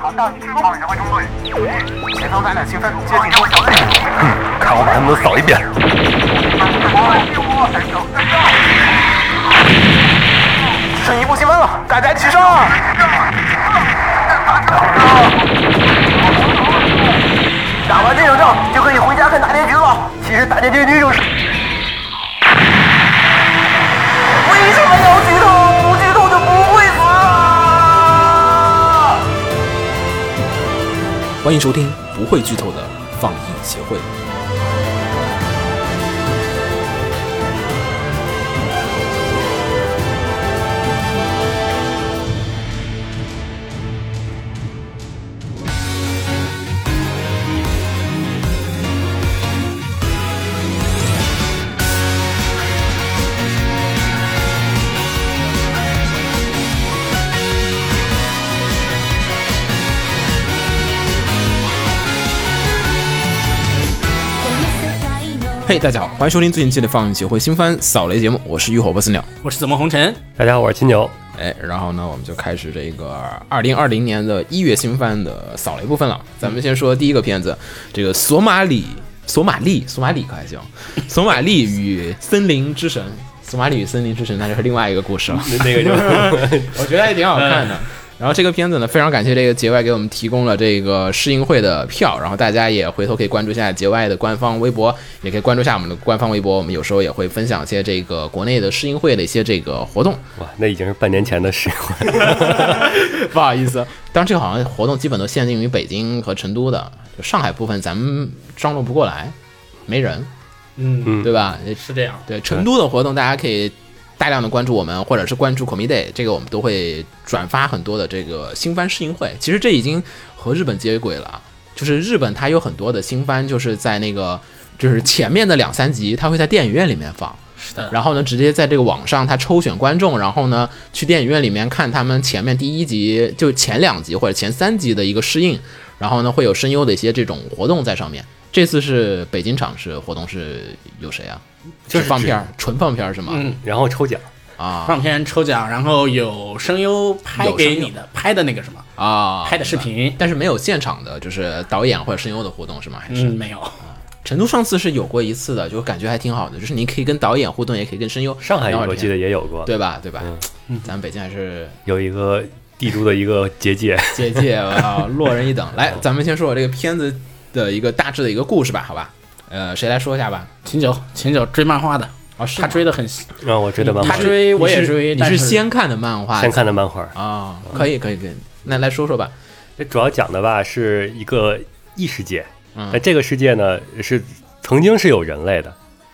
强盗已经突破指挥中队，前方咱俩兴奋接近他们小队。看我把他们都扫一遍。剩一步积分了，大家齐上！打完这场仗就可以回家看大结局了。其实大结局就是……为什么要剧透？不剧透就不会死啊！欢迎收听不会剧透的放映协会。嘿、大家好，欢迎收听最新期的放映协会新番扫雷节目，我是浴火不死鸟。我是紫梦红尘，大家好，我是金牛。哎，然后呢，我们就开始这个二零二零年的一月新番的扫雷部分了。咱们先说第一个片子，这个索马里、索马利、索马里可还行，索马利与森林之 神，索马里与森林之神，那就是另外一个故事了。那个就我觉得还挺好看的。嗯然后这个片子呢，非常感谢这个节外给我们提供了这个试映会的票，然后大家也回头可以关注一下节外的官方微博，也可以关注一下我们的官方微博，我们有时候也会分享一些这个国内的试映会的一些这个活动。 哇，那已经是半年前的事了。 不好意思，当然这个好像活动基本都限定于北京和成都的，就上海部分咱们张罗不过来，没人，嗯，对吧？是这样，对成都的活动，大家可以大量的关注我们，或者是关注 Komi Day，这个我们都会转发很多的这个新番试映会。其实这已经和日本接轨了啊，就是日本它有很多的新番，就是在那个就是前面的两三集，它会在电影院里面放。是的，然后呢，直接在这个网上他抽选观众，然后呢去电影院里面看他们前面第一集就前两集或者前三集的一个适应，然后呢会有声优的一些这种活动在上面。这次是北京场是活动是有谁啊？就是放片儿，纯放片儿是吗？嗯然后抽奖，啊放片抽奖，然后有声优拍有声优给你的，拍的那个什么，啊，拍的视频，但是没有现场的，就是导演或者声优的活动是吗？还是、嗯，没有，成都上次是有过一次的，就感觉还挺好的，就是你可以跟导演互动，也可以跟声优。上海聊会儿我记得天也有过，对吧？对吧？咱们北京还是有一个帝都的一个结界， 姐姐，我要啊落人一等。来，咱们先说我这个片子的一个大致的一个故事吧，好吧？呃，谁来说一下吧？秦九，秦九追漫画的，啊、是他吗追的很，让我追的漫画他，追我也你是追，你但是先看的漫画，先看的漫画。啊、可以，可以，可以。那来说说吧。这主要讲的吧是一个异世界，嗯那这个世界呢是曾经是有人类的，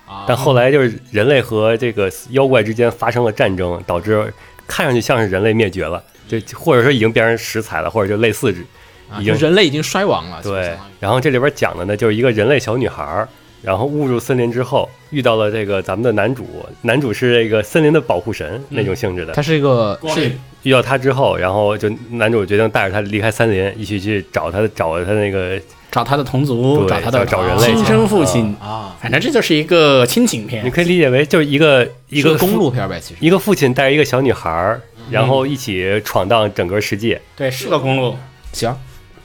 啊，但后来就是人类和这个妖怪之间发生了战争，导致看上去像是人类灭绝了，就或者说已经变成食材了，或者就类似之啊已就经人类已经衰亡了，对相当于，然后这里边讲的呢，就是一个人类小女孩儿，然后误入森林之后，遇到了这个咱们的男主，男主是这个森林的保护神那种性质的。它是一个光是临遇到他之后，然后就男主决定带着他离开森林，一起去找他的找他那个找他的同族，对他的找人类亲生父亲，啊，反正这就是一个亲情你片，可以理解为就是一个一是个公父路嗯片呗，其实一个父亲带着一个小女孩儿，然后一起闯荡整个世界。对，是个公路，行。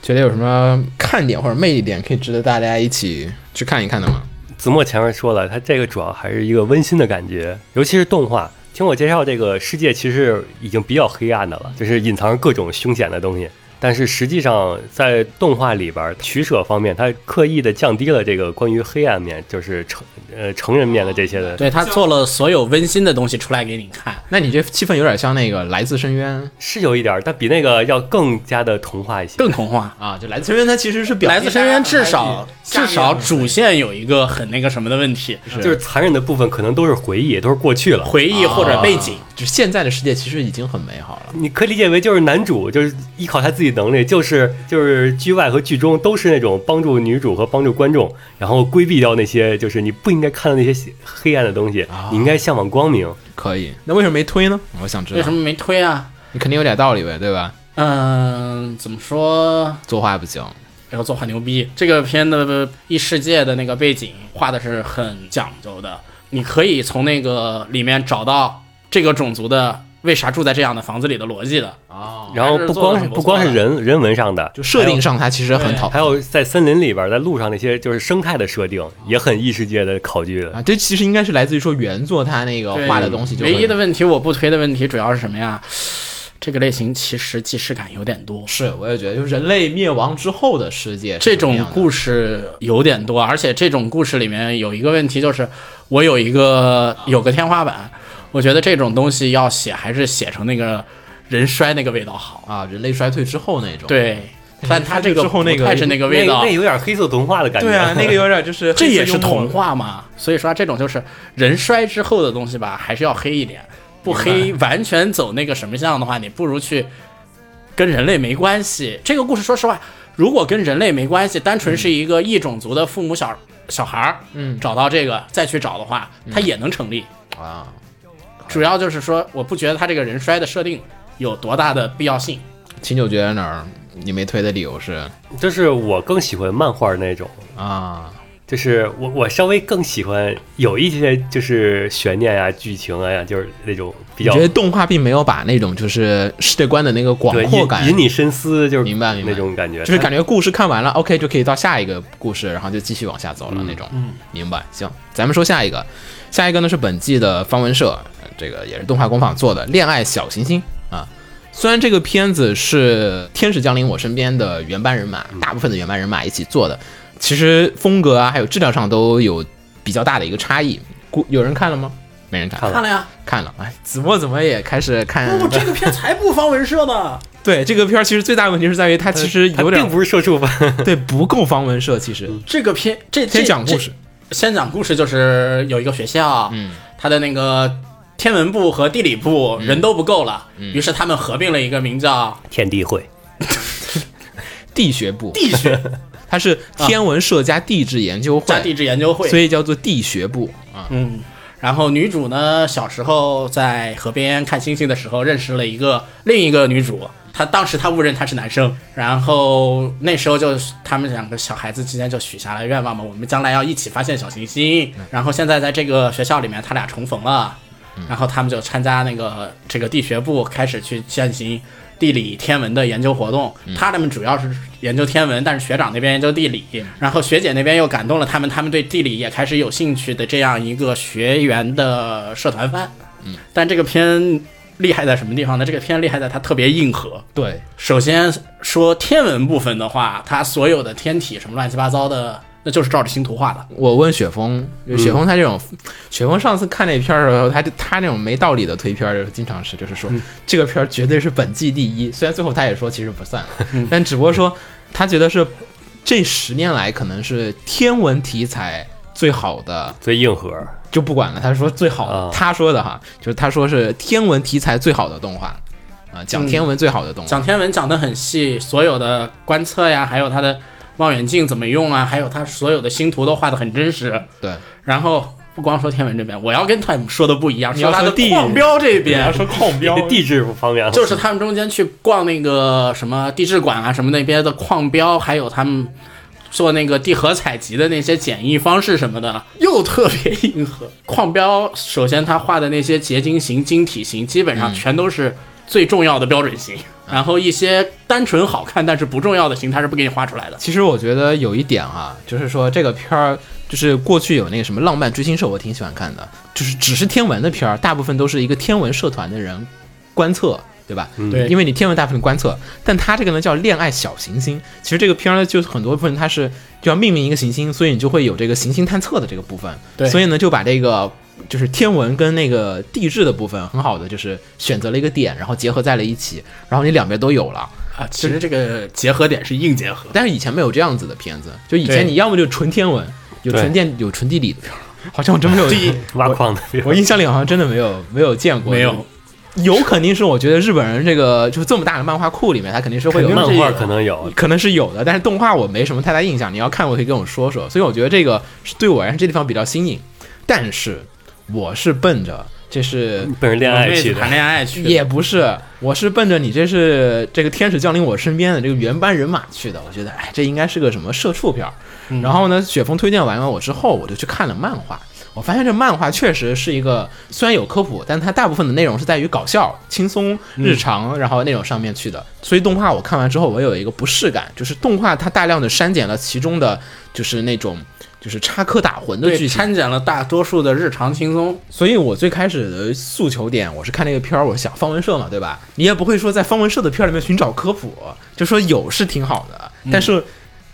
觉得有什么看点或者魅力点可以值得大家一起去看一看的吗？子墨前面说了，它这个主要还是一个温馨的感觉，尤其是动画。听我介绍，这个世界其实已经比较黑暗的了，就是隐藏着各种凶险的东西。但是实际上，在动画里边儿取舍方面，它刻意的降低了这个关于黑暗面，就是成呃成人面的这些的。对他做了所有温馨的东西出来给你看，那你这气氛有点像那个《来自深渊》是有一点儿，但比那个要更加的童话一些。更童话。啊，就《来自深渊》它其实是表来自深渊至少下至面少主线有一个很那个什么的问题，就是残忍的部分可能都是回忆，都是过去了。回忆或啊者背景，就现在的世界其实已经很美好了。你可以理解为就是男主就是依靠他自己能力，就是就是剧外和剧中都是那种帮助女主和帮助观众，然后规避掉那些啊就是你不应该看的那些黑暗的东西，你应该向往光哦明。可以，那为什么没推呢？我想知为什道，么没推啊？你肯定有点道理呗，对吧？嗯，怎么说？作画不行，然后作画牛逼。这个片的异世界的那个背景画的是很讲究的，你可以从那个里面找到这个种族的为啥住在这样的房子里的逻辑的。啊，然后不光是不光是人人文上的，就设定上它其实很对讨还有在森林里边、在路上那些就是生态的设定，也很异世界的考据的。啊，这其实应该是来自于说原作它那个对哦画的东西就唯会一的问题，我不推的问题主要是什么呀？这个类型其实既视感有点多，是，我也觉得，就是人类灭亡之后的世界这种故事事有点多，而且这种故事里面有一个问题就是，我有一个有个天花板，我觉得这种东西要写还是写成那个人摔那个味道好。啊，人类衰退之后那种。，对，但他这个哎之后那个不太是那个味道，那有点黑色童话的感觉。对啊，那 个有点就是这也是同童话嘛。所以说啊这种就是人摔之后的东西吧，还是要黑一点，不黑完全走那个什么像的话，你不如去跟人类没关系。这个故事说实话，如果跟人类没关系，单纯是一个异种族的父母小小孩儿，嗯找到这个再去找的话，它也能成立。啊，主要就是说，我不觉得他这个人摔的设定有多大的必要性。秦九觉得哪儿你没推的理由是就是我更喜欢漫画那种，啊，就是我我稍微更喜欢有一些就是悬念啊、剧情啊，就是那种比你较觉得动画并没有把那种就是世界观的那个广对阔感引引你深思，就是明白明白那种感觉，就是感觉故事看完了，OK 就可以到下一个故事，然后就继续往下走了那种。嗯，明白。行，咱们说下一个，下一个呢是本季的方文社，呃这个也是动画工坊做的《恋爱小行星》啊。虽然这个片子是《天使降临我身边》的原班人马，大部分的原班人马一起做的，其实风格啊还有质量上都有比较大的一个差异。估有人看了吗？没人看，看了了呀，看了。哎，子墨怎么也开始看？这个片才不方文社呢。对这个片儿，其实最大的问题是在于它其嗯实它有点并不是社畜番，对不够方文社，其实。这个片这先讲故，事这，这先讲故事就是有一个学校，嗯，它的那个天文部和地理部人都不够了，嗯于是他们合并了一个 名叫 天地会。地学部，地学它是天文社加地质研究加会，地质研究会。所以叫做地学部啊。嗯，然后女主呢，小时候在河边看星星的时候，认识了一个另一个女主。她当时她误认她是男生，然后那时候就他们两个小孩子之间就许下了愿望嘛，我们将来要一起发现小行星。嗯然后现在在这个学校里面，他俩重逢了，然后他们就参加那个这个地学部开始去进行地理天文的研究活动。他们主要是研究天文，但是学长那边研究地理，然后学姐那边又感动了他们，他们对地理也开始有兴趣的这样一个学员的社团番。嗯，但这个片厉害在什么地方呢？这个片厉害在它特别硬核。对，首先说天文部分的话，它所有的天体什么乱七八糟的，那就是照着星图画的。我问雪峰，就雪峰他这种，雪峰上次看那片儿的时候，他就他那种没道理的推片儿，就是经常是就是说这个片儿绝对是本季第一，虽然最后他也说其实不算，但只不过说他觉得是这十年来可能是天文题材最好的最硬核，就不管了。他说最好，啊他说的哈，就是他说是天文题材最好的动画，啊，讲天文最好的动画，讲天文讲得很细，所有的观测呀，还有它的望远镜怎么用啊，还有它所有的星图都画得很真实。对，然后不光说天文这边，我要跟他们说的不一样，你要说说它的地矿标这啊边，控这地质方面就是他们中间去逛那个什么地质馆啊，什么那边的矿标，还有他们做那个地核采集的那些简易方式什么的，又特别硬核。矿标首先他画的那些结晶型、晶体型，基本嗯上全都是最重要的标准型，啊然后一些单纯好看但是不重要的型，他是不给你画出来的。其实我觉得有一点啊，就是说这个片儿，就是过去有那个什么《浪漫追星社》，我挺喜欢看的，就是只是天文的片儿，大部分都是一个天文社团的人观测，对吧？嗯对因为你天文大部分观测，但它这个呢叫恋爱小行星。其实这个片儿呢，就是很多部分它是就要命名一个行星，所以你就会有这个行星探测的这个部分。对所以呢就把这个就是天文跟那个地质的部分很好的就是选择了一个点，然后结合在了一起，然后你两边都有了。啊，其实这个结合点是硬结合。但是以前没有这样子的片子，就以对前你要么就纯天文，有对纯电有纯地理的片儿，好像我真没有。地挖矿的， 我印象里好像真的没有没有见过，没有，有肯定是我觉得日本人这个就是这么大的漫画库里面，他肯定是会有漫这画个可能有，可能是有的，但是动画我没什么太大印象。你要看，我可以跟我说说。所以我觉得这个是对我来说这地方比较新颖，但是我是奔着这是本人恋爱去的谈。恋爱去的也不是，我是奔着你这是这个天使降临我身边的这个原班人马去的。我觉得，嗯哎，这应该是个什么社畜片儿。然后呢，雪峰推荐完了我之后，我就去看了漫画。我发现这漫画确实是一个，虽然有科普，但它大部分的内容是在于搞笑、轻松、日常，嗯然后那种上面去的。所以动画我看完之后，我有一个不适感，就是动画它大量的删减了其中的，就是那种就是插科打诨的对，剧情，掺展了大多数的日常轻松，所以我最开始的诉求点，我是看那个片儿，我想方文社嘛，对吧？你也不会说在方文社的片儿里面寻找科普，就说有是挺好的，但是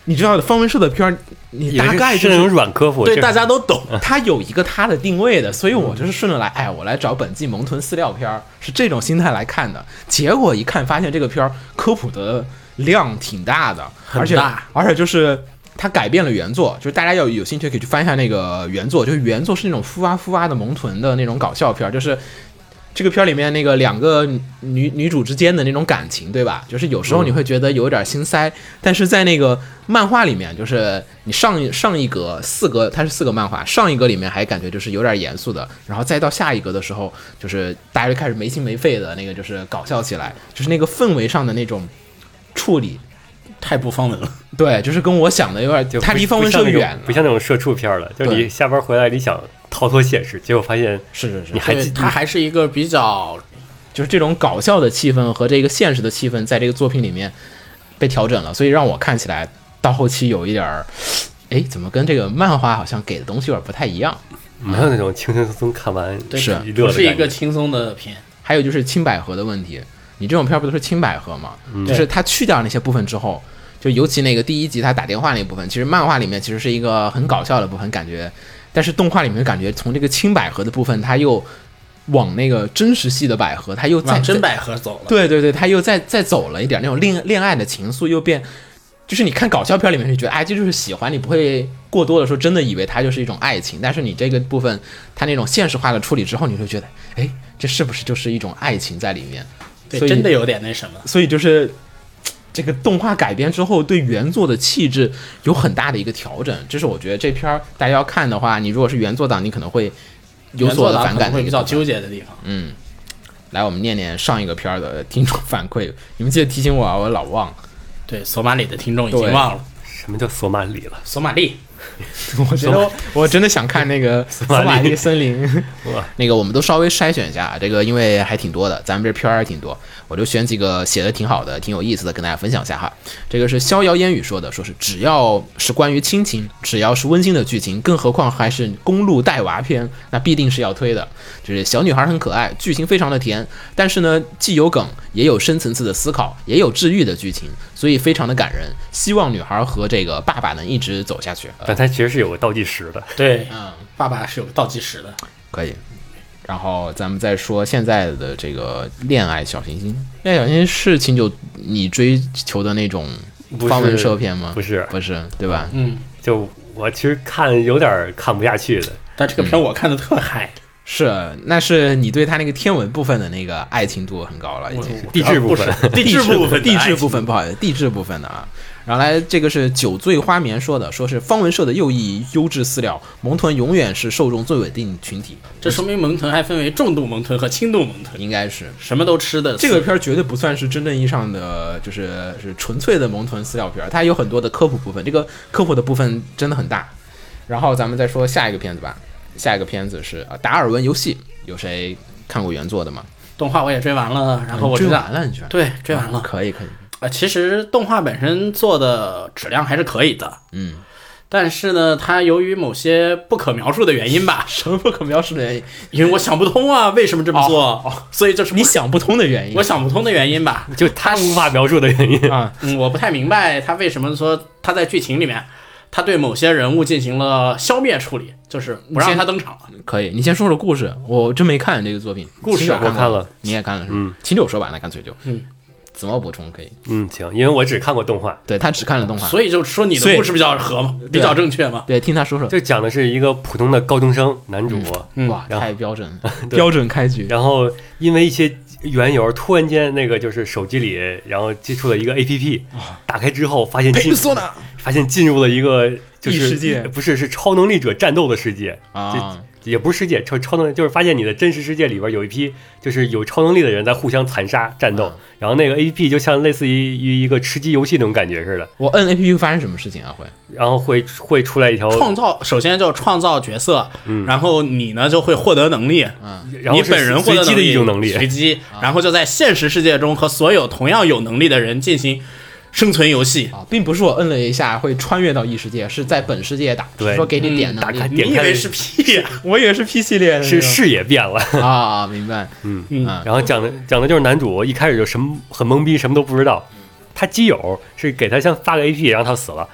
你知道方文社的片儿，你也大是概就是那种软科普，对就是大家都懂。嗯它有一个它的定位的，所以我就是顺着来，哎，我来找本季萌豚饲料片儿，是这种心态来看的。结果一看，发现这个片儿科普的量挺大的，而且大而且就是。它改变了原作，就是大家要有兴趣可以去翻一下那个原作，就是原作是那种孵啊孵啊的萌豚的那种搞笑片儿，就是这个片儿里面那个两个女女女主之间的那种感情，对吧？就是有时候你会觉得有点心塞，但是在那个漫画里面，就是你上一上一格四格，它是四个漫画，上一格里面还感觉就是有点严肃的，然后再到下一格的时候，就是大家就开始没心没肺的那个，就是搞笑起来，就是那个氛围上的那种处理，太不方文了，对，就是跟我想的有点，就它不离方文不像社那种远了，不像那种社畜片儿了。就是对你下班回来，你想逃脱现实，结果发现是是是你，还对，记它还是一个比较就是这种搞笑的气氛和这个现实的气氛，在这个作品里面被调整了，所以让我看起来到后期有一点儿，哎，怎么跟这个漫画好像给的东西有点不太一样？没有那种轻轻松松看完对是娱乐不的是一感个觉。轻松的片。还有就是青百合的问题，你这种片儿不都是青百合吗？就是它去掉那些部分之后，就尤其那个第一集他打电话那部分，其实漫画里面其实是一个很搞笑的部分，感觉，但是动画里面感觉从这个青百合的部分，它又往那个真实系的百合，它又再往真百合走了，对对对，他又再再走了一点那种恋恋爱的情愫，又变，就是你看搞笑片里面，你觉得哎，这就是喜欢，你不会过多的说真的以为它就是一种爱情，但是你这个部分，它那种现实化的处理之后，你会觉得，哎，这是不是就是一种爱情在里面？对，所以真的有点那什么。所以就是这个动画改编之后，对原作的气质有很大的一个调整。这是我觉得这片儿大家要看的话，你如果是原作党，你可能会有所的反原作党可能感的会一个比较嗯地方纠结的地方。来，我们念念上一个片儿的听众反馈，你们记得提醒我啊，我老忘。对，索马里的听众已经对忘了什么叫索马里了？索马里， 我觉得我我真的想看那 个《索马利森 林》哇，那个我们都稍微筛选一下啊，这个因为还挺多的，咱们这片儿还挺多，我就选几个写的挺好的、挺有意思的跟大家分享一下哈。这个是逍遥烟雨说的，说是只要是关于亲情，只要是温馨的剧情，更何况还是公路带娃片，那必定是要推的。就是小女孩很可爱，剧情非常的甜，但是呢，既有梗，也有深层次的思考，也有治愈的剧情，所以非常的感人。希望女孩和这个爸爸能一直走下去。呃但它其实是有个倒计时的。对，嗯，啊爸爸是有倒计时的。可以。然后咱们再说现在的这个恋爱小行星，恋爱小行星是秦九你追求的那种不方文是社片吗？不是不是，对吧？嗯，就我其实看有点儿看不下去的，但这个片我看的特嗨，是，那是你对他那个天文部分的那个爱情度很高了，已经。地 质部分。 地质部分，地质部分不好意思，地质部分的啊。然后来这个是酒醉花眠说的，说是方文社的右翼优质饲料，萌豚永远是受众最稳定群体，这说明萌豚还分为重度萌豚和轻度萌豚，应该是什么都吃的。这个片儿绝对不算是真正意义上的，就是是纯粹的萌豚饲料片儿，它有很多的科普部分，这个科普的部分真的很大。然后咱们再说下一个片子吧，下一个片子是《呃达尔文游戏》，有谁看过原作的吗？动画我也追完了，然哦后我追知道完，了，你居然对，追完了。可以可以，啊，其实动画本身做的质量还是可以的，嗯，但是呢，它由于某些不可描述的原因吧，什么不可描述的原因？因为我想不通啊，为什么这么做，哦 所以这是不你想不通的原因我想不通的原因吧。就他无法描述的原因，啊？嗯，我不太明白他为什么说他在剧情里面，他对某些人物进行了消灭处理，就是不让他登场了。可以，你先说说故事，我真没看这个作品。故事秦九我看过了，你也看了是吗？秦九说吧，那干脆就，嗯，怎么补充可以？嗯，行，因为我只看过动画，对他只看了动画，所以就说你所以的故事比较合嘛，比较正确嘛。对啊听他说说，就讲的是一个普通的高中生男主，嗯哇，然后太标 准，了，对标准开局。然后因为一些缘由，突然间那个就是手机里，然后接触了一个 A P P，打开之后发现进发现进入了一个就异是世界不是是超能力者战斗的世界啊就也不是世界超超能，就是发现你的真实世界里边有一批就是有超能力的人在互相残杀战啊斗，然后那个 A P P 就像类似于于一个吃鸡游戏那种感觉似的，我摁 A P P 会发生什么事情啊？会然后会会出来一条，创造首先就创造角色，然后你呢就会获得能力，嗯然后你是本人获随得机的一种能随力，机，啊然后就在现实世界中和所有同样有能力的人进行生存游戏。啊，并不是我摁了一下会穿越到异世界，是在本世界嗯打，对是说给你点打能力。开你点以开为是屁呀、我以为是 P 系列是视野 变了。啊，明白。嗯嗯啊，然后讲的讲的就是男主一开始就什么很懵逼，什么都不知道。嗯他基友是给他先发个 A P，然后他死了。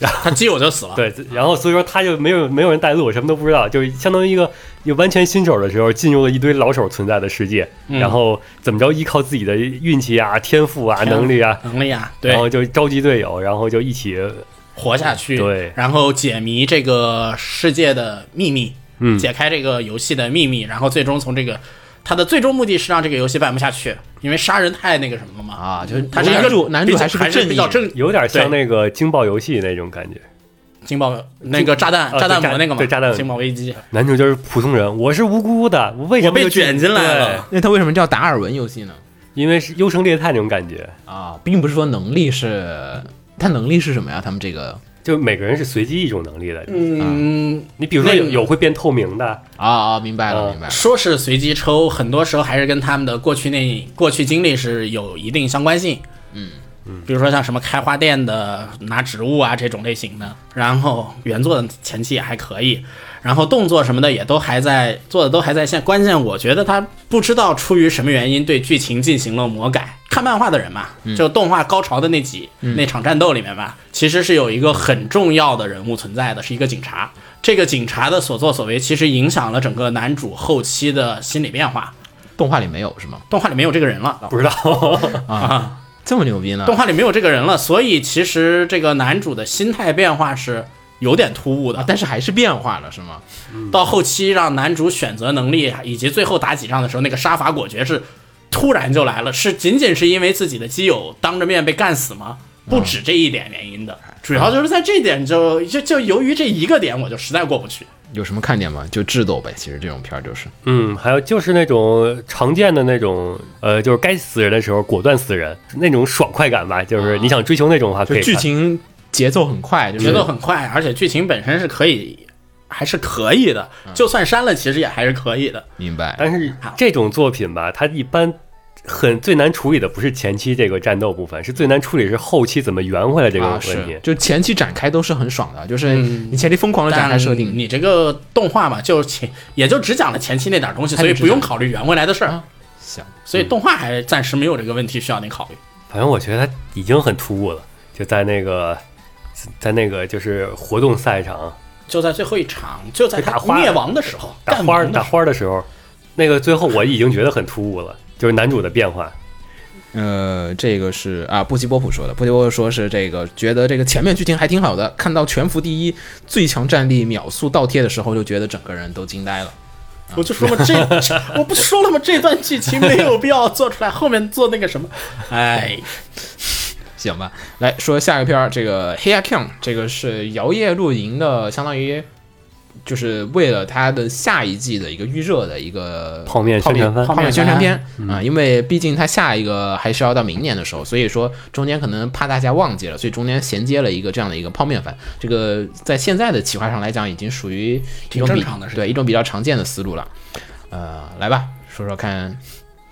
他基友就死了。对，然后所以说他就没有没有人带路，什么都不知道，就是相当于一个就完全新手的时候进入了一堆老手存在的世界，嗯然后怎么着依靠自己的运气啊、天赋啊、天赋能力啊，能力啊，对然，后就召集队友，然后就一起活下去，对然后解谜这个世界的秘密，嗯解开这个游戏的秘密，然后最终从这个它的最终目的是让这个游戏办不下去，因为杀人太那个什么了嘛，啊，就是它是一男个主男主比较还还是个正义比较正有点像那个惊爆游戏那种感觉。惊爆那个炸弹啊炸弹对炸魔那个嘛，对炸弹惊爆危机，男主就是普通人，我是无辜的，我为什么我被就进卷进来了？那他为什么叫达尔文游戏呢？对因为是优胜劣汰那种感觉，啊，并不是说能力是，他能力是什么呀？他们这个就每个人是随机一种能力的。啊嗯，你比如说有那有会变透明的，啊啊，明白了啊明白了说是随机抽，很多时候还是跟他们的过去那过去经历是有一定相关性。嗯嗯，比如说像什么开花店的拿植物啊这种类型的，然后原作的前期也还可以，然后动作什么的也都还在做的都还在线。关键我觉得他不知道出于什么原因对剧情进行了魔改。看漫画的人嘛，就动画高潮的那几、那场战斗里面吧，其实是有一个很重要的人物存在的，是一个警察。这个警察的所作所为，其实影响了整个男主后期的心理变化。动画里没有是吗？动画里没有这个人了，不知道。啊，这么牛逼呢？动画里没有这个人了，所以其实这个男主的心态变化是有点突兀的。但是还是变化了是吗？到后期让男主选择能力以及最后打几仗的时候，那个杀伐果决是突然就来了，是仅仅是因为自己的基友当着面被干死吗？不止这一点原因的，哎啊主要就是在这点就就就由于这一个点，我就实在过不去。有什么看点吗？就智斗呗，其实这种片儿就是嗯，还有就是那种常见的那种，呃，就是该死人的时候果断死人那种爽快感吧，就是你想追求那种的话，可以就看剧情节奏很快，就是节奏很快，而且剧情本身是可以，还是可以的。嗯就算删了，其实也还是可以的。明白。但是这种作品吧，它一般很最难处理的不是前期这个战斗部分，是最难处理是后期怎么圆回来这个啊，问题。是，就前期展开都是很爽的，就是你前期疯狂的展但开设定，你这个动画嘛，就前也就只讲了前期那点东西，它所就以只不用讲考虑圆回来的事儿啊。嗯行，所以动画还暂时没有这个问题需要你考虑。反正我觉得它已经很突兀了，就在那个在那个就是活动赛场就在最后一场，就在打他花灭亡的时候，打干花亡儿的打时候花儿的时候，那个最后我已经觉得很突兀了，就是男主的变化。呃，这个是啊，布吉波普说的。布吉波普说是这个，觉得这个前面剧情还挺好的，看到全服第一、最强战力秒速倒贴的时候，就觉得整个人都惊呆了。我就说嘛，这这 我不就说了吗？这段剧情没有必要做出来，后面做那个什么，哎，行吧，来说下一个片儿，这个《黑暗 King》，这个是摇曳露营的，相当于就是为了它的下一季的一个预热的一个泡面泡宣传面番泡面宣传片啊、因为毕竟它下一个还是要到明年的时候，所以说中间可能怕大家忘记了，所以中间衔接了一个这样的一个泡面番。这个在现在的企划上来讲，已经属于一挺种比正常的事情对一种比较常见的思路了。呃，来吧，说说看，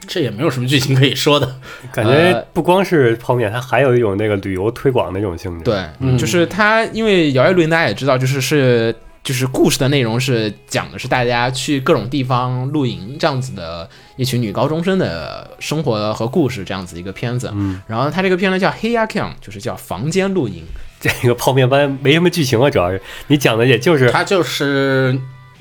这也没有什么剧情可以说的。感觉呃不光是泡面，它还有一种那个旅游推广那种性质。，对，就是它，因为摇曳露营大家也知道，就是是就是故事的内容是讲的是大家去各种地方露营这样子的一群女高中生的生活和故事这样子一个片子。嗯，然后它这个片呢叫《黑鸭 k a n 就是叫房间露营。这个泡面班没什么剧情啊，主要是你讲的也就是她就是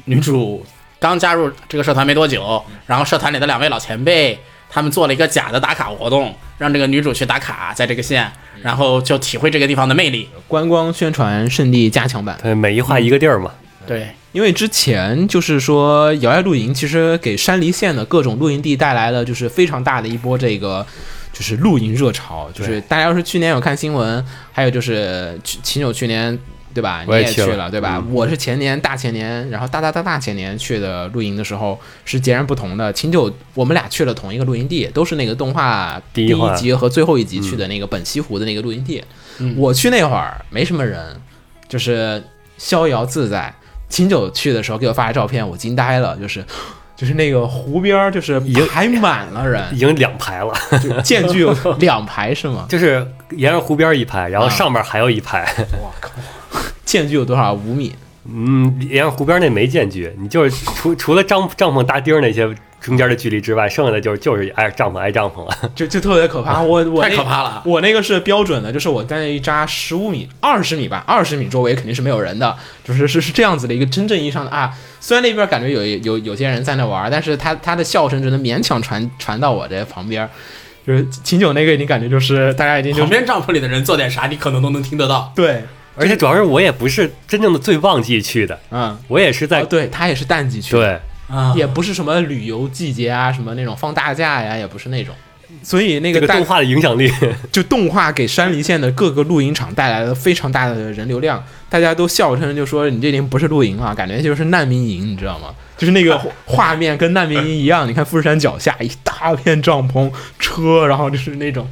女主刚加入这个社团没多久，然后社团里的两位老前辈他们做了一个假的打卡活动，让这个女主去打卡，在这个县，然后就体会这个地方的魅力。观光宣传圣地加强版，对每一画一个地儿嘛。嗯对，因为之前就是说摇曳露营，其实给山梨县的各种露营地带来了就是非常大的一波这个就是露营热潮，就是大家要是去年有看新闻，还有就是去秦九去年。对吧？你我也去去了嗯对吧？我是前年、大前年，然后大大大大前年去的露营的时候是截然不同的。秦九，我们俩去了同一个露营地，都是那个动画第第一话一集和最后一集去的那个本溪湖的那个露营地。嗯我去那会儿没什么人，就是逍遥自在。秦九去的时候给我发的照片，我惊呆了，就是。 就是那个湖边儿，就是排满了人，已经两排了， 就间距有两排是 吗？就是沿着湖边一排，啊然后上面还有一排。 间距有多少？五米？嗯，沿着湖边那没间距，你就是 除除了帐帐篷搭钉那些中间的距离之外，剩下的就是就是挨帐篷挨帐 篷了。就就特别可怕。我我太那可怕了我那个是标准的，就是我在那一扎十五米、二十米吧，二十米周围肯定是没有人的，就是是是这样子的一个真正意义上的啊。虽然那边感觉有有有些人在那玩，但是他他的笑声只能勉强传传到我这旁边。就是秦九那个，你感觉就是大家已经就旁边帐篷里的人做点啥，你可能都能听得到。对，而且主要是我也不是真正的最旺季去的，嗯，我也是在、哦，对他也是淡季去，，对啊也不是什么旅游季节啊，什么那种放大假呀，也不是那种。所以那个这个大动画的影响力，就动画给山梨县的各个露营场带来了非常大的人流量，大家都笑称就说你这已经不是露营了，啊感觉就是难民营，你知道吗？就是那个画面跟难民营一 样，你看富士山脚下一大片帐篷、车，然后就是那种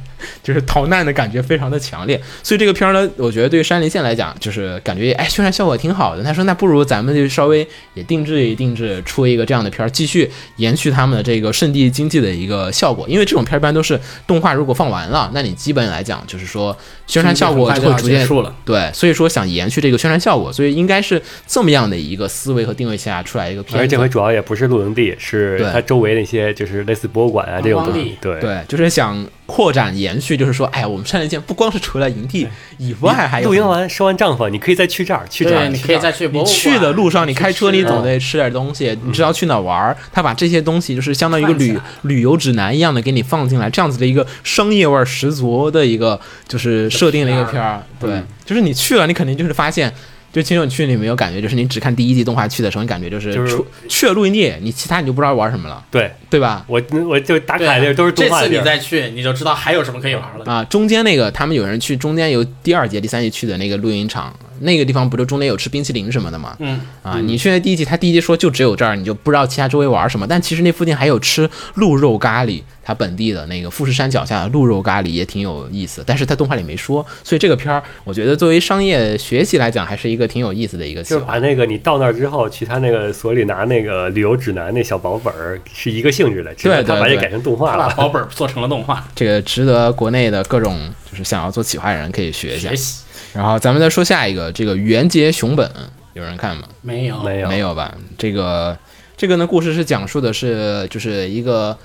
就是逃难的感觉非常的强烈。所以这个片儿呢，我觉得对于山梨县来讲，就是感觉哎宣传效果挺好的。他说那不如咱们就稍微也定制一定制，出一个这样的片儿，继续延续他们的这个圣地经济的一个效果。因为这种片儿一般都是动画如果放完了，那你基本来讲就是说宣传效果很快就会要逐渐结束了。对，所以说想延续这个宣传效果，所以应该是这么样的一个思维和定位下出来一个片而且子。这回主要也不是露营地，是对它周围那些就是类似博物馆啊这种东观光西地。对，对，就是想扩展延续，就是说，哎呀，我们山梨县不光是除了营地以外，还有露很营多完收完帐篷，你可以再去这儿去这对，儿你去可这以儿。再去博你物馆。去的路上，你开车，吃你总得吃点东西，你知道去哪玩儿。他把这些东西就是相当于一个旅串起旅游指南一样的给你放进来，这样子的一个商业味儿十足的一个就是设定了一个片儿。对，嗯就是你去了，你肯定就是发现。就秦九去，你没有感觉，就是你只看第一季动画去的时候，你感觉就是就是出去了露营地，你其他你就不知道玩什么了，对对吧？我我就打对啊卡那都是动这画次地你儿。再去，你就知道还有什么可以玩了。啊，中间那个他们有人去，中间有第二节、第三节去的那个露营场，那个地方不就中间有吃冰淇淋什么的吗？嗯，啊，你去那第一集，他第一集说就只有这儿，你就不知道其他周围玩什么，但其实那附近还有吃鹿肉咖喱，他本地的那个富士山脚下的鹿肉咖喱也挺有意思，但是他动画里没说，所以这个片儿我觉得作为商业学习来讲，还是一个挺有意思的一个计就是把划。那个你到那儿之后，去他那个所里拿那个呃旅游指南那小薄本儿是一个性质的，只对是他对把这对改成动画他把了。保本做成了动画，这个值得国内的各种就是想要做企划的人可以学一下学。习然后咱们再说下一个，这个原杰熊本有人看吗？没有 没有没有吧？这个这个呢，故事是讲述的是就是一个，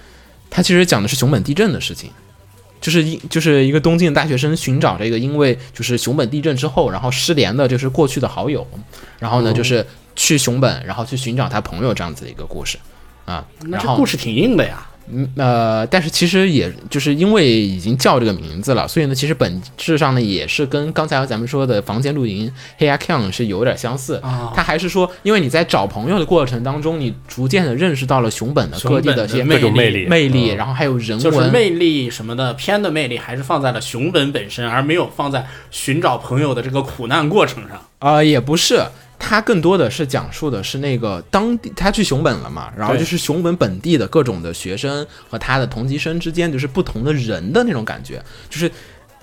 它其实讲的是熊本地震的事情，就是一就是一个东京的大学生寻找这个因为就是熊本地震之后，然后失联的就是过去的好友，然后呢就是去熊本，然后去寻找他朋友这样子的一个故事啊。那然这后故事挺硬的呀。嗯呃，但是其实也就是因为已经叫这个名字了，所以呢，其实本质上呢也是跟刚才咱们说的房间露营黑 a k a n 是有点相似。啊它还是说，因为你在找朋友的过程当中，你逐渐的认识到了熊本的各地的这些熊本的嗯各种魅力魅力，然后还有人文，就是魅力什么的，片的魅力还是放在了熊本本身，而没有放在寻找朋友的这个苦难过程上。呃，也不是，它更多的是讲述的是那个当地，他去熊本了嘛，然后对就是熊本本地的各种的学生和他的同级生之间，就是不同的人的那种感觉，就是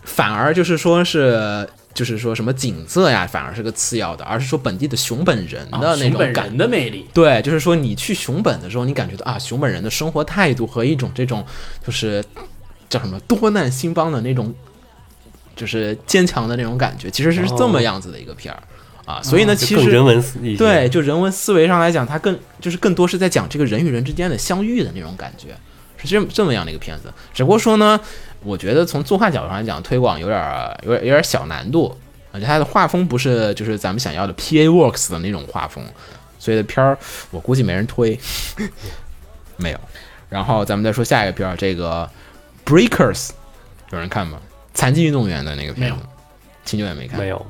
反而就是说是。就是说什么景色呀，反而是个次要的，而是说本地的熊本人啊的那熊种本感人的魅力，对，就是说你去熊本的时候，你感觉到啊，熊本人的生活态度和一种这种就是叫什么多难兴邦的那种，就是坚强的那种感觉，其实是这么样子的一个片儿、啊。所以呢，其哦就更实人文一些。对，就人文思维上来讲，它更就是更多是在讲这个人与人之间的相遇的那种感觉，是这么这么样的一个片子。只不过说呢，我觉得从作画角度上来讲，推广有点儿有点有点小难度，而且它的画风不是就是咱们想要的 P A Works 的那种画风，所以的片儿我估计没人推， 没有。然后咱们再说下一个片儿，这个 Breakers 有人看吗？残疾运动员的那个片没有子，秦九也没看，没有，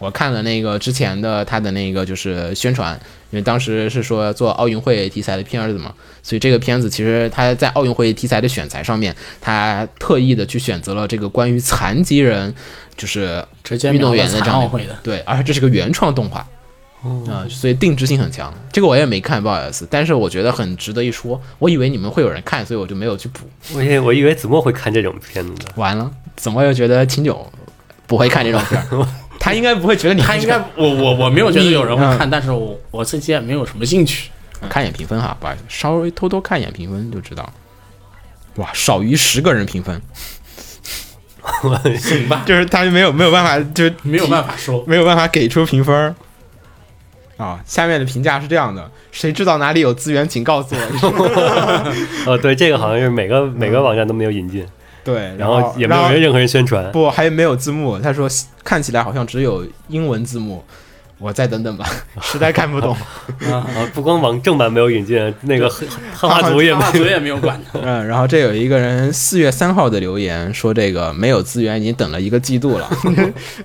我看了那个之前的他的那个就是宣传，因为当时是说做奥运会题材的片子嘛，所以这个片子其实他在奥运会题材的选材上面，他特意的去选择了这个关于残疾人就是直接运动秒员了的这残样奥一个会的，哦对，而且这是个原创动画，啊、所以定制性很强。这个我也没看，不好意思，但是我觉得很值得一说。我以为你们会有人看，所以我就没有去补。我以我以为子墨会看这种片子的，完了，怎么又觉得秦九不会看这种片 儿？他应该不会觉得你他看应这 该个，我我我没有觉得有人会嗯看，但是我我自己也没有什么兴趣。看一眼评分哈，不好意思，稍微偷偷看一眼评分就知道了。哇，少于十个人评分，行吧，就是他没有没有办法，就是没有办法说。没有办法给出评分儿。啊、下面的评价是这样的：谁知道哪里有资源，请告诉 我。 哦，对，这个好像是每个每个网站都没有引进，对，然后后也没有人任何人宣传。不，还没有字幕。他说看起来好像只有英文字幕，我再等等 吧，实在看不 懂。啊，不光网正版没有引进，那个汉汉化族也大没嘴也没有管他，嗯，然后这有一个人四月三号的留言说，这个没有资源已经等了一个季度 了，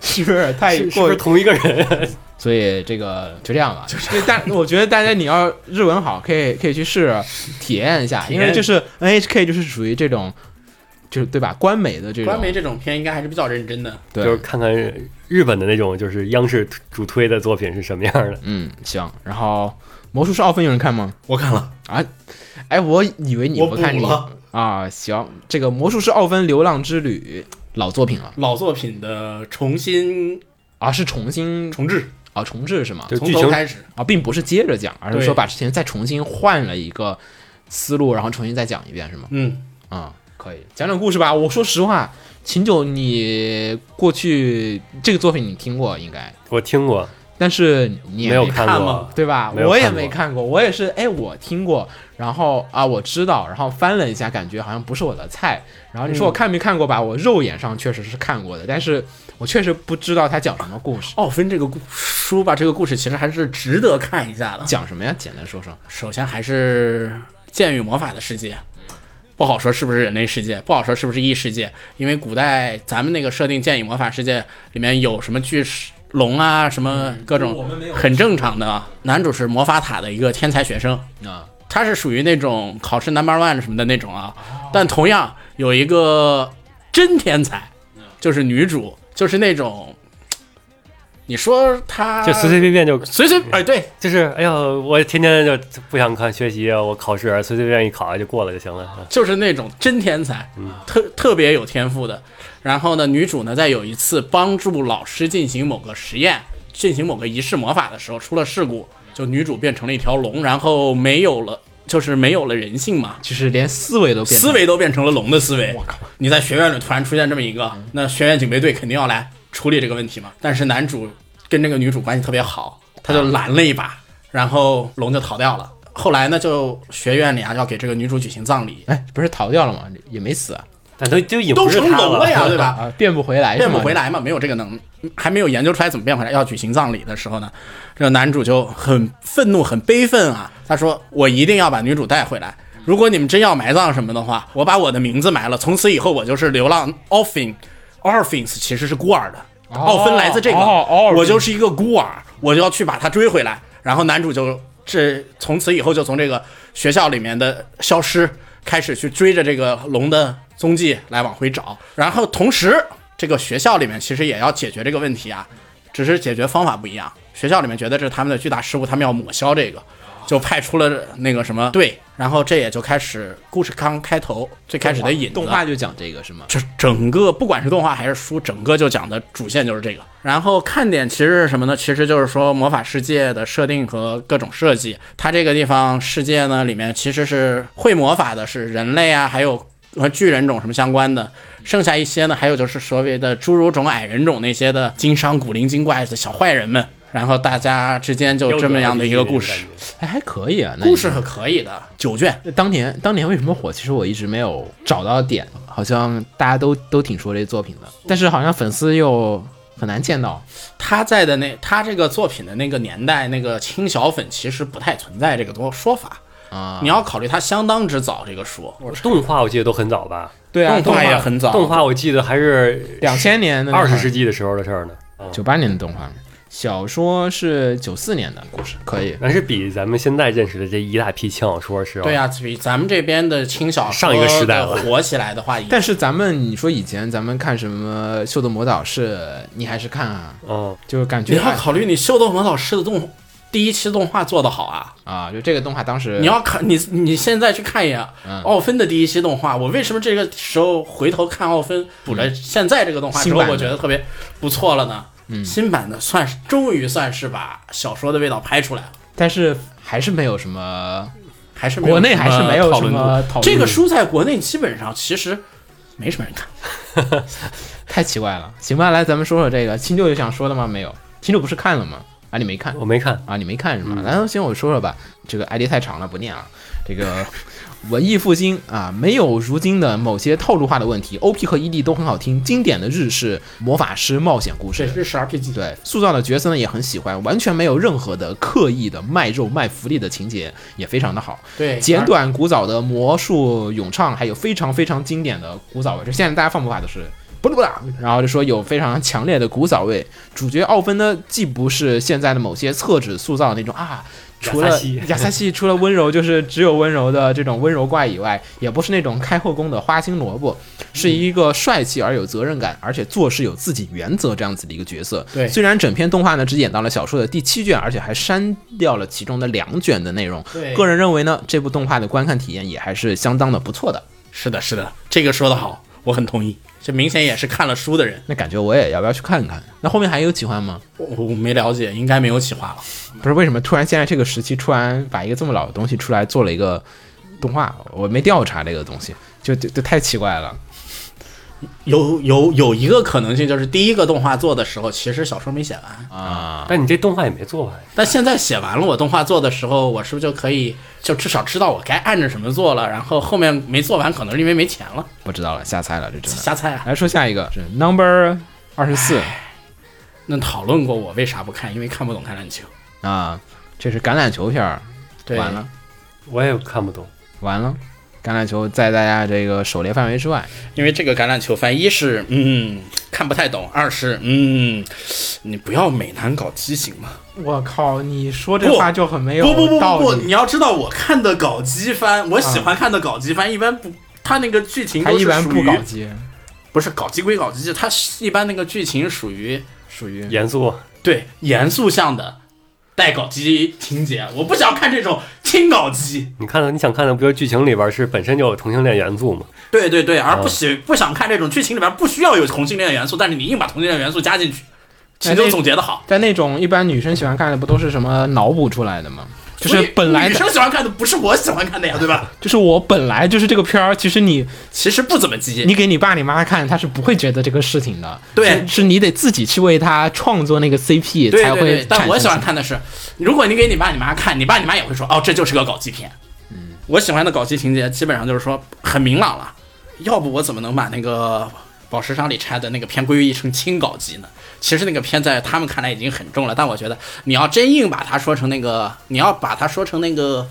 是不是太是是过于不是同一个人？所以这个就这样吧。 就是，但我觉得大家你要日文好，可以可以去试 体验一下，因为就是 NHK 就是属于这种，就是 对吧？官媒的这种，官媒这种片应该还是比较认真的。对，就是看看日本的那种，就是央视主推的作品是什么样的。嗯行。然后魔术师奥芬有人看吗？我看了，啊，哎，我以为你我不看补你了啊。行，这个魔术师奥芬流浪之旅老作品了老作品的重新啊，是重新重置，啊重置是吗？就从剧头情开始，啊，并不是接着讲，而是对说把之前再重新换了一个思路，然后重新再讲一遍是吗？嗯，啊、可以讲讲故事吧。我说实话，秦九，你过去这个作品你听过应该，我听过，但是你也没有看。看看过吗。对吧？没有我也看过没看过，我也是，哎，我听过，然后啊，我知道，然后翻了一下，感觉好像不是我的菜。然后你说我看没看过吧？我肉眼上确实是看过的，但是我确实不知道他讲什么故事，奥芬这个故书吧，这个故事其实还是值得看一下的。讲什么呀？简单说说。首先还是剑与魔法的世界，不好说是不是人类世界，不好说是不是异世界，因为古代咱们那个设定剑与魔法世界里面有什么巨石龙啊，什么各种很正常的啊。男主是魔法塔的一个天才学生，啊，他是属于那种考试 number one 什么的那种啊，但同样有一个真天才，就是女主，就是那种，你说她就随随便便就随随哎对，就是，哎呀，我天天就不想看学习，啊我考试随随便一考就过了就啊行了。就是那种真天才，特特别有天赋的。然后呢，女主呢在有一次帮助老师进行某个实验、进行某个仪式魔法的时候出了事故，就女主变成了一条龙，然后没有了，就是没有了人性嘛，就是连思维都变了思维都变成了龙的思维。我靠！你在学院里突然出现这么一个，那学院警备队肯定要来处理这个问题嘛。但是男主跟这个女主关系特别好，他就拦了一把，然后龙就逃掉了。后来呢，就学院里啊要给这个女主举行葬礼，哎，不是逃掉了吗？也没死啊，但都就已经都不是成他龙 了呀，对吧？啊，变不回来是吗，变不回来嘛，没有这个能，还没有研究出来怎么变回来。要举行葬礼的时候呢，这个男主就很愤怒、很悲愤啊。他说：“我一定要把女主带回来。如果你们真要埋葬什么的话，我把我的名字埋了，从此以后我就是流浪 orphan。orphans 其实是孤儿的，哦奥芬来自这个，哦，orphan 我就是一个孤儿，我就要去把她追回来。”然后男主就这从此以后就从这个学校里面的消失开始去追着这个龙的踪迹来往回找，然后同时这个学校里面其实也要解决这个问题啊，只是解决方法不一样。学校里面觉得这是他们的巨大失误，他们要抹消这个，就派出了那个什么队，然后这也就开始故事刚开头最开始的引子动画就讲这个是吗？就是整个不管是动画还是书，整个就讲的主线就是这个。然后看点其实是什么呢？其实就是说魔法世界的设定和各种设计。它这个地方世界呢，里面其实是会魔法的是人类啊，还有和巨人种什么相关的。剩下一些呢，还有就是所谓的侏儒种、矮人种那些的经商古灵精怪的小坏人们。然后大家之间就这么样的一个故事，哎，还可以啊，那你故事很可以的，九卷。当年当年为什么火？其实我一直没有找到点，好像大家都都挺说这作品的，但是好像粉丝又很难见到。他在的那他这个作品的那个年代，那个轻小粉其实不太存在这个多说法啊你要考虑他相当之早这个书，动画我记得都很早吧，对啊动画也很早，动画我记得还是两千年的二十世纪的时候的事儿呢。九八年的动画，小说是九四年的故事，可以。那是比咱们现在认识的这一大批轻小说是吧？对啊，比咱们这边的轻小说上一个时代的了火起来的话，但是咱们你说以前咱们看什么《秀逗魔导士》，你还是看啊，嗯，就是感你觉要考虑你《秀逗魔导师》的动第一期动画做得好啊！啊，就这个动画当时你要看你你现在去看一眼嗯奥芬的第一期动画，我为什么这个时候回头看奥芬补了现在这个动画之嗯新后，版的嗯我觉得特别不错了呢？新版的算是终于算是把小说的味道拍出来了，但是还是没有什么，还是没有国内还是没有讨什论度么讨论度，这个书在国内基本上其实没什么人看。太奇怪了。行吧，来咱们说说这个青六有想说的吗？没有，青六不是看了吗？啊，你没看我没看，啊？你没看是吗？然后先我说说吧，这个 ID 太长了，不念了。这个 文艺复兴啊，没有如今的某些套路化的问题，OP 和 ED 都很好听，经典的日式魔法师冒险故事这。是十 RPG，对，塑造的角色呢也很喜欢，完全没有任何的刻意的卖肉卖福利的情节，也非常的好。对，简短古早的魔术咏唱，还有非常非常经典的古早味，就现在大家放魔法都是不啦不啦，然后就说有非常强烈的古早味。主角奥芬呢，既不是现在的某些厕纸塑造的那种啊。除亚了萨西亚萨西，除了温柔就是只有温柔的这种温柔怪以外，也不是那种开后宫的花心萝卜，嗯是一个帅气而有责任感，而且做事有自己原则这样子的一个角色。对虽然整篇动画呢只演到了小说的第七卷，而且还删掉了其中的两卷的内容，对个人认为呢，这部动画的观看体验也还是相当的不错的。是的，是的，这个说的好，我很同意。这明显也是看了书的人，那感觉我也要不要去看看？那后面还有企划吗？我我没了解，应该没有企划了。不是为什么突然现在这个时期突然把一个这么老的东西出来做了一个动画？我没调查这个东西，就就就太奇怪了。有有有一个可能性就是，第一个动画做的时候，其实小说没写完，啊，但你这动画也没做啊完，但现在写完了，我动画做的时候，我是不是就可以就至少知道我该按着什么做了？然后后面没做完，可能是因为没钱了，不知道了，瞎猜了，这真的。瞎猜啊。来说下一个是 Number 二十四那讨论过我为啥不看，因为看不懂橄榄球。啊，这是橄榄球片儿，对，完了我也看不懂。完了，橄榄球在大家这个狩猎范围之外。因为这个橄榄球番，一是嗯看不太懂，二是嗯你不要美男搞畸形嘛。我靠，你说这话就很没不不不不不，你要知道，我看的搞基番，我喜欢看的搞基番，一般不，它那个剧情他都啊一是般属不于搞基，不是搞基归搞基，它一般那个剧情属于属于严肃，啊对严肃向的带搞基情节，我不想看这种轻搞基。你看到你想看的不就是剧情里边是本身就有同性恋元素吗？对对对，而不哦喜、不想看这种剧情里边不需要有同性恋元素，但是你硬把同性恋元素加进去，其那中那总结的好。但那种一般女生喜欢看的不都是什么脑补出来的吗？就是所以本来女的，生喜欢看的不是我喜欢看的呀，对吧？就是我本来就是这个片儿， 其实你其实不怎么基，你给你爸你妈看，他是不会觉得这个事情的。对是是你得自己去为他创作那个 CP 对才对会对，产但生。我喜欢看的是，如果你给你爸你妈看，你爸你妈也会说，哦，这就是个搞基片。嗯，我喜欢的搞基情节基本上就是说很明朗了，要不我怎么能把那个宝石商里拆的那个片归于成轻搞基呢？其实那个片在他们看来已经很重了，但我觉得你要真硬把它说成那个，你要把它说成那个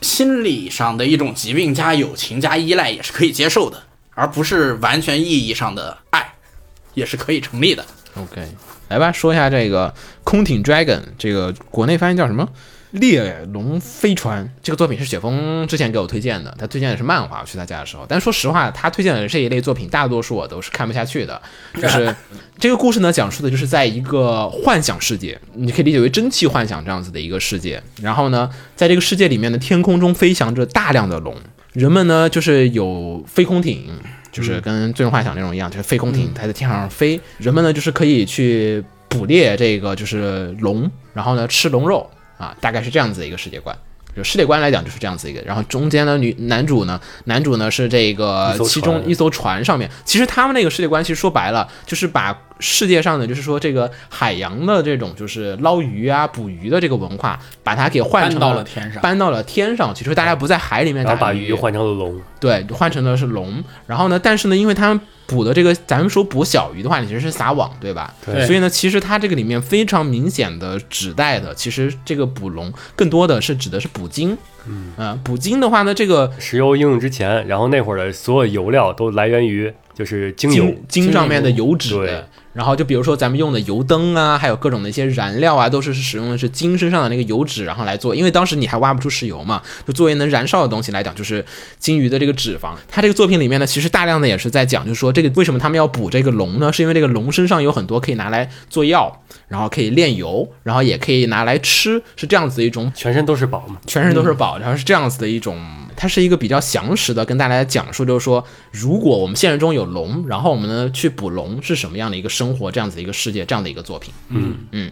心理上的一种疾病加友情加依赖也是可以接受的，而不是完全意义上的爱，也是可以成立的。 OK，来吧，说一下这个《空挺 Dragon》这个国内翻译叫什么？猎龙飞船这个作品是雪峰之前给我推荐的，他推荐的是漫画。我去他家的时候，但说实话，他推荐的这一类作品，大多数我都是看不下去的。就是 这个故事呢，讲述的就是在一个幻想世界，你可以理解为蒸汽幻想这样子的一个世界。然后呢，在这个世界里面的天空中飞翔着大量的龙，人们呢就是有飞空艇，就是跟《最终幻想》那种一样，就是飞空艇它在天上飞。人们呢就是可以去捕猎这个就是龙，然后呢吃龙肉啊，大概是这样子的一个世界观。就世界观来讲就是这样子一个，然后中间呢女男主呢，男主呢是这个一艘船其中一艘船上面，其实他们那个世界观其实说白了就是把世界上的就是说这个海洋的这种就是捞鱼啊捕鱼的这个文化，把它给换成搬到了天上搬到了天上去，就是大家不在海里面然后打把鱼换成了龙，对，换成的是龙。然后呢，但是呢，因为他们捕的这个，咱们说捕小鱼的话，你其实是撒网，对吧？对所以呢，其实它这个里面非常明显的指代的，其实这个捕龙更多的是指的是捕鲸。嗯、捕鲸的话呢，这个石油应用之前，然后那会儿的所有油料都来源于就是精油经经上面的油脂对，然后就比如说咱们用的油灯啊，还有各种的一些燃料啊，都是使用的是经身上的那个油脂，然后来做。因为当时你还挖不出石油嘛，就作为能燃烧的东西来讲，就是鲸鱼的这个脂肪。它这个作品里面呢，其实大量的也是在讲，就是说这个为什么他们要补这个龙呢？是因为这个龙身上有很多可以拿来做药，然后可以炼油，然后也可以拿来吃，是这样子的一种全身都是宝嘛。全身都是宝，然后是这样子的一种，它是一个比较详实的跟大家讲述，就是说，如果我们现实中有龙，然后我们呢去捕龙是什么样的一个生活，这样子的一个世界，这样的一个作品。嗯嗯。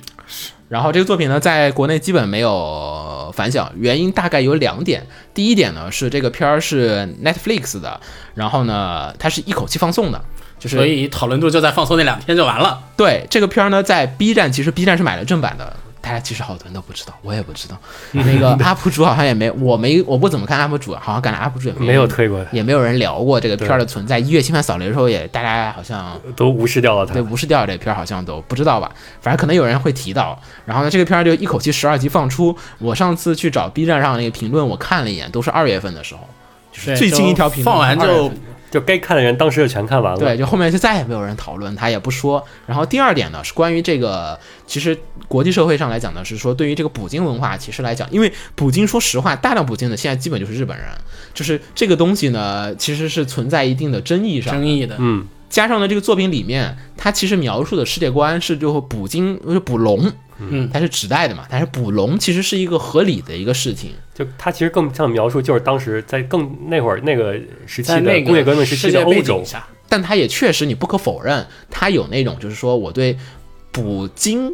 然后这个作品呢，在国内基本没有反响，原因大概有两点。第一点呢是这个片儿是 Netflix 的，然后呢它是一口气放送的，就是所以讨论度就在放松那两天就完了。对这个片儿呢，在 B 站其实 B 站是买了正版的，大家其实好多人都不知道，我也不 知道。那个 UP 主好像也没，我没我不怎么看 UP 主，啊好像感觉 UP 主也没有推过的，也没有人聊过这个片儿的存在。一月新番扫雷的时候也，大家好像都无视掉了对它。无视掉这片儿，好像都不知道吧？反正可能有人会提到。然后呢，这个片儿就一口气十二集放出。我上次去找 B 站上那个评论，我看了一眼，都是二月份的时候，就是对最近一条就评论放完2月就份就该看的人当时就全看完了。对，就后面就再也没有人讨论，他也不说。然后第二点呢，是关于这个，其实国际社会上来讲呢，是说对于这个捕鲸文化，其实来讲，因为捕鲸，说实话，大量捕鲸的现在基本就是日本人，就是这个东西呢，其实是存在一定的争议上的。争议的，嗯，加上呢，这个作品里面，它其实描述的世界观是就捕鲸，就是捕龙，嗯它是指代的嘛，但是捕龙其实是一个合理的一个事情。就它其实更像描述，就是当时在更那会儿那个时期在那的个工业革命时期世的界欧背洲景，下，但他也确实，你不可否认，他有那种就是说我对捕鲸、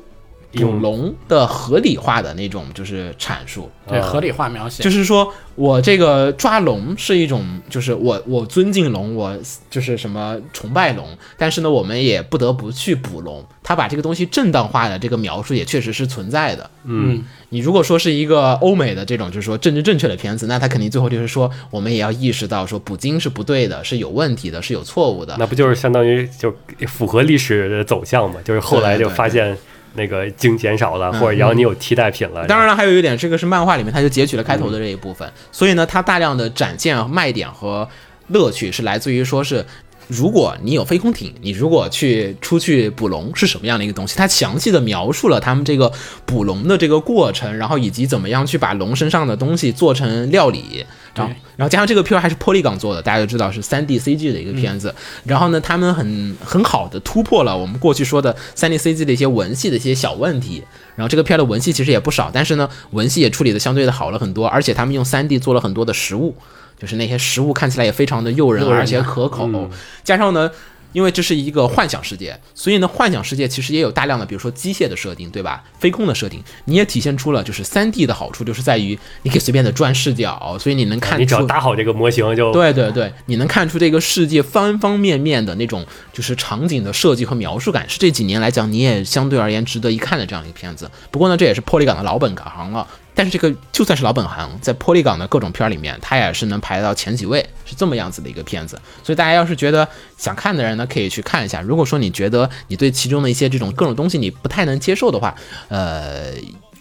捕用龙的合理化的那种就是阐述，对啊合理化描写，就是说我这个抓龙是一种，就是我我尊敬龙，我就是什么崇拜龙，但是呢，我们也不得不去捕龙。他把这个东西正当化的这个描述也确实是存在的。嗯，你如果说是一个欧美的这种，就是说政治正确的片子，那他肯定最后就是说，我们也要意识到说捕鲸是不对的，是有问题的，是有错误的。那不就是相当于就符合历史的走向嘛？就是后来就发现那个鲸减少嗯了，或者然后你有替代品了。当然了，还有一点，这个是漫画里面它就截取了开头的这一部分，所以呢，它大量的展现卖点和乐趣是来自于说是。如果你有飞空艇，你如果去出去捕龙是什么样的一个东西？它详细的描述了他们这个捕龙的这个过程，然后以及怎么样去把龙身上的东西做成料理，然后然后加上这个片儿还是 Polygon 做的，大家就知道是 3D CG 的一个片子。然后呢，他们很很好的突破了我们过去说的 3D CG 的一些文戏的一些小问题。然后这个片儿的文戏其实也不少，但是呢，文戏也处理的相对的好了很多，而且他们用 3D 做了很多的食物，就是那些食物看起来也非常的诱人，诱人啊而且可口。嗯加上呢。因为这是一个幻想世界，所以呢，幻想世界其实也有大量的，比如说机械的设定，对吧？飞空的设定，你也体现出了就是3 D 的好处，就是在于你可以随便的转视角，所以你能看出啊你只要搭好这个模型就，对对对，你能看出这个世界方方面面的那种就是场景的设计和描述感，是这几年来讲你也相对而言值得一看的这样一个片子。不过呢，这也是 Polygon 的老本行了。但是这个就算是老本行，在 Polygon 的各种片儿里面，它也是能排到前几位，是这么样子的一个片子。所以大家要是觉得想看的人呢，可以去看一下。如果说你觉得你对其中的一些这种各种东西你不太能接受的话，呃，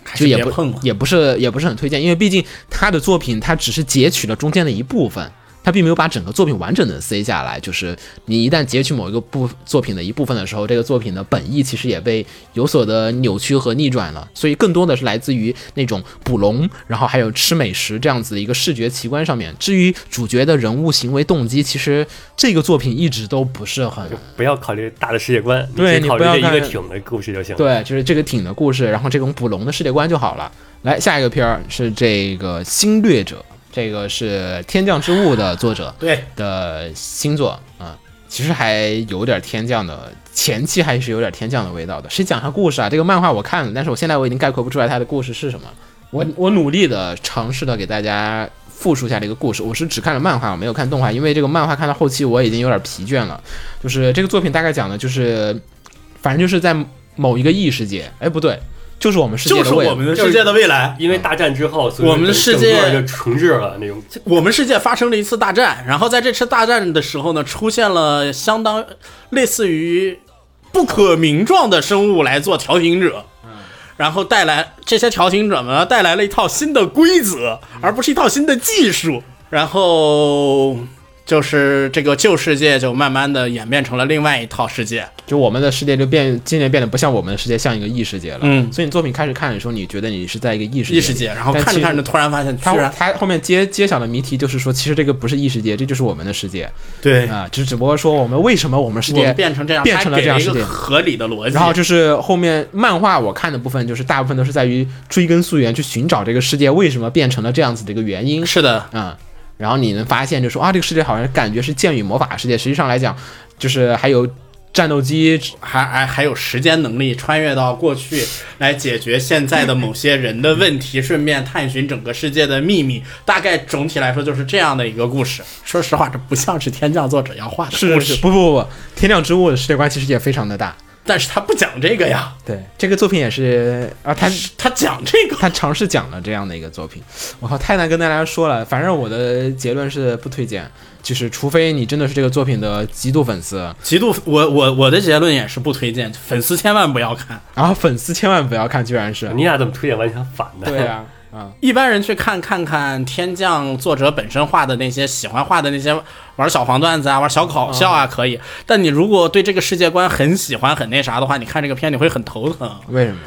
还就是也别不碰了。也不是也不是很推荐，因为毕竟他的作品他只是截取了中间的一部分，他并没有把整个作品完整的塞下来。就是你一旦截取某一个部作品的一部分的时候，这个作品的本意其实也被有所的扭曲和逆转了。所以更多的是来自于那种捕龙，然后还有吃美食这样子的一个视觉奇观上面。至于主角的人物行为动机，其实这个作品一直都不是很不要考虑大的世界观，对你你只考不虑要这一个看艇的故事就行。，对，就是这个艇的故事，然后这种捕龙的世界观就好了。来，下一个片儿是这个《侵略者》，这个是《天降之物》的作者对，的新作啊，其实还有点天降的，前期还是有点天降的味道的。谁讲他故事啊？这个漫画我看了，但是我现在我已经概括不出来它的故事是什么。嗯我我努力的尝试的给大家复述一下这个故事。我是只看了漫画，我没有看动画，因为这个漫画看到后期我已经有点疲倦了。就是这个作品大概讲的就是，反正就是在某一个异世界，哎不对，就是我们世界就是的未来我们的世界的未来。因为大战之后，所以我们的世界整个就重置了那种。这我们世界发生了一次大战，然后在这次大战的时候呢，出现了相当类似于不可名状的生物来做调停者，然后带来这些调停者们带来了一套新的规则，而不是一套新的技术，然后就是这个旧世界就慢慢的演变成了另外一套世界。就我们的世界就变渐渐变得不像我们的世界，像一个异世界了。嗯所以你作品开始看的时候，你觉得你是在一个异世异世界界，里，然后但看其着实看着，突然发现，它居然它后面揭揭晓的谜题就是说，其实这个不是异世界，这就是我们的世界对啊，只只不过说我们为什么我们世我界们变成这样，变成了它给这样一世界个。合理的逻辑。然后就是后面漫画我看的部分，就是大部分都是在于追根溯源，去寻找这个世界为什么变成了这样子的一个原因。是的，嗯，然后你能发现就说啊，这个世界好像感觉是剑与魔法世界，实际上来讲，就是还有战斗机还还还有时间能力穿越到过去来解决现在的某些人的问题，顺便探寻整个世界的秘密。大概总体来说就是这样的一个故事。说实话，这不像是天降作者要画的故事，是是不不不不，天亮之物的世界观其实也非常的大。但是他不讲这个呀，对，这个作品也是啊，他他讲这个。他尝试讲了这样的一个作品。我靠，太难跟大家说了，反正我的结论是不推荐，就是除非你真的是这个作品的极度粉丝，极度，我我我的结论也是不推荐，粉丝千万不要看。然后粉丝千万不要看，居然是你俩怎么推荐完全反的？对啊。啊，一般人去看看看天降作者本身画的那些喜欢画的那些玩小黄段子啊、玩小搞笑啊可以，但你如果对这个世界观很喜欢、很那啥的话，你看这个片你会很头疼。为什么？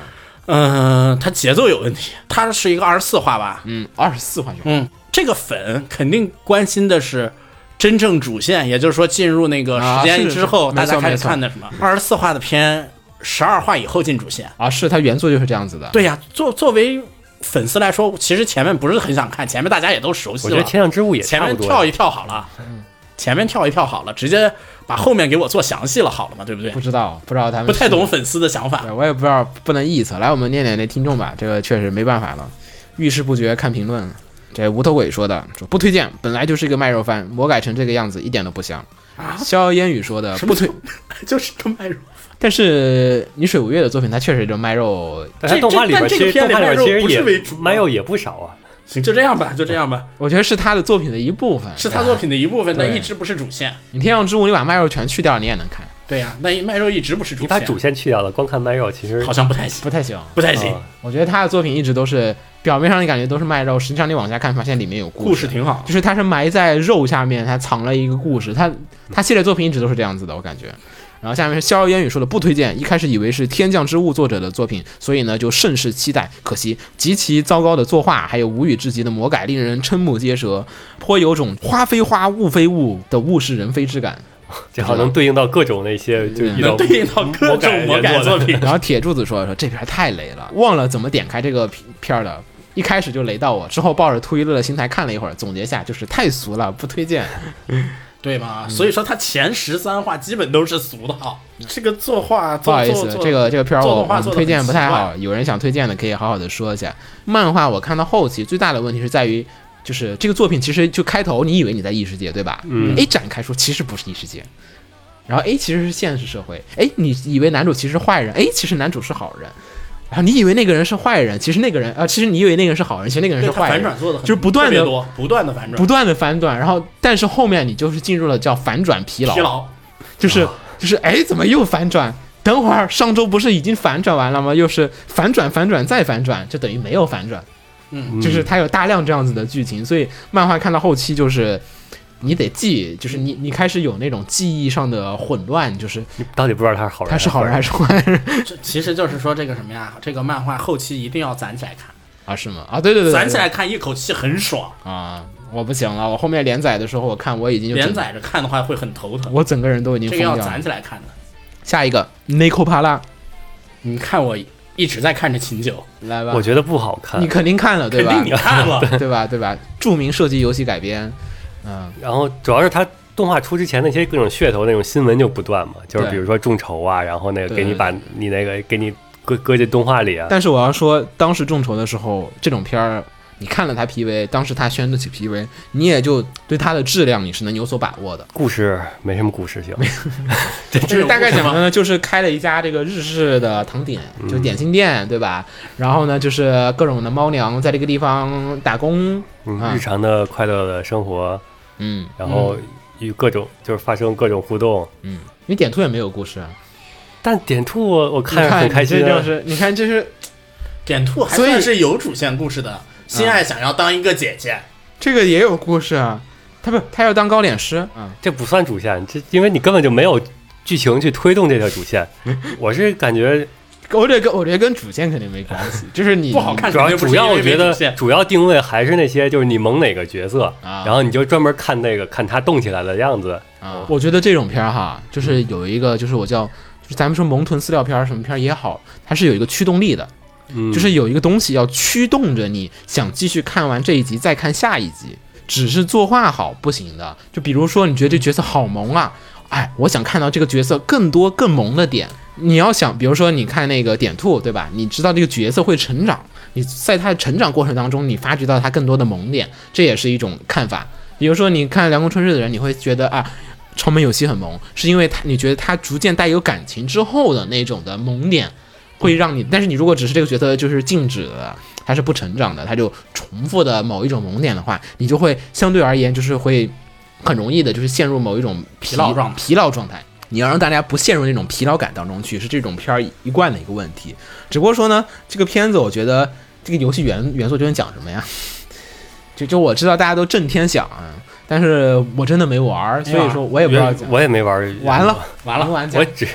嗯、它节奏有问题，它是一个二十四话吧？嗯，二十四环球，嗯，这个粉肯定关心的是真正主线，也就是说进入那个时啊间是之后，是大没家错开没始错看的什么？二十四话的片，十二话以后进主线。啊，是它原作就是这样子的。对呀、作作为粉丝来说，其实前面不是很想看，前面大家也都熟悉我了。觉得天降之物也前差不面多跳了。一跳好了，嗯前面跳一跳好了，直接把后面给我做详细了好了嘛，对不对不？知道，不知道他们不太是懂粉丝的想法 对，。我也不知道，不能臆测。来，我们念念那听众吧，这个确实没办法了。遇事不决看评论，这无头鬼说的，说不推荐，本来就是一个卖肉饭，魔改成这个样子一点都不香。萧烟雨说的啊什不么推， 就是这卖肉，但是你水无月的作品，它确实就卖肉。但它动画里边这其这实但动这画个片里里卖肉不边其实是为也主卖肉也不少啊。行，就这样吧，就这样吧，我觉得是他的作品的一部分，是他作品的一部分，啊对但一直不是主线。你天降之物，你把卖肉全去掉，你也能看，对呀、那卖肉一直不是主你把线，主线去掉了，光看卖肉其实好像不太行，不太行。不太行。啊我觉得他的作品一直都是表面上你感觉都是卖肉，实际上你往下看，发现里面有故事挺好，就是它是埋在肉下面，它藏了一个故事。它它系列作品一直都是这样子的，我感觉。然后下面是逍遥烟雨说的不推荐，一开始以为是《天降之物》作者的作品，所以呢就甚是期待，可惜极其糟糕的作画，还有无语至极的魔改，令人瞠目结舌，颇有种花非花雾非雾的物是人非之感。 这好像能对应到各种那些就遇到能对应到各种魔改 作品。然后铁柱子说说这片儿太雷了，忘了怎么点开这个片片儿了。一开始就雷到我，之后抱着图一乐的心态看了一会儿，总结下就是太俗了，不推荐。对吧？所以说他前十三话基本都是俗的啊。这个作画，嗯不不好意思，这个这个片儿做我动我画们做得推荐很不太奇怪好，有人想推荐的可以好好的说一下。漫画我看到后期最大的问题是在于，就是这个作品其实就开头你以为你在异世界对吧？嗯，A 展开说其实不是异世界，然后 A 其实是现实社会，哎，你以为男主其实是坏人，哎，其实男主是好人。然后你以为那个人是坏人，其实那个人啊、其实你以为那个人是好人，其实那个人对是他坏反人，转做的就是不断的多，不断的反转，不断的反转。然后，但是后面你就是进入了叫反转疲劳，疲劳。就是啊就是哎，怎么又反转？等会儿上周不是已经反转完了吗？又是反转反转再反转，就等于没有反转。嗯就是它有大量这样子的剧情，所以漫画看到后期就是你得记，就是你你开始有那种记忆上的混乱，就是你到底不知道他是好人他是好人还是是坏人这其实就是说这个什么呀？这个漫画后期一定要攒起来看，啊？是吗？啊，对对对对，攒起来看一口气很爽，啊！我不行了，我后面连载的时候，我看我已经就整连，载着看的话会很头疼。我整个人都已经疯这掉个嗯了要攒。起来看的。下一个 n i c o p a l a 你看我一直在看着秦九，来吧，我觉得不好看你。肯定看了对肯吧？定你看 了。对吧？对吧？著名射击游戏改编，嗯，然后主要是他动画出之前那些各种噱头那种新闻就不断嘛，就是对比如说众筹啊，然后那个对给你把你那个给你搁搁进动画里啊。但是我要说，当时众筹的时候，这种片儿，你看了它 PV，当时它宣得起 PV，你也就对它的质量你是能有所把握的。故事没什么故事性，就是大概讲的呢，就是开了一家这个日式的糖点，嗯就是点心店，对吧？然后呢，就是各种的猫娘在这个地方打工，嗯，啊日常的快乐的生活，嗯，然后与各种就是发生各种互动。嗯你点兔也没有故事，啊但点兔我我看你着看很开心这就啊，是你看这是点兔还所以算是有主线故事的，心爱想要当一个姐姐，这个也有故事啊。他不是他要当糕点师，嗯，这不算主线，这因为你根本就没有剧情去推动这条 主线。我是感觉我觉得跟我觉得跟主线肯定没关系，就是你不好看主要肯定不主是要因为我觉没得主线主要定位还是那些就是你萌哪个角色，啊然后你就专门看那个看他动起来的样子。啊。我觉得这种片儿哈，就是嗯有一个就是我叫，就是咱们说萌豚饲料片儿什么片儿也好，它是有一个驱动力的，嗯，就是有一个东西要驱动着你想继续看完这一集再看下一集，只是作画好不行的。就比如说你觉得这角色好萌啊，哎，我想看到这个角色更多更萌的点。你要想，比如说你看那个点兔，对吧？你知道这个角色会成长，你在他的成长过程当中，你发掘到他更多的萌点，这也是一种看法。比如说你看《凉宫春日》的人，你会觉得啊，超门有希很萌，是因为他你觉得他逐渐带有感情之后的那种的萌点，会让你，但是你如果只是这个角色就是静止的，它是不成长的，它就重复的某一种萌点的话，你就会相对而言就是会很容易的，就是陷入某一种疲疲劳状态疲劳状态。你要让大家不陷入那种疲劳感当中去，是这种片儿一贯的一个问题。只不过说呢，这个片子我觉得这个游戏元元素究竟讲什么呀？ 就就我知道大家都震天响啊，但是我真的没玩儿，所以说我也不知道哎讲。我也没玩儿，完了，完了，完 我只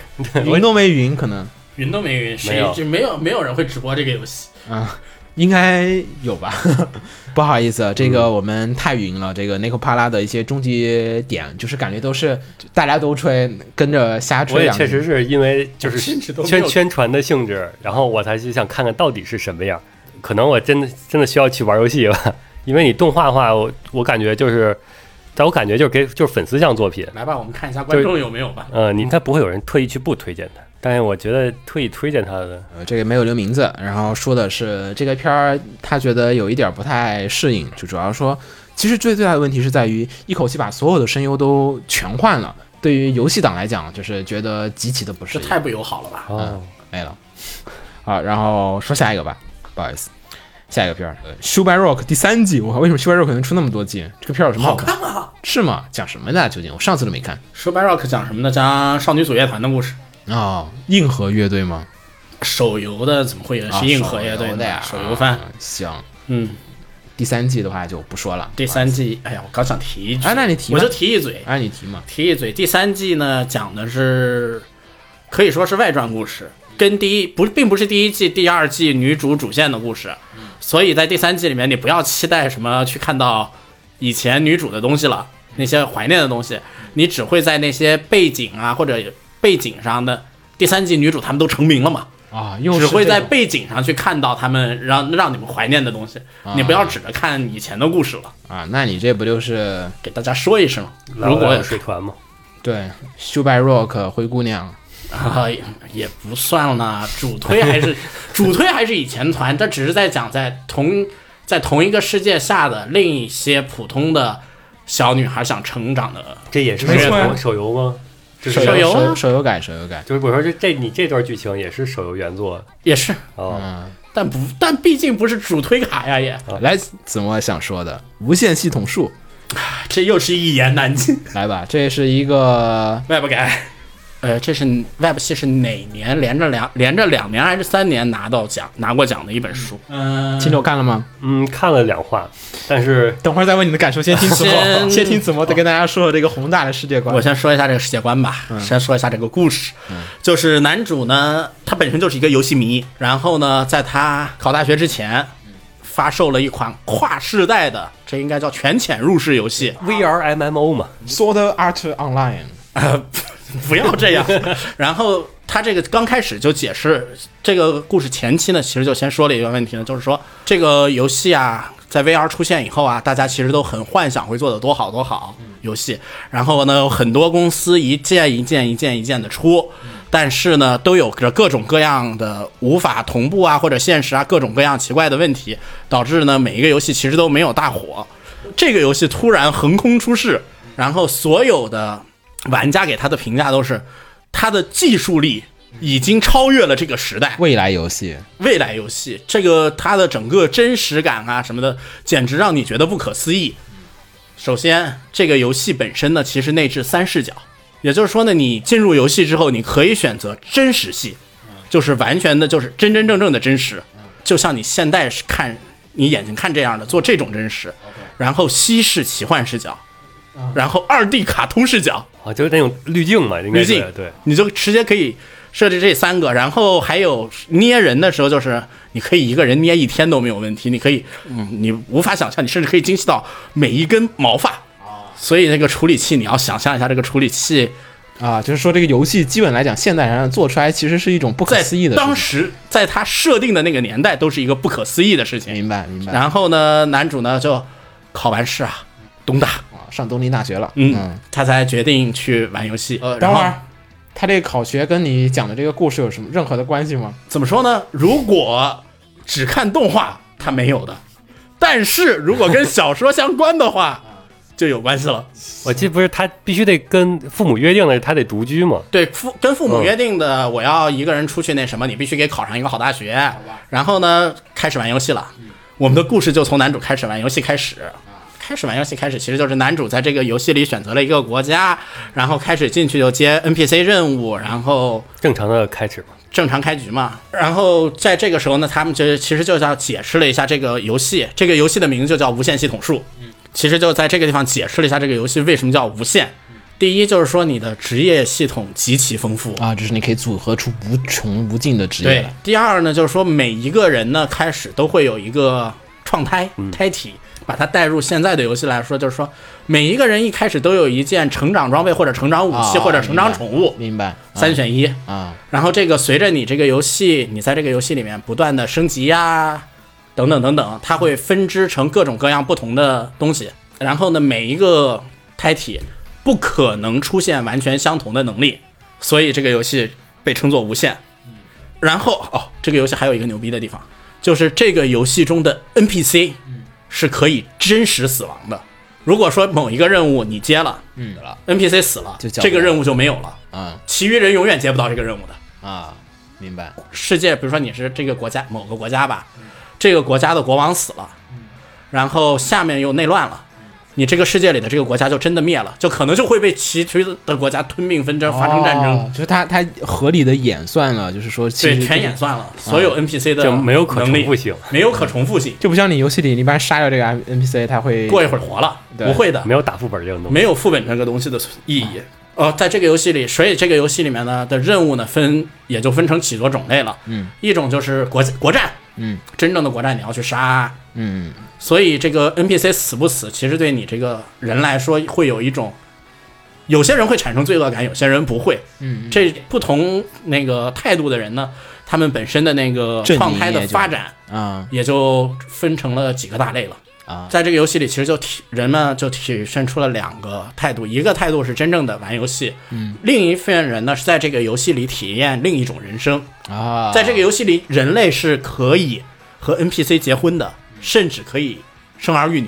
云都没云可能云都没云，没谁有就没有没有人会直播这个游戏。啊，应该有吧？ 不好意嗯思，这个我们太云了。这个 n i c o p a l a 的一些终极点，就是感觉都是大家都吹，跟着瞎我吹也两句。确实是因为就是甚至都没有宣宣传的性质，然后我才去想看看到底是什么样。可能我真的真的需要去玩游戏吧， 因为你动画的话，我我感觉就是，但我感觉就是给就是粉丝向作品，来吧，我们看一下观众有没有吧。呃，你应该不会有人特意去不推荐它，但是我觉得特意推荐它的，呃，这个没有留名字，然后说的是这个片儿，他觉得有一点不太适应，就主要说，其实最最大的问题是在于一口气把所有的声优都全换了，对于游戏党来讲，就是觉得极其的不适这应，太不友好了吧？哦，没了。 好，然后说下一个吧，不好意思，下一个片儿，呃《s h u b a Rock》第三季，我靠，为什么《s h u b a Rock》能出那么多季？这个片儿有什么好看？看啊！是吗？讲什么呢？究竟我上次都没看说白 rock 讲什么呢？讲少女组乐团的故事。哦，硬核乐队吗？手游的怎么会也啊是硬核乐手队游呢的呀，手游番。啊行，嗯，第三季的话就不说了。第三季，哎呀，我刚想提一句，哎那你提吧我就提一嘴，哎，你提嘛？提一嘴。第三季呢，讲的是可以说是外传故事，跟第一不并不是第一季、第二季女主主线的故事，所以在第三季里面，你不要期待什么去看到以前女主的东西了，那些怀念的东西，你只会在那些背景啊或者背景上的第三季女主她们都成名了嘛，啊，又是只会这在种背景上去看到他们让让你们怀念的东西，啊你不要指着看以前的故事了。啊，那你这不就是给大家说一声，来如果来水团嘛，对 s h u b a Rock 灰姑娘啊、也也不算了，主推还是主推还是以前团，这只是在讲在同在同一个世界下的另一些普通的小女孩想成长的。这也是没错呀手游吗？这是手游啊手手游改手游改，就是我说这这你这段剧情也是手游原作也是，哦，嗯，但不但毕竟不是主推卡呀，也来怎么想说的？无限系统术，这又是一言难尽。来吧，这是一个 Web 改，呃，这是 Web 系是哪年连着两连着两年还是三年拿到奖拿过奖的一本书？嗯，秦九看了吗？嗯，看了两话，但是等会儿再问你的感受，先听子墨，先先听子墨再跟大家说说这个宏大的世界观我。先说一下这个世界观吧，先说一下这个故事。就是男主呢，他本身就是一个游戏迷，然后呢，在他考大学之前，发售了一款跨世代的，这应该叫全潜入式游戏。 VR MMO 嘛， Sword Art Online， 不要这样。然后他这个刚开始就解释这个故事前期呢，其实就先说了一个问题呢，就是说这个游戏啊，在 VR 出现以后啊，大家其实都很幻想会做的多好多好游戏，然后呢，有很多公司一件一件一件一件的出。但是呢，都有着各种各样的无法同步啊，或者现实啊，各种各样奇怪的问题，导致呢每一个游戏其实都没有大火。这个游戏突然横空出世，然后所有的玩家给他的评价都是，他的技术力已经超越了这个时代未来游戏，未来游戏，这个它的整个真实感啊什么的，简直让你觉得不可思议。首先，这个游戏本身呢，其实内置三视角，也就是说呢，你进入游戏之后，你可以选择真实系，就是完全的，就是真真正正的真实，就像你现在是看你眼睛看这样的，做这种真实，然后西式奇幻视角，然后二 D 卡通视角啊，就是那种滤镜嘛，应该滤是镜，对，你就直接可以设置这三个，然后还有捏人的时候，就是你可以一个人捏一天都没有问题，你可以，嗯，你无法想象，你甚至可以精细到每一根毛发。所以那个处理器，你要想象一下这个处理器啊，就是说这个游戏基本来讲，现代人做出来其实是一种不可在思议的事情。当时在它设定的那个年代都是一个不可思议的事情。明白明白，然后呢，男主呢就考完试啊，东大，啊上东林大学了，嗯，他才决定去玩游戏。呃，等然后会儿，他这个考学跟你讲的这个故事有什么任何的关系吗？怎么说呢？如果只看动画，它没有的；但是如果跟小说相关的话，就有关系了。我记得不是他必须得跟父母约定的，他得独居嘛，对父跟父母嗯约定的，我要一个人出去那什么，你必须给考上一个好大学。然后呢，开始玩游戏了。我们的故事就从男主开始玩游戏开始。开始玩游戏开始，其实就是男主在这个游戏里选择了一个国家，然后开始进去就接 NPC 任务，然后正常的开始嘛。正常开局嘛。然后在这个时候呢，他们就其实就叫解释了一下这个游戏，这个游戏的名字就叫无限系统术。其实就在这个地方解释了一下这个游戏为什么叫无限。第一就是说你的职业系统极其丰富，啊，就是你可以组合出无穷无尽的职业对来。，第二呢，就是说每一个人呢，开始都会有一个创胎嗯胎体，把它带入现在的游戏来说，就是说每一个人一开始都有一件成长装备或者成长武器啊或者成长宠物，明白？三选一。啊，然后这个随着你这个游戏，你在这个游戏里面不断的升级呀、等等等等，它会分支成各种各样不同的东西。然后呢，每一个胎体不可能出现完全相同的能力，所以这个游戏被称作无限。然后哦，这个游戏还有一个牛逼的地方，就是这个游戏中的 NPC 是可以真实死亡的。如果说某一个任务你接了，嗯，NPC 死了，就叫这个不了任务就没有了，啊其余人永远接不到这个任务的。啊，明白？世界，比如说你是这个国家某个国家吧，这个国家的国王死了，然后下面又内乱了，你这个世界里的这个国家就真的灭了，就可能就会被其余的国家吞并纷争，发生战哦争，就是他他合理的演算了，就是说其对，实全演算了，所有 NPC 的啊就没有可能力重复性，没有可重复性，就不像你游戏里，你一般杀掉这个 NPC，他会过一会儿活了，对不会的，嗯没有打副本这种东西。没有副本这个东西的意义。呃，在这个游戏里，所以这个游戏里面呢的任务呢分也就分成几多种类了。嗯，一种就是国国战，嗯，真正的国战你要去杀，嗯所以这个 NPC 死不死，其实对你这个人来说会有一种，有些人会产生罪恶感，有些人不会。嗯，这不同那个态度的人呢，他们本身的那个阵营创胎的也就发展啊也就分成了几个大类了。啊在这个游戏里，其实就体人们就体现出了两个态度，一个态度是真正的玩游戏，嗯，另一份人呢是在这个游戏里体验另一种人生。啊，在这个游戏里，人类是可以和 NPC 结婚的，甚至可以生儿育女。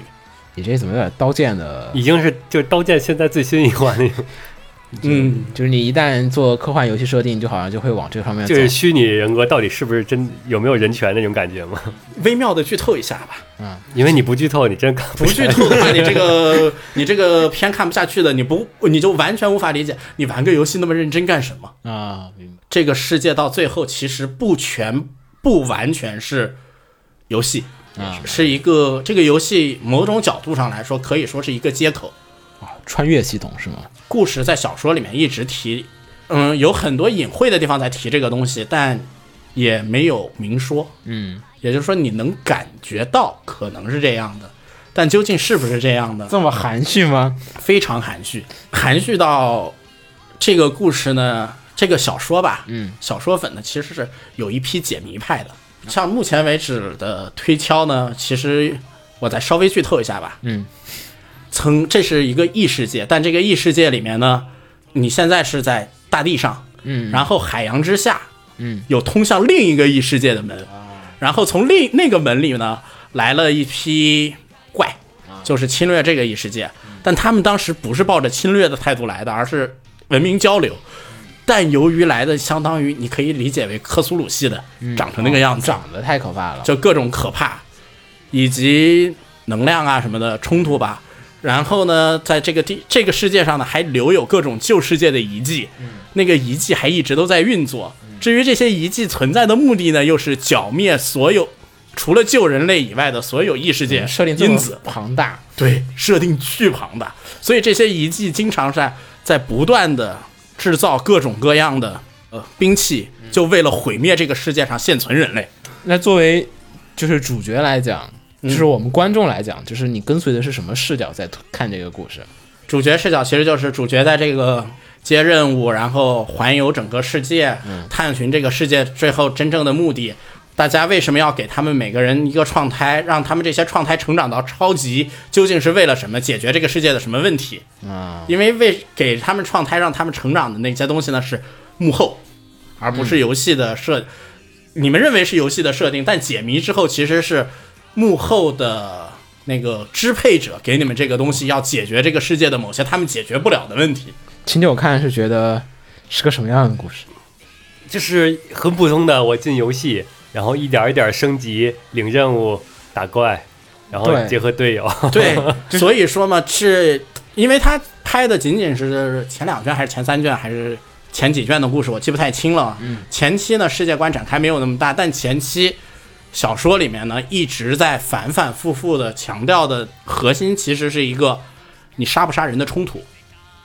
你这怎么有点刀剑的？已经是就是《刀剑》现在最新一款那种，嗯，就是你一旦做科幻游戏设定，就好像就会往这方面走就。是虚拟人格到底是不是真有没有人权那种感觉嘛？微妙的剧透一下吧，因为你不剧透，你真看 不不剧透的话，你这个 你这个片看不下去的，你不你就完全无法理解，你玩个游戏那么认真干什么？啊，明白这个世界到最后其实不全不完全是游戏，啊是一个这个游戏某种角度上来说可以说是一个接口。啊，穿越系统是吗？故事在小说里面一直提，嗯，有很多隐晦的地方在提这个东西，但也没有明说。嗯，也就是说，你能感觉到可能是这样的，但究竟是不是这样的，这么含蓄吗？非常含蓄，含蓄到这个故事呢，这个小说吧，嗯，小说粉呢其实是有一批解谜派的。像目前为止的推敲呢，其实我再稍微剧透一下吧，嗯，曾这是一个异世界，但这个异世界里面呢，你现在是在大地上，嗯，然后海洋之下，嗯，啊有通向另一个异世界的门，然后从另那个门里呢来了一批怪，啊就是侵略这个异世界，嗯但他们当时不是抱着侵略的态度来的，而是文明交流。嗯但由于来的相当于你可以理解为克苏鲁系的，长成那个样嗯子，哦长得太可怕了。就各种可怕，以及能量啊什么的冲突吧。然后呢，在这个地这个世界上呢，还留有各种旧世界的遗迹，嗯那个遗迹还一直都在运作。至于这些遗迹存在的目的呢，又是剿灭所有除了救人类以外的所有异世界嗯设定这因么子，庞大，对，设定巨庞大，所以这些遗迹经常在在不断的制造各种各样的呃兵器，嗯就为了毁灭这个世界上现存人类。那作为就是主角来讲，嗯就是我们观众来讲，就是你跟随的是什么视角在看这个故事？主角视角其实就是主角在这个接任务，然后环游整个世界，探寻这个世界最后真正的目的。大家为什么要给他们每个人一个创胎，让他们这些创胎成长到超级，究竟是为了什么？解决这个世界的什么问题？啊，因为为给他们创胎，让他们成长的那些东西呢是幕后，而不是游戏的设。你们认为是游戏的设定，但解谜之后其实是幕后的那个支配者给你们这个东西，要解决这个世界的某些他们解决不了的问题。秦九看是觉得是个什么样的故事？就是很普通的，我进游戏，然后一点儿一点儿升级，领任务，打怪，然后对结合队友。 对，所以说嘛，是因为他拍的仅仅是前两卷还是前三卷还是前几卷的故事，我记不太清了。嗯，前期呢世界观展开没有那么大，但前期小说里面呢一直在反反复复的强调的核心其实是一个你杀不杀人的冲突，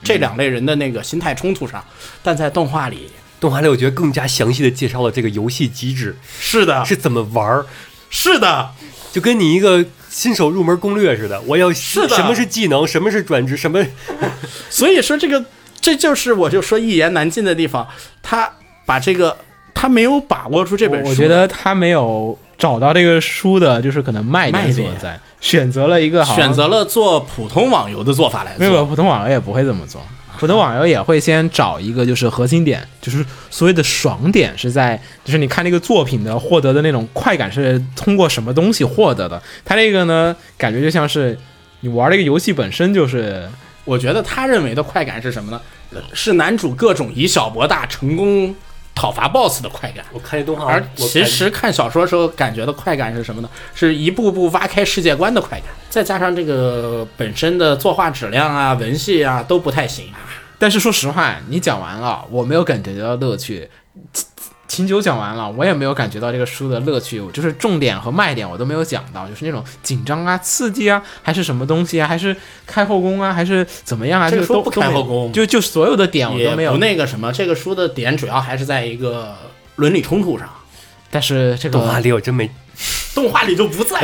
这两类人的那个心态冲突上，但在动画里 动画里我觉得更加详细的介绍了这个游戏机制是的，是怎么玩儿，是的，就跟你一个新手入门攻略似的。我要是的什么是技能，什么是转职，什么所以说这个这就是我就说一言难尽的地方，他把这个。他没有把握住这本书我我觉得他没有找到这个书的，就是可能卖点所卖点在，选择了一个好像选择了做普通网游的做法来没有，做。普通网游也不会这么做。普通网游也会先找一个就是核心点，就是所谓的爽点是在，就是你看这个作品的获得的那种快感是通过什么东西获得的。它这个呢，感觉就像是你玩这个游戏本身就是我觉得他认为的快感是什么呢？呃是男主各种以小博大，成功讨伐 BOSS 的快感。我看这动画，而我其实看小说时候感觉的快感是什么呢？是一步步挖开世界观的快感，再加上这个本身的作画质量啊、文戏啊都不太行。但是说实话，你讲完了，我没有感觉到乐趣。秦九讲完了，我也没有感觉到这个书的乐趣，我就是重点和卖点我都没有讲到，就是那种紧张啊、刺激啊，还是什么东西啊，还是开后宫啊，还是怎么样啊，这个就书都不开都没有后宫就就所有的点我也都没有不。那个什么，这个书的点主要还是在一个伦理冲突上，但是这动画个里我真没动画里就不在，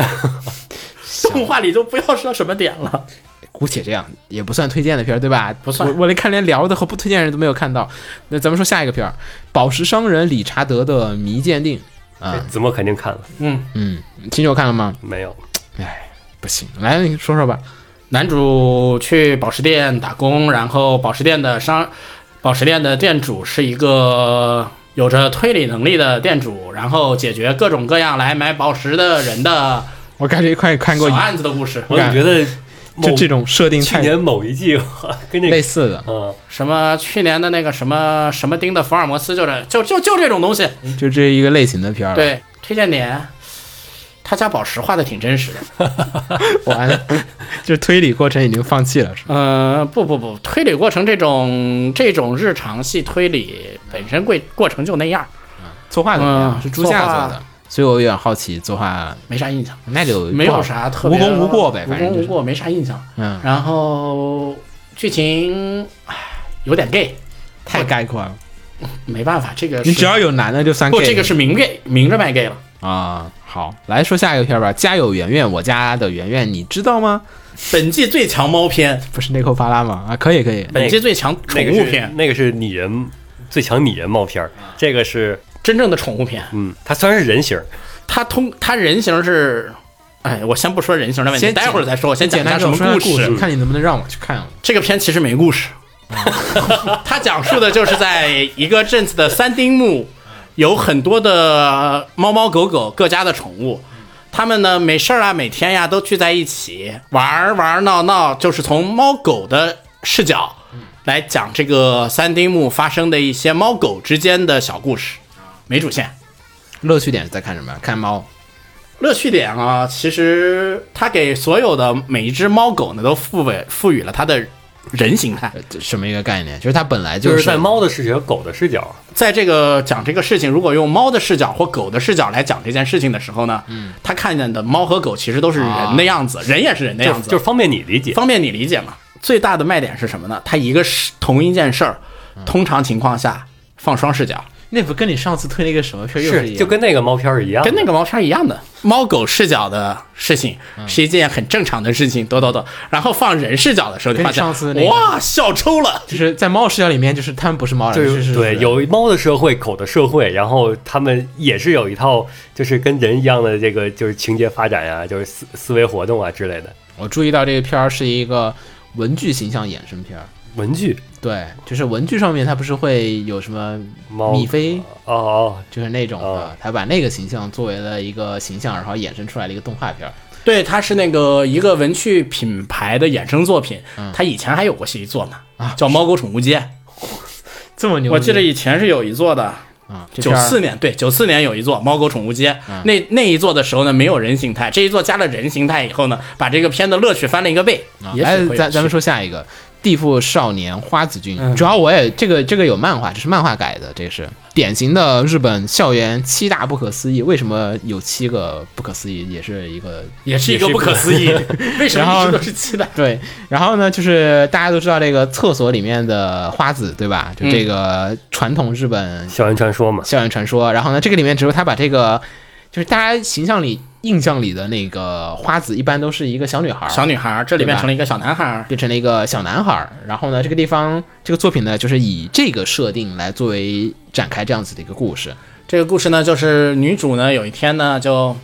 动画里就不要说什么点了。姑且这样，也不算推荐的片儿，对吧？不算我我连看连聊的和不推荐人都没有看到。那咱们说下一个片儿，《宝石商人理查德的迷鉴定》啊，子墨肯定看了嗯，嗯，秦九看了吗？没有？哎，不行，来你说说吧。男主去宝石店打工，然后宝石店的商，宝石店的店主是一个有着推理能力的店主，然后解决各种各样来买宝石的人的我感觉快看过小案子的故事。我总觉得某就这种设定去太年某一季跟这类个似的，嗯，什么去年的那个什么什么丁的福尔摩斯就这就就就这种东西。就这一个类型的片儿。，对，推荐点。他家宝石画的挺真实的，完了， 就是推理过程已经放弃了，是吧？嗯、不不不，推理过程这种这种日常系推理本身过过程就那样，作画怎么样？嗯是朱夏做作的，所以我有点好奇作画，没啥印象。那就没不有好啥特无别，功无过呗，无反正功就无是。过，没啥印象。嗯，然后剧情唉有点 gay，太概括了。没办法，这个你是只要有男的就算不 gay。这个是明 gay，明着卖 gay 了。啊，好，来说下一个片儿吧，《家有圆圆，我家的圆圆》，你知道吗？本季最强猫片，不是内扣巴拉吗？啊，可以可以，本季最强宠那个物是片，那个是拟人最强拟人冒片嗯儿，这个是真正的宠物片。嗯，它虽然是人形儿，它通它人形是，哎，我先不说人形的问题，先待会儿再说。我先简讲单一下给什我么说下故事。看你能不能让我去看了。这个片其实没故事，它讲述的就是在一个镇子的三丁目，有很多的猫猫狗狗各家的宠物，它们呢没事儿啊，每天呀都聚在一起玩儿玩儿闹闹，就是从猫狗的视角来讲这个三丁目发生的一些猫狗之间的小故事，没主线。乐趣点是在看什么？看猫。乐趣点啊，其实它给所有的每一只猫狗呢，都赋予赋予了它的人形态。呃这什么一个概念？就是它本来就是是在猫的视角、狗的视角，在这个讲这个事情，如果用猫的视角或狗的视角来讲这件事情的时候呢，嗯，他看见的猫和狗其实都是人的样啊子，人也是人的就哎样子，就是方便你理解。方便你理解嘛。最大的卖点是什么呢？它一个是同一件事儿，嗯通常情况下放双视角，那不跟你上次推那个什么片又一是，样？就跟那个猫片儿一样，跟那个毛片儿一样的，猫狗视角的事情嗯是一件很正常的事情，多多多。然后放人视角的时候，就跟发你上次现那个哇，笑抽了。就是在猫视角里面，就是他们不是猫人，就是是对，是有猫的社会，狗的社会，然后他们也是有一套就是跟人一样的这个就是情节发展呀、就是思思维活动啊之类的我注意到这个片儿是一个文具形象衍生片儿。文具。对，就是文具上面它不是会有什么猫米菲，哦哦，就是那种的哦，他把那个形象作为了一个形象，然后衍生出来了一个动画片儿。对，它是那个一个文具品牌的衍生作品，它以前还有过一座呢，叫《猫狗宠物街》。这么牛逼！啊我记得以前是有一座的，啊，这九片儿四年对，九四年有一座《猫狗宠物街》那那一座的时候呢，没有人形态，这一座加了人形态以后呢，把这个片的乐趣翻了一个倍。也啊来许，会嗯咱咱们说说下一个《地府少年花子君》主要我也这个这个有漫画，这是漫画改的，这是典型的日本校园七大不可思议。为什么有七个不可思议？也是一个也是一个不可思议， 为什然么后一直都是期待？对，然后呢，就是大家都知道这个厕所里面的花子，对吧？嗯就这个传统日本校园传说嘛，校园传说。然后呢，这个里面只有他把这个，就是大家形象里、印象里的那个花子，一般都是一个小女孩儿，小女孩儿这里对变吧成了一个小男孩儿，变成了一个小男孩儿。然后呢，这个地方这个作品呢，就是以这个设定来作为展开这样子的一个故事。这个故事呢，就是女主呢有一天呢就，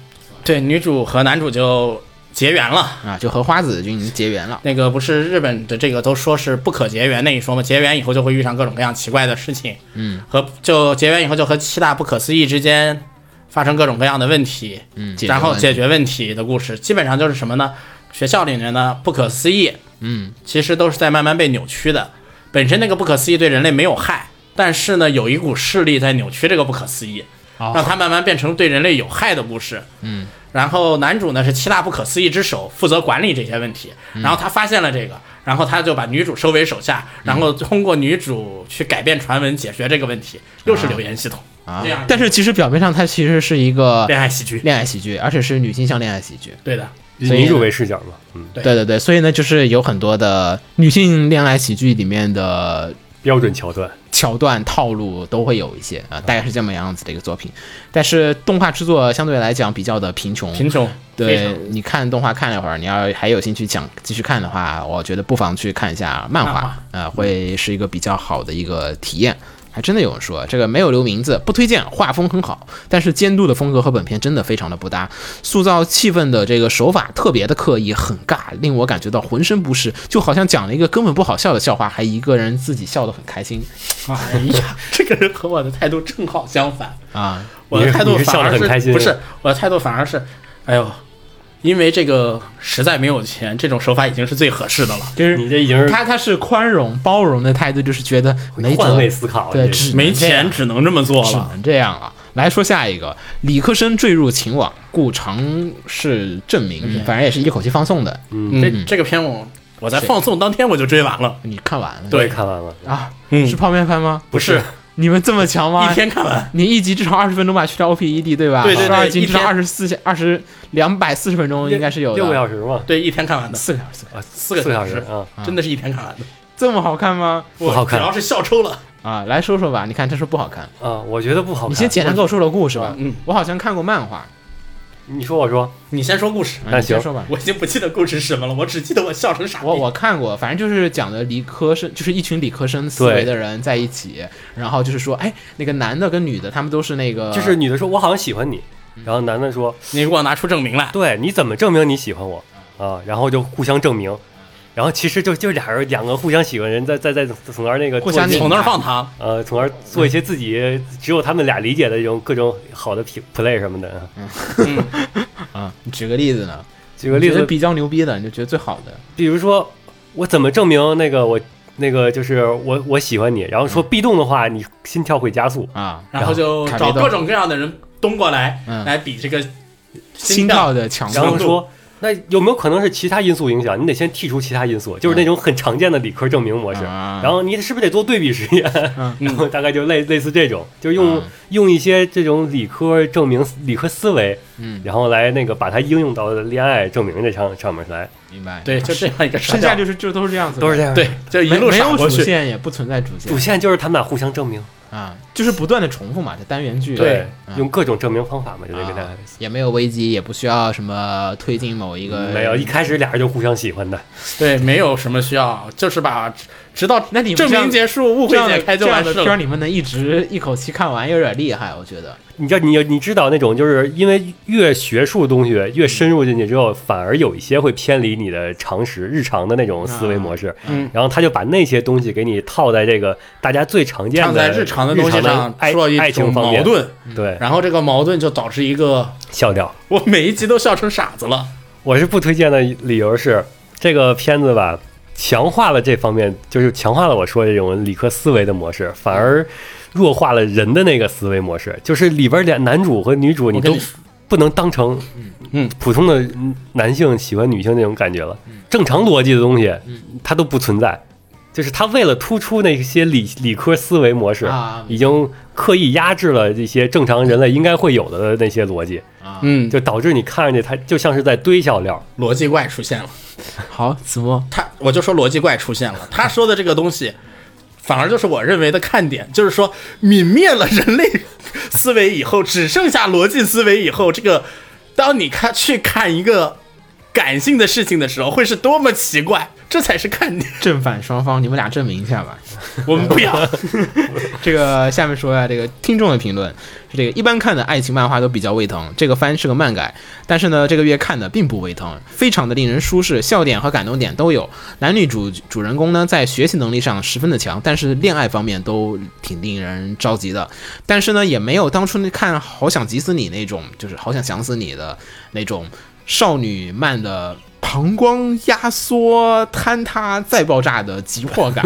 对女主和男主就结缘了。啊，就和花子君结缘了。那个不是日本的这个都说是不可结缘那一说嘛，结缘以后就会遇上各种各样奇怪的事情，嗯，和就结缘以后就和七大不可思议之间发生各种各样的问题，嗯，然后解解决决问题的故事，基本上就是什么呢？学校里面呢不可思议，嗯，其实都是在慢慢被扭曲的。本身那个不可思议对人类没有害，但是呢，有一股势力在扭曲这个不可思议，哦让它慢慢变成对人类有害的故事。嗯，然后男主呢是七大不可思议之首，负责管理这些问题。嗯然后他发现了这个，然后他就把女主收为手下，然后通过女主去改变传闻，解决这个问题，又是留言系统，啊这样。但是其实表面上它其实是一个恋爱喜剧。恋爱喜剧，而且是女性向恋爱喜剧。对的，以所以女主为视角嘛，嗯，对对对，所以呢，就是有很多的女性恋爱喜剧里面的标准桥段。桥段套路都会有一些啊，大概是这么样子的一个作品。但是动画制作相对来讲比较的贫穷，贫穷，非常对，你看动画看了一会儿，你要还有兴趣想继续看的话，我觉得不妨去看一下漫漫画，画呃，会是一个比较好的一个体验。还真的有人说这个没有留名字，不推荐，画风很好，但是监督的风格和本片真的非常的不搭，塑造气氛的这个手法特别的刻意，很尬，令我感觉到浑身不适，就好像讲了一个根本不好笑的笑话，还一个人自己笑得很开心哎 呀，这个人和我的态度正好相反，啊。我的态度你是反而笑得很开心不是我的态度反而是，哎呦，因为这个实在没有钱，这种手法已经是最合适的了。就是你这已经是他他是宽容包容的态度，就是觉得没辙换位思考，对，这只能没这样钱只能这么做只了。能这样了。来说下一个，理科生坠入情网，故尝试证明，嗯反正也是一口气放送的。嗯这这个片我我在放送当天我就追完了，你看完了？我对也看完了，啊，嗯是泡面番吗？不是你们这么强吗？一天看完。你一集至少二十分钟吧，去掉 O P E D 对吧？对对对十二集至少一天二十四小二十两百四十分钟应该是有的。六个小时嘛，对，一天看完的，四个小时，啊，四四个个小小时时啊，真的是一天看完的。这么好看吗？不好看主要是笑抽了。啊，来说说吧。你看，这说不好看。啊，我觉得不好看。你先简单我给我说说故事吧。嗯，我好像看过漫画。你说我说，你先说故事，嗯那你先行说吧。我已经不记得故事是什么了，我只记得我笑成傻逼。我我看过，反正就是讲的理科生，就是一群理科生思维的人在一起，然后就是说，哎，那个男的跟女的，他们都是那个，就是女的说我好像喜欢你，嗯然后男的说你给我拿出证明来。对，你怎么证明你喜欢我啊？然后就互相证明，然后其实就就俩人两个互相喜欢人在在在从而那个互相做一些从那儿放糖，呃，从而做一些自己只有他们俩理解的这种各种好的 p- play 什么的。嗯啊，你举个例子呢？举个例你觉子得，比较牛逼的，你就觉得最好的，比如说我怎么证明那个我那个就是我我喜欢你，然后嗯说 B 动的话，你心跳会加速，啊，然后就卡梅找豆各种各样的人东过来，嗯来比这个心跳跳的强然度后说那有没有可能是其他因素影响？你得先剔除其他因素，就是那种很常见的理科证明模式，啊然后你是不是得做对比实验？然 后大概就类类似这种，就是用、嗯用一些这种理科证明、理科思维，嗯然后来那个把它应用到恋爱证明这上上面来，明白。，对，就这样一个剩上下就是就都是这样子的，都是这样。对，，就一没路没上有过主去。线，也不存在主线主线就是他们俩互相证明，啊，就是不断的重复嘛，这单元剧对嗯用各种证明方法嘛，就那个那啊。也没有危机，也不需要什么推进某一个，没有，一开始俩人就互相喜欢的，对，没有什么需要，就是把直到那你们证这样明结束，误这会样解的开这就样完的事片儿了。你们能一直一口气看完，有点厉害，我觉得。你知道，你你知道那种就是因为越学术的东西越深入进去之后，反而有一些会偏离你的常识、日常的那种思维模式。嗯，然后他就把那些东西给你套在这个大家最常见像的在日常的的东西上爱说爱一情种方矛面，盾，对，然后这个矛盾就导致一个，笑掉。我每一集都笑成傻子了。我是不推荐的理由是，这个片子吧，强化了这方面，就是强化了我说这种理科思维的模式，反而弱化了人的那个思维模式。就是里边俩男主和女主，你我跟都你不能当成嗯普通的男性喜欢女性那种感觉了。正常逻辑的东西，它都不存在。就是他为了突出那些理理科思维模式啊，已经刻意压制了这些正常人类应该会有的那些逻辑，啊，嗯，就导致你看上去它就像是在堆笑料。逻辑怪出现了。好，子墨，他我就说逻辑怪出现 了，他说的这个东西，反而就是我认为的看点，就是说泯灭了人类思维以后，只剩下逻辑思维以后，这个当你看去看一个感性的事情的时候，会是多么奇怪，这才是看点。正反双方，你们俩证明一下吧。我们不要， 这个下面说一下这个听众的评论，是这个一般看的爱情漫画都比较胃疼，这个番是个漫改，但是呢这个月看的并不胃疼，非常的令人舒适，笑点和感动点都有。男女主主人公呢在学习能力上十分的强，但是恋爱方面都挺令人着急的，但是呢也没有当初那看《好想急死你》那种，就是好想想死你的那种少女漫的。膀胱压缩、 坍塌、再爆炸的急迫感，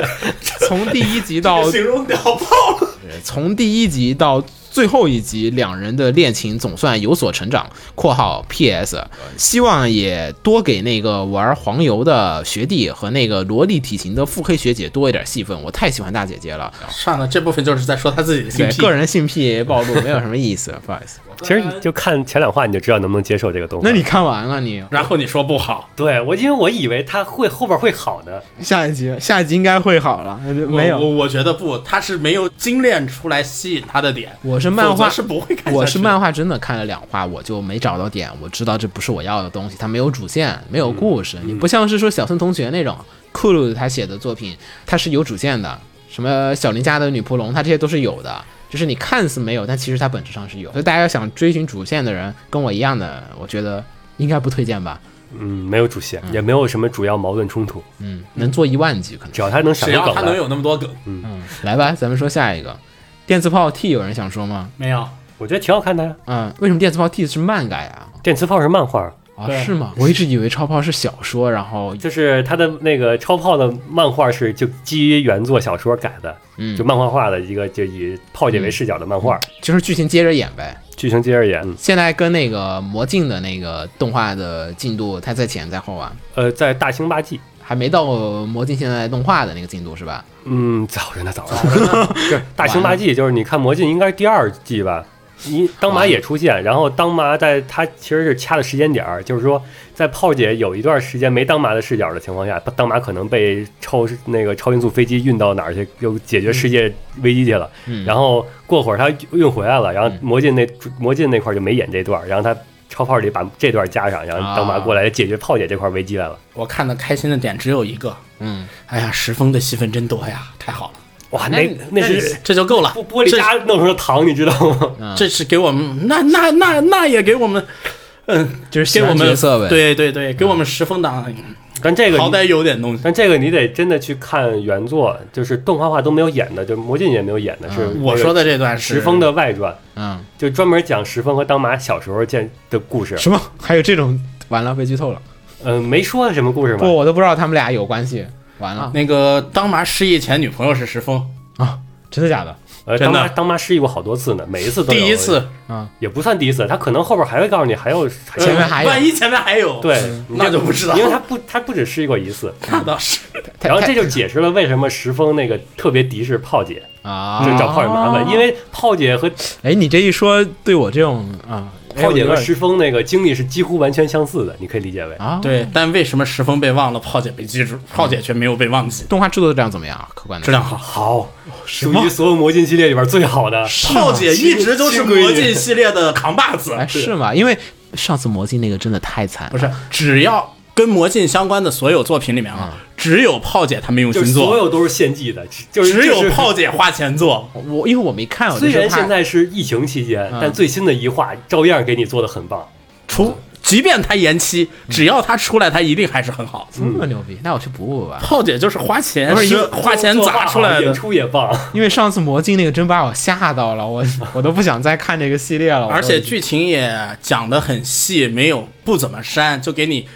从第一集 到形容屌爆了。从第一集到最后一集，两人的恋情总算有所成长。（括号 P.S.） 希望也多给那个玩黄油的学弟和那个萝莉体型的腹黑学姐多一点戏份，我太喜欢大姐姐了。算了，这部分就是在说他自己的性对癖。个人啊性癖暴露没有什么意思，不好意思。其实你就看前两话，你就知道能不能接受这个动画。那你看完了你？然后你说不好，对我，因为我以为他会后边会好的，下一集下一集应该会好了，我我我觉得不，他是没有精炼出来吸引他的点。我是漫画否则是不会看下去的。我是漫画，真的看了两话，我就没找到点，我知道这不是我要的东西，它没有主线，没有故事，你不像是说小森同学那种库鲁他写的作品，它是有主线的，什么小林家的女仆龙，它这些都是有的。就是你看似没有，但其实它本质上是有。所以大家要想追寻主线的人，跟我一样的，我觉得应该不推荐吧。嗯，没有主线，也没有什么主要矛盾冲突，嗯，能做一万集可能。只要他能想只出要梗他能来，有那么多梗，嗯，来吧，咱们说下一个，电磁炮 T 有人想说吗？没有。我觉得挺好看的呀。嗯，为什么电磁炮 T 是漫改啊？电磁炮是漫画，啊，对是吗？我一直以为超炮是小说，然后就是他的那个超炮的漫画是就基于原作小说改的，嗯就漫画化的一个就以炮姐为视角的漫嗯画，就是剧情接着演呗。剧情接着演。嗯现在跟那个魔镜的那个动画的进度，它在前在后啊，呃，在大兴八季，还没到魔镜现在动画的那个进度是吧？嗯，早着呢，早着呢。就是 大兴八季，就是你看《魔镜》应该是第二季吧？你当麻也出现，然后当麻在他其实是掐的时间点儿，就是说在炮姐有一段时间没当麻的视角的情况下，当麻可能被超那个超音速飞机运到哪儿去，又解决世界危机去了。嗯然后过会儿他运回来了，然后嗯魔镜那魔镜那块儿就没演这段儿，然后他超炮里把这段加上，然后当麻过来解决炮姐这块危机来了。我看的开心的点只有一个，嗯，哎呀，石峰的戏份真多呀，太好了，哇，那那那那是这就够了。玻璃渣弄成了糖，你知道吗？这，这是给我们，那那那那也给我们，嗯，就是喜给我欢们角色呗。，对对对，给我们石峰党但这个好歹有点东西。但这个你得真的去看原作，就是动画化都没有演的，就是魔镜也没有演的，是嗯我说的这段是石峰的外传，嗯，就专门讲石峰和当麻小时候见的故事。什么？还有这种？完了，被剧透了。嗯、没说什么故事不，吗？我都不知道他们俩有关系。完了，啊那个当麻失忆前女朋友是石峰，真的假的？呃，真当的妈当妈失忆过好多次呢，每一次都有第一次嗯，也不算第一次，他可能后边还会告诉你还有还有前面还有万一前面还有，对，你呃嗯那这就不知道了，因为他不他不只试过一次， 那倒是太然后太这就解释了为什么石峰那个特别敌视炮姐，啊，就是找炮姐麻烦，因为炮姐和哎，你这一说，对我这种啊，哎炮姐和我有点石峰那个经历是几乎完全相似的，你可以理解为啊，，对，但为什么石峰被忘了，炮姐被记住，炮姐却没有被忘记？动画制作质量怎么样啊？客观的质量好，好，属吗于所有魔镜系列里边最好的。炮姐一直都是亲闺女魔镜系列的扛把子，哎是吗？因为上次魔镜那个真的太惨，不是，只要跟魔镜相关的所有作品里面啊，只有炮姐她没用就是心所做，有都是献祭的，只就是只就有是炮姐花钱做。我因为我没看，我就虽是然怕现在是嗯疫情期间，但最新的一话照样给你做的很棒。除即便它延期，嗯只要它出来，它一定还是很好。这么牛逼，那我去补补吧。炮姐就是花钱不是因为是花钱砸出来演的，出也 棒。因为上次魔镜那个真把我吓到了， 我我都不想再看这个系列了。我都而且剧情也讲得很细，没有不怎么删，就给你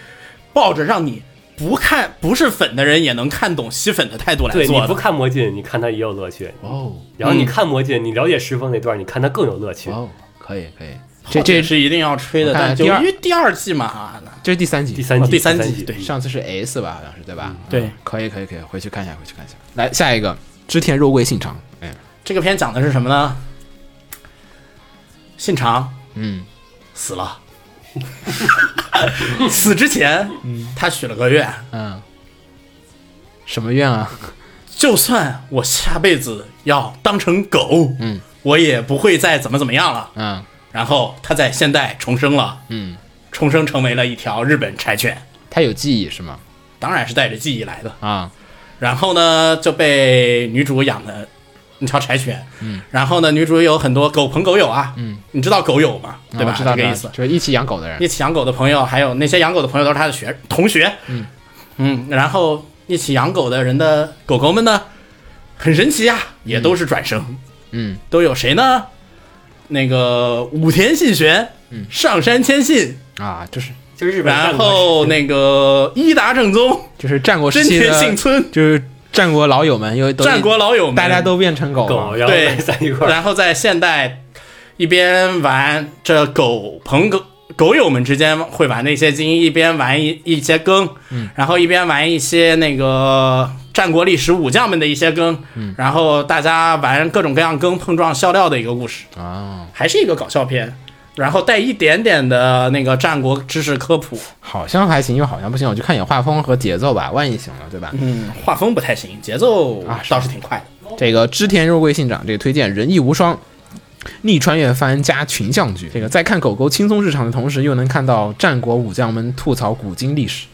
抱着让你不看不是粉的人也能看懂吸粉的态度来对，你做的。不看魔镜，你看它也有乐趣。哦然后你看魔镜，你了解石峰那段，你看它更有乐趣。哦，可以可以，这这这这也是一定要吹的，我看但就第二因为第二季嘛，这是第三集，第三季，哦第三季季，对上次是 S 吧，好像是对吧？对，可以可以可以，回去看一下，回去看一下。来下一个织田肉桂信长，哎，这个片讲的是什么呢？信长嗯死了， 死之前，他许了个愿，嗯，什么愿啊？就算我下辈子要当成狗，嗯，我也不会再怎么怎么样了。嗯然后他在现代重生了，嗯，重生成为了一条日本柴犬，他有记忆是吗？当然是带着记忆来的。啊，然后呢，就被女主养的一条柴犬，嗯，然后呢，女主有很多狗朋狗友啊，嗯，你知道狗友嘛，对吧？哦我知道知这个道意思。就是一起养狗的人一。起养狗的朋友，还有那些养狗的朋友都是他的学同学，嗯然后一起养狗的人的狗狗们呢，很神奇呀、啊也都是转生，嗯，都有谁呢？那个武田信玄，嗯，上山千信，啊，就是就是日本战然国后那个伊达正宗、就是战国真时期田幸的，村、就是战国老友们又都战国老友们，大家都变成狗狗，了。然后对在一块儿，然后在现代一边玩这狗朋狗狗友们之间会玩的一些精英，一边玩一一些更，然后一边玩一些那个战国历史武将们的一些更，然后大家玩各种各样更碰撞笑料的一个故事，啊，还是一个搞笑片。然后带一点点的那个战国知识科普，好像还行，又好像不行，我就看眼画风和节奏吧，万一行了，对吧？嗯，画风不太行，节奏啊是倒是挺快的。这个织田肉桂信长这个推荐仁义无双。逆穿越番加群像剧，这个在看狗狗轻松日常的同时，又能看到战国武将们吐槽古今历史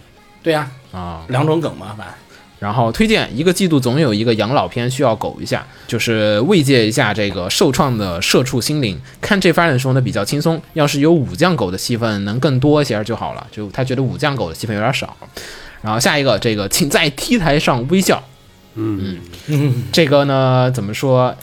对呀、啊。两种梗嘛，反正然后推荐一个季度总有一个养老片需要狗一下，就是慰藉一下这个受创的社畜心灵。看这番的时候呢比较轻松，要是有武将狗的戏份能更多一些就好了。就他觉得武将狗的戏份有点少。然后下一个这个，请在 T 台上微笑。嗯，这个呢怎么说？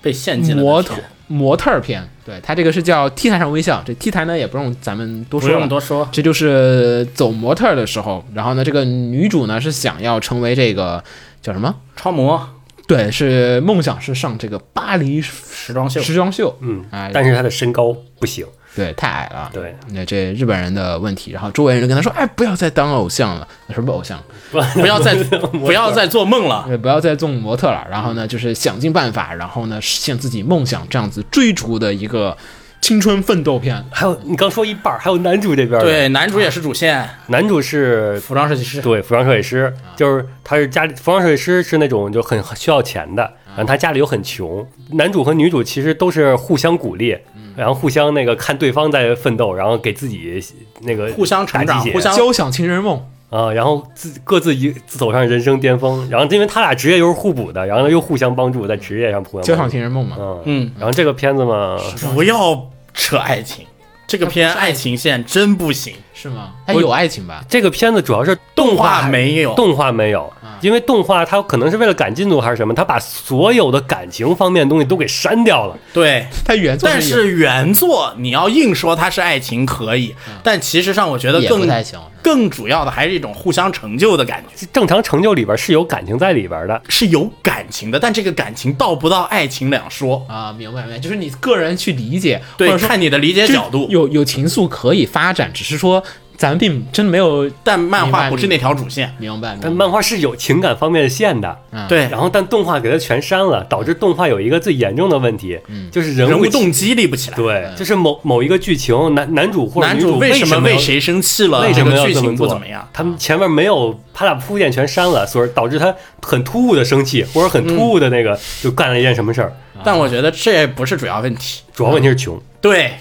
被献祭了。模特模特儿片，对他这个是叫 T 台上微笑。这 T 台呢也不用咱们多不说了，用多说，这就是走模特儿的时候，然后呢，这个女主呢是想要成为这个叫什么？超模对，是梦想是上这个巴黎时时装秀，时装秀。嗯哎，但是他的身高不行，对，太矮了。对，那这日本人的问题，然后周围人跟他说：“哎，不要再当偶像了，什么偶像？ 不要再不要再做梦了。对，呃不要再做模特了。”然后呢，就是想尽办法，然后呢实现自己梦想这样子追逐的一个青春奋斗片。还有你刚说一半儿，还有男主这边儿呢，对，男主也是主线，男主是服装设计师。啊对，服装设计师就是他是家里服装设计师是那种就很很需要钱啊的，然后他家里又很穷。男主和女主其实都是互相鼓励，嗯然后互相那个看对方在奋斗，然后给自己那个互相成打长鸡血互相交响情人梦，啊，然后自各自一走上人生巅峰。然后因为他俩职业又是互补的，然后又互相帮助，在职业上互交相响帮助。情人梦嘛。嗯嗯然后这个片子嘛，不要扯爱情，这个片爱情线真不行，是吗？他有爱情吧？这个片子主要是动动画画没有啊动画没有，因为动画它可能是为了赶进度还是什么，它把所有的感情方面的东西都给删掉了。对，它原作也但是原作你要硬说它是爱情可以，但其实上我觉得也不更太行更主要的还是一种互相成就的感觉，正常成就里边是有感情在里边的，是有感情的，但这个感情到不到爱情两说。啊，明白明白，就是你个人去理解，或对，者说看你的理解角度，有有情愫可以发展，只是说咱们并真没有但漫明白画不是那条主线。明白。明白但漫画是有情感方面的线的。对，然后，但动画给它全删了，导致动画有一个最严重的问题，就是人嗯人物物情动机立不起来。对，就是某某一个剧情，男男主或者男女主为什么么要为谁生气了？为什么这要个剧这情么不做？怎么样？他们前面没有，他俩铺垫全删了，所以导致他很突兀的生气，或者很突兀的那个、就干了一件什么事儿。但我觉得这不是主要问题。主要问题是穷，对，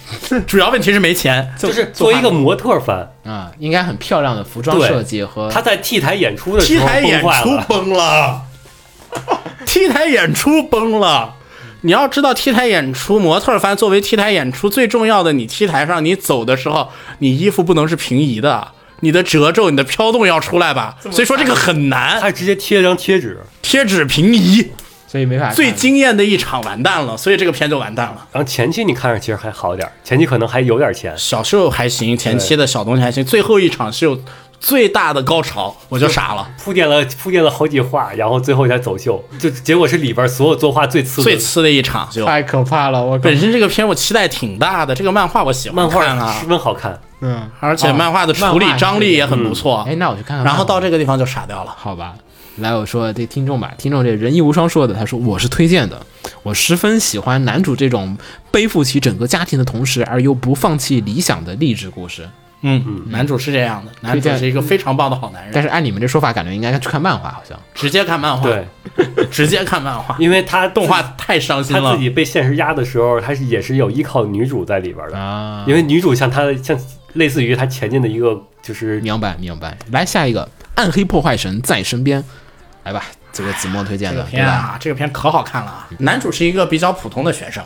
主要问题是没 钱。就是作为一个模特番，啊，应该很漂亮的服装对设计和他在 T 台演出的 T 时候台演崩坏出了。崩了，T 台演出崩了。你要知道，T 台演出模特儿番作为 T 台演出最重要的，你 T 台上你走的时候，你衣服不能是平移的，你的褶皱、你的飘动要出来吧。所以说这个很难，他直接贴了张贴纸，贴纸平移，所以没法看最惊艳的一场完蛋了，所以这个片就完蛋了。然后前期你看着其实还好点儿，前期可能还有点钱，小秀还行，前期的小东西还行，最后一场秀最大的高潮我就傻 了，铺垫了铺垫了好几话，然后最后才走秀，就结果是里边所有作画最次的最次的一场秀。太可怕了，我靠本身这个片我期待挺大的，这个漫画我喜欢漫画看啊十，分好看，嗯，而且漫画的处哦理张力也很不错哎，。那我去看看漫画。然后到这个地方就傻掉了，好吧，来我说这听众吧，听众这人一无双说的，他说我是推荐的，我十分喜欢男主这种背负起整个家庭的同时，而又不放弃理想的励志故事。嗯，男主是这样的，男主推荐是一个非常棒的好男但人，是按你们这说法，感觉应该去看漫画，好像直接看漫画，对，直接看漫画，因为他动画太伤心他了自，己被现实压的时候，他是也是有依靠女主在里边的，啊因为女主像他像类似于他前进的一个嗯就是明白明白。来下一个，《暗黑破坏神在身边》，来吧，这个子墨推荐这个的，对片吧？啊，这个片可好看了啊！男主是一个比较普通的学生，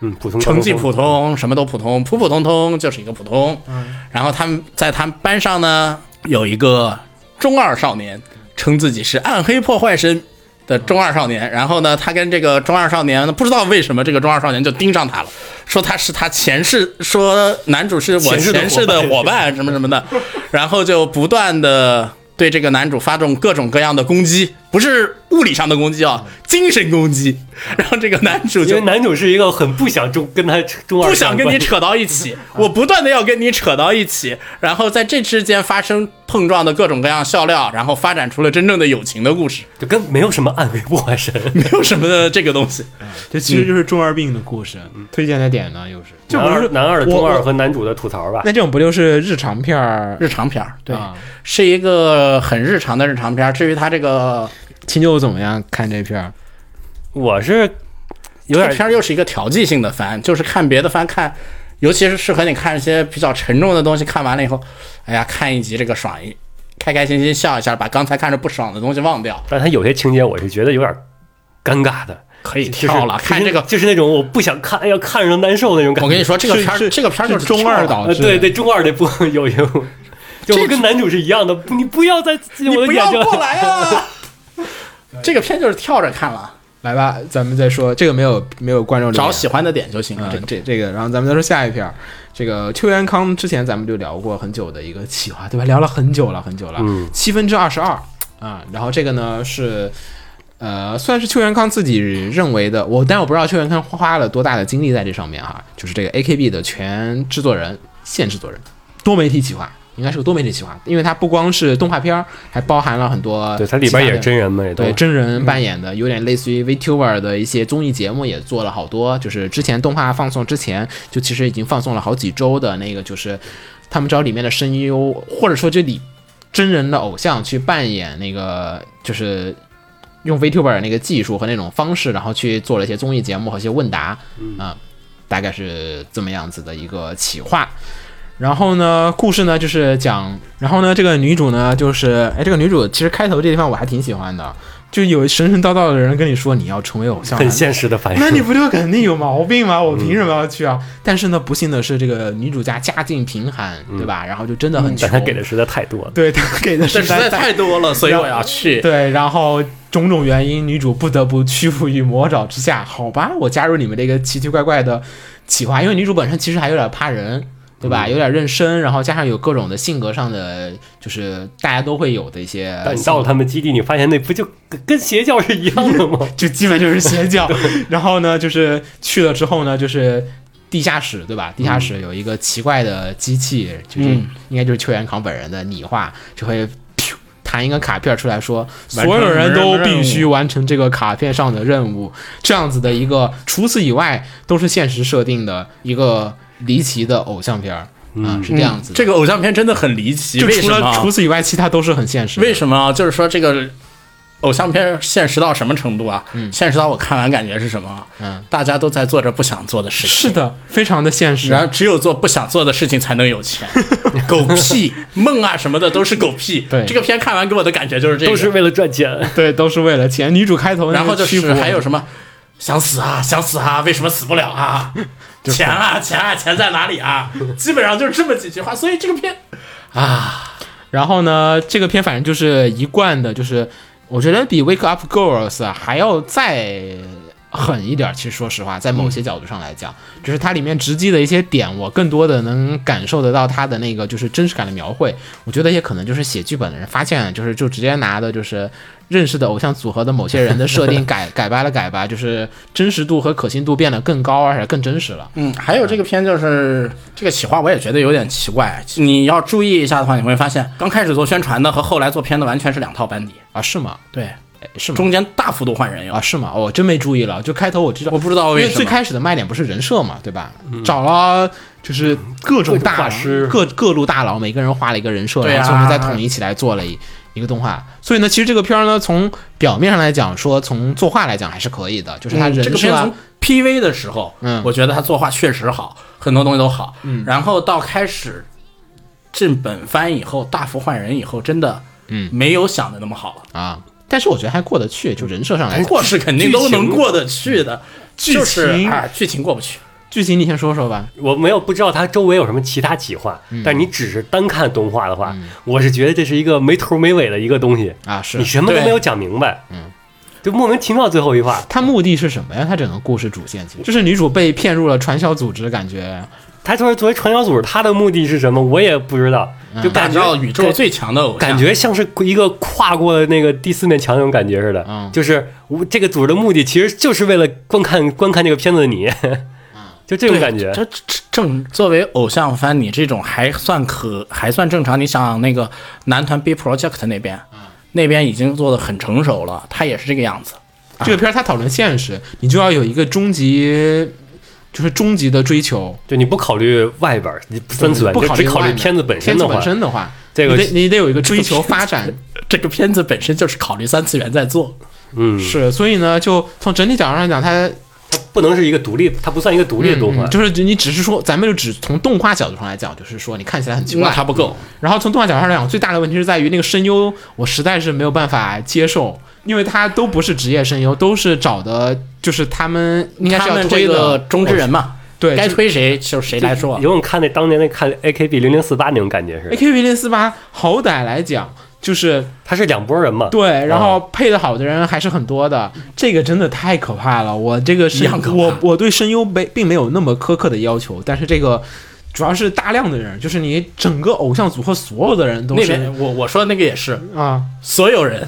嗯普通高中成绩普通，什么都普通，普普通通就是一个普通。嗯然后他们在他们班上呢，有一个中二少年，称自己是暗黑破坏神的中二少年。然后呢，他跟这个中二少年呢，不知道为什么这个中二少年就盯上他了，说他是他前世，说男主是我前世的前世的伙伴什么什么 的，然后就不断的。对这个男主发动各种各样的攻击，不是物理上的攻击啊，精神攻击。然后这个男主因就为男主是一个很不想中跟他中二不想跟你关系扯到一起，我不断的要跟你扯到一起，然后在这之间发生碰撞的各种各样笑料，然后发展出了真正的友情的故事， 就跟没有什么暗黑破坏神，没有什么的这个东西。这其实就是中二病的故事。推荐的点呢，又是就男不二是男二的我中二我和男主的吐槽吧那，这种不就是日常片儿？日常片儿，对，啊是一个很日常的日常片儿。至于它这个秦九怎么样看这片儿？我是有这点片儿又是一个调剂性的番，就是看别的番看，尤其是适合你看一些比较沉重的东西，看完了以后，哎呀，看一集这个爽一，开开心心笑一下，把刚才看着不爽的东西忘掉，但他有些情节我是觉得有点尴尬的，可以就是跳了。看这个，就是那种我不想看，哎呀看着都难受那种感觉。我跟你说，这个片是儿，这个片儿就是中二岛。导呃致 的对对，中二这部分有有，就我跟男主是一样的，不你不要再你你不要过来啊！ 这个片就是跳着看了，来吧，咱们再说这个没有没有观众留言找喜欢的点就行了。这嗯个，这这个，然后咱们再说下一篇儿。这个邱元康之前咱们就聊过很久的一个企划，对吧？聊了很久了，很久了，嗯七分之二十二啊。然后这个呢是，呃，算是邱元康自己认为的，我但我不知道邱元康花了多大的精力在这上面哈、就是这个 AKB 的全制作人、现制作人，多媒体企划。应该是个多媒体企划，因为它不光是动画片儿，还包含了很多 对，它里边其也他是的真人嘛，也都对真人扮演的，有点类似于 VTuber 的一些综艺节目也做了好多，就是之前动画放送之前，就其实已经放送了好几周的那个，就是他们找里面的声优，或者说就里真人的偶像去扮演那个，就是用 VTuber 那个技术和那种方式，然后去做了一些综艺节目和一些问答，嗯啊，大概是这么样子的一个企划。然后呢，故事呢就是讲，然后呢，这个女主呢就是，哎，这个女主其实开头这地方我还挺喜欢的，就有神神叨叨的人跟你说你要成为偶像啊，很现实的反应。那你不就肯定有毛病吗？我凭什么要去嗯啊？但是呢，不幸的是，这个女主家家境贫寒，对吧？然后就真的很穷， 嗯但他给的实在太多了。对她给的这是实在太多了，所以我要去。对，然后种种原因，女主不得不屈服于魔爪之下。好吧，我加入你们这个奇奇怪怪的企划，因为女主本身其实还有点怕人，对吧？有点认生，然后加上有各种的性格上的，就是大家都会有的一些但你到了他们基地，你发现那不就跟跟邪教是一样的吗？就基本就是邪 教。然后呢，就是去了之后呢，就是地下室，对吧？地下室有一个奇怪的机器，就是嗯应该就是邱元康本人的拟画，就会。噗弹一个卡片出来说，完成所有人都必须任务完成这个卡片上的任务，这样子的一个，除此以外都是现实设定的一个离奇的偶像片儿，啊，是这样子的。嗯这个偶像片真的很离奇，就为什除了除么？啊此以外，其他都是很现实的。为什么？啊就是说这个偶像片现实到什么程度啊？现实到我看完感觉是什么？啊嗯，大家都在做着不想做的事情。是。的，非常的现实。然后只有做不想做的事情才能 有钱，狗屁梦啊什么的都是狗屁。对这个片看完给我的感觉就是这个，都是为了赚钱。对，都是为了钱。女主开头那然后就屈服是还有什么想死啊，想死啊，为什么死不了啊？钱啊，钱啊，钱在哪里啊？基本上就是这么几句话，所以这个片然后呢，这个片反正就是一贯的，就是我觉得比《Wake Up Girls 啊》还要再狠一点儿。其实说实话，在某些角度上来讲，就是它里面直击的一些点，我更多的能感受得到它的那个就是真实感的描绘。我觉得也可能就是写剧本的人发现，就是就直接拿的就是认识的偶像组合的某些人的设定改改吧了改吧，就是真实度和可信度变得更高，而且更真实了。嗯，还有这个片就是这个企划，我也觉得有点奇怪。你要注意一下的话，你会发现刚开始做宣传的和后来做片的完全是两套班底，啊，是吗？对，哎是吗？中间大幅度换人啊，哟。是吗？哦我真没注意了。就开头我知道，我不知道因为为什最么。嗯开始的卖点不是人设嘛，对吧？找了就是各种大各种画师各各路大佬，每个人画了一个人设，对啊然后最后再统一起来做了一一个动画。所以呢，其实这个片儿呢，从表面上来讲，说从作画来讲还是可以的，就是他嗯这人个设片啊、从 PV 的时候，嗯我觉得他作画确实好，很多东西都好。嗯，然后到开始正本番以后，大幅换人以后，真的，嗯，没有想的那么好了。啊，但是我觉得还过得去，就人设上来讲。哎过是肯定都能过得去的，哎剧情就是啊，剧情过不去。剧情你先说说吧，我没有不知道他周围有什么其他企划，嗯但你只是单看动画的话，我是觉得这是一个没头没尾的一个东西，啊，嗯是你什么都对没有讲明白，嗯，就莫名其妙最后一话，他目的是什么呀？他整个故事主线其实就是女主被骗入了传销组织，感觉他作为作为传销组织，他的目的是什么，我也不知道，嗯就感感觉到宇宙最强的偶像，感觉像是一个跨过的那个第四面墙那种感觉似的，嗯就是我这个组织的目的其实就是为了观看观看这个片子的你，嗯 就这种对感觉，这这正作为偶像番，你这种还算可还算正常。你想那个男团 B Project 那边，嗯那边已经做的很成熟了，他也是这个样子。这个片儿它讨论现实，你就要有一个终极，就是终极的追求。就你不考虑外边儿你不分寸，不你考只虑考虑外面片子本身片的子话本，身的话，这个你得你得有一个追 求发展，这个片子本身就是考虑三次元在做，嗯，是，所以呢，就从整体角度上讲，它它不能是一个独立，它不算一个独立的动画，嗯就是你只是说，咱们就只从动画角度上来讲，就是说你看起来很奇那怪，它不够。然后从动画角度上来讲，最大的问题是在于那个声优，我实在是没有办法接受，因为他都不是职业声优，都是找的，就是嗯他们应该是他要们推这个的，哦中之人嘛，对，该推谁就谁来说。有种看那当年那看 AKB 零零四八那种感觉似 A 的， K B 零四八，好歹来讲就是他是两拨人嘛，对，然啊后配的好的人还是很多的，这个真的太可怕了。我这个一是样可怕我我对声优没并没有那么苛刻的要求，但是这个主要是大量的人，就是你整个偶像组合所有的人都那是边我我说的那个也是，啊，所有人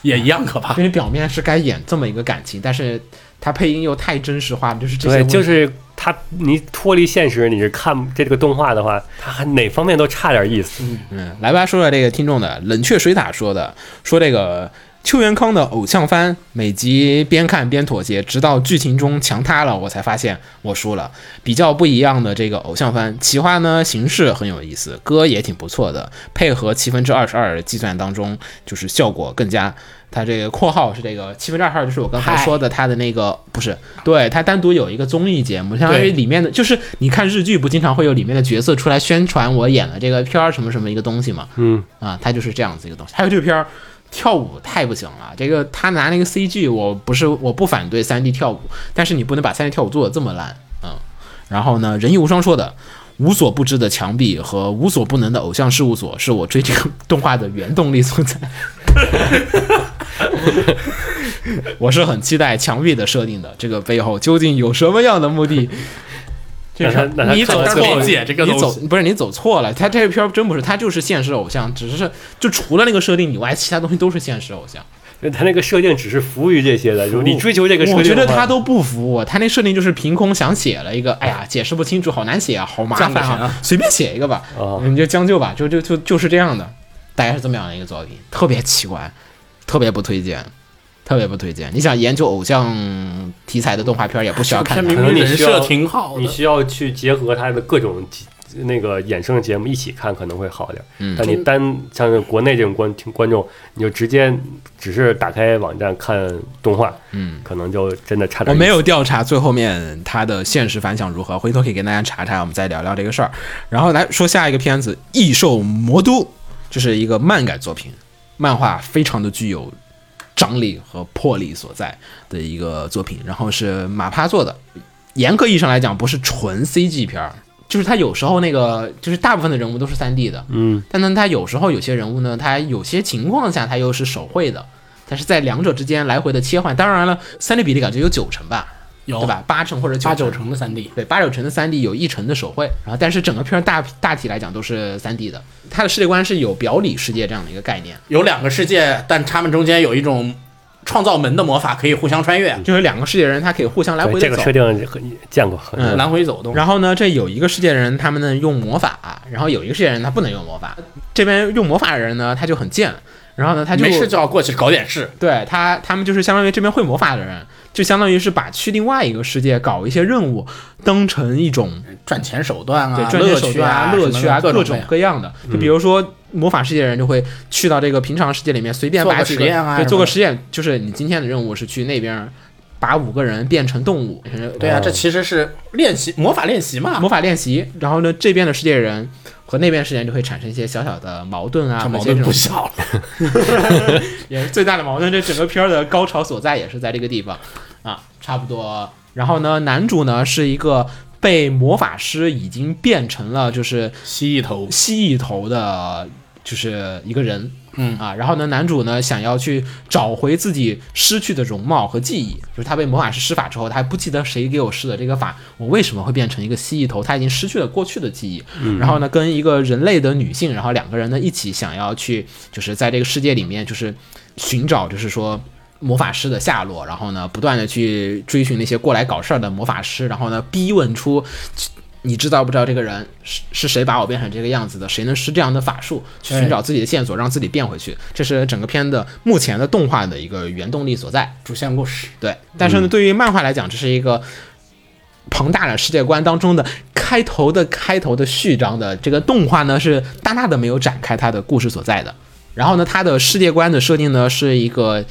也一样可怕因。为表面是该演这么一个感情，但是他配音又太真实化了，就是这些对，问题就是他你脱离现实，你是看这个动画的话，他还哪方面都差点意思，嗯，来吧，说说这个听众的冷却水塔说的，说这个邱元康的偶像番，每集边看边妥协，直到剧情中强塌了，我才发现我输了。比较不一样的这个偶像番，企划呢形式很有意思，歌也挺不错的，配合七分之二十二计算当中，就是效果更加。它这个括号是这个七分之二十二，就是我刚才嗨说的，它的那个不是，对它单独有一个综艺节目，相当于对里面的，就是你看日剧不经常会有里面的角色出来宣传我演了这个片儿什么什么一个东西嘛，嗯，啊，它就是这样子一个东西。还有这个片儿，跳舞太不行了。这个他拿那个 CG，我不是我不反对三 D 跳舞，但是你不能把三 D 跳舞做的这么烂，嗯。然后呢，人亦无双说的。无所不知的墙壁和无所不能的偶像事务所是我追这个动画的原动力所在。 我是很期待墙壁的设定的，这个背后究竟有什么样的目的？那他那他你看走到但是最错理后了，解这个你东走西不是你走错了。他这个片儿真不是，他就是现实偶像，只是就除了那个设定以外，其他东西都是现实偶像。他那个设定只是服务于这些的，如果哦你追求这个设定我的觉话，得他都不服我，他那设定就是凭空想写了一个，哎呀，解释不清楚，好难写啊，好麻烦降个神啊啊，随便写一个吧，哦你就将就吧，就就就就是这样的，大概是这么样的一个作品，特别奇怪，特别不推荐，特别不推荐。你想研究偶像题材的动画片儿也不需要看这它，明可能明你人需要设挺好你的，需要去结合他的各种集那个衍生节目一起看，可能会好点。嗯但你单像国内这种观听观众，你就直接只是打开网站看动画，嗯。可能就真的差点。我没有调查最后面它的现实反响如何，回头可以跟大家查查，我们再聊聊这个事儿。然后来说下一个片子《异兽魔都》，这是一个漫改作品，漫画非常的具有张力和魄力所在的一个作品，然后是马趴做的。严格意义上来讲，不是纯 CG 片儿，就是它有时候那个就是大部分的人物都是 3D 的，嗯，但呢，它有时候有些人物呢，它有些情况下它又是手绘的，但是在两者之间来回的切换。当然了，三 D 比例感觉有九成吧，有对吧？八成或者八九九，成的三 D，对，八九成的三 D 有一成的手绘，然后但是整个片儿大大体来讲都是三 D 的。它的世界观是有表里世界这样的一个概念，有两个世界，但他们中间有一种创造门的魔法可以互相穿越，就是两个世界人他可以互相来回的对这走。个设定很见过很多。嗯来回走动。然后呢，这有一个世界人，他们呢用魔法，然后有一个世界人他不能用魔法。这边用魔法的人呢，他就很贱，然后呢，他就没事就要过去搞点事，对他，他们就是相当于这边会魔法的人，就相当于是把去另外一个世界搞一些任务，当成一种赚钱手段对啊，赚钱手段啊，乐趣啊，各各种种各样的。就比如说魔法世界的人就会去到这个平常世界里面，随便做把个几实验啊对，什做么个的实验，就是你今天的任务是去那边把五个人变成动物，对啊，这其实是练习魔法练习嘛，哦魔法练习。然后呢，这边的世界人和那边世界人就会产生一些小小的矛盾啊，这和矛一些盾这不种小了。也是最大的矛盾。这整个片儿的高潮所在也是在这个地方啊，差不多。然后呢，男主呢是一个被魔法师已经变成了就是蜥蜴头，蜥蜴头的，就是一个人。嗯啊，然后呢，男主呢想要去找回自己失去的容貌和记忆，就是他被魔法师施法之后，他还不记得谁给我施的这个法，我为什么会变成一个蜥蜴头？他已经失去了过去的记忆。然后呢，跟一个人类的女性，然后两个人呢一起想要去，就是在这个世界里面，就是寻找，就是说魔法师的下落，然后呢，不断的去追寻那些过来搞事儿的魔法师，然后呢，逼问出你知道不知道这个人是是谁把我变成这个样子的？谁能施这样的法术去寻找自己的线索，让自己变回去？这是整个片的目前的动画的一个原动力所在。主线故事，对，但是呢，对于漫画来讲，这是一个庞大的世界观当中的开头的开头的序章的这个动画呢，是大大的没有展开它的故事所在的。然后呢，它的世界观的设定呢，是一个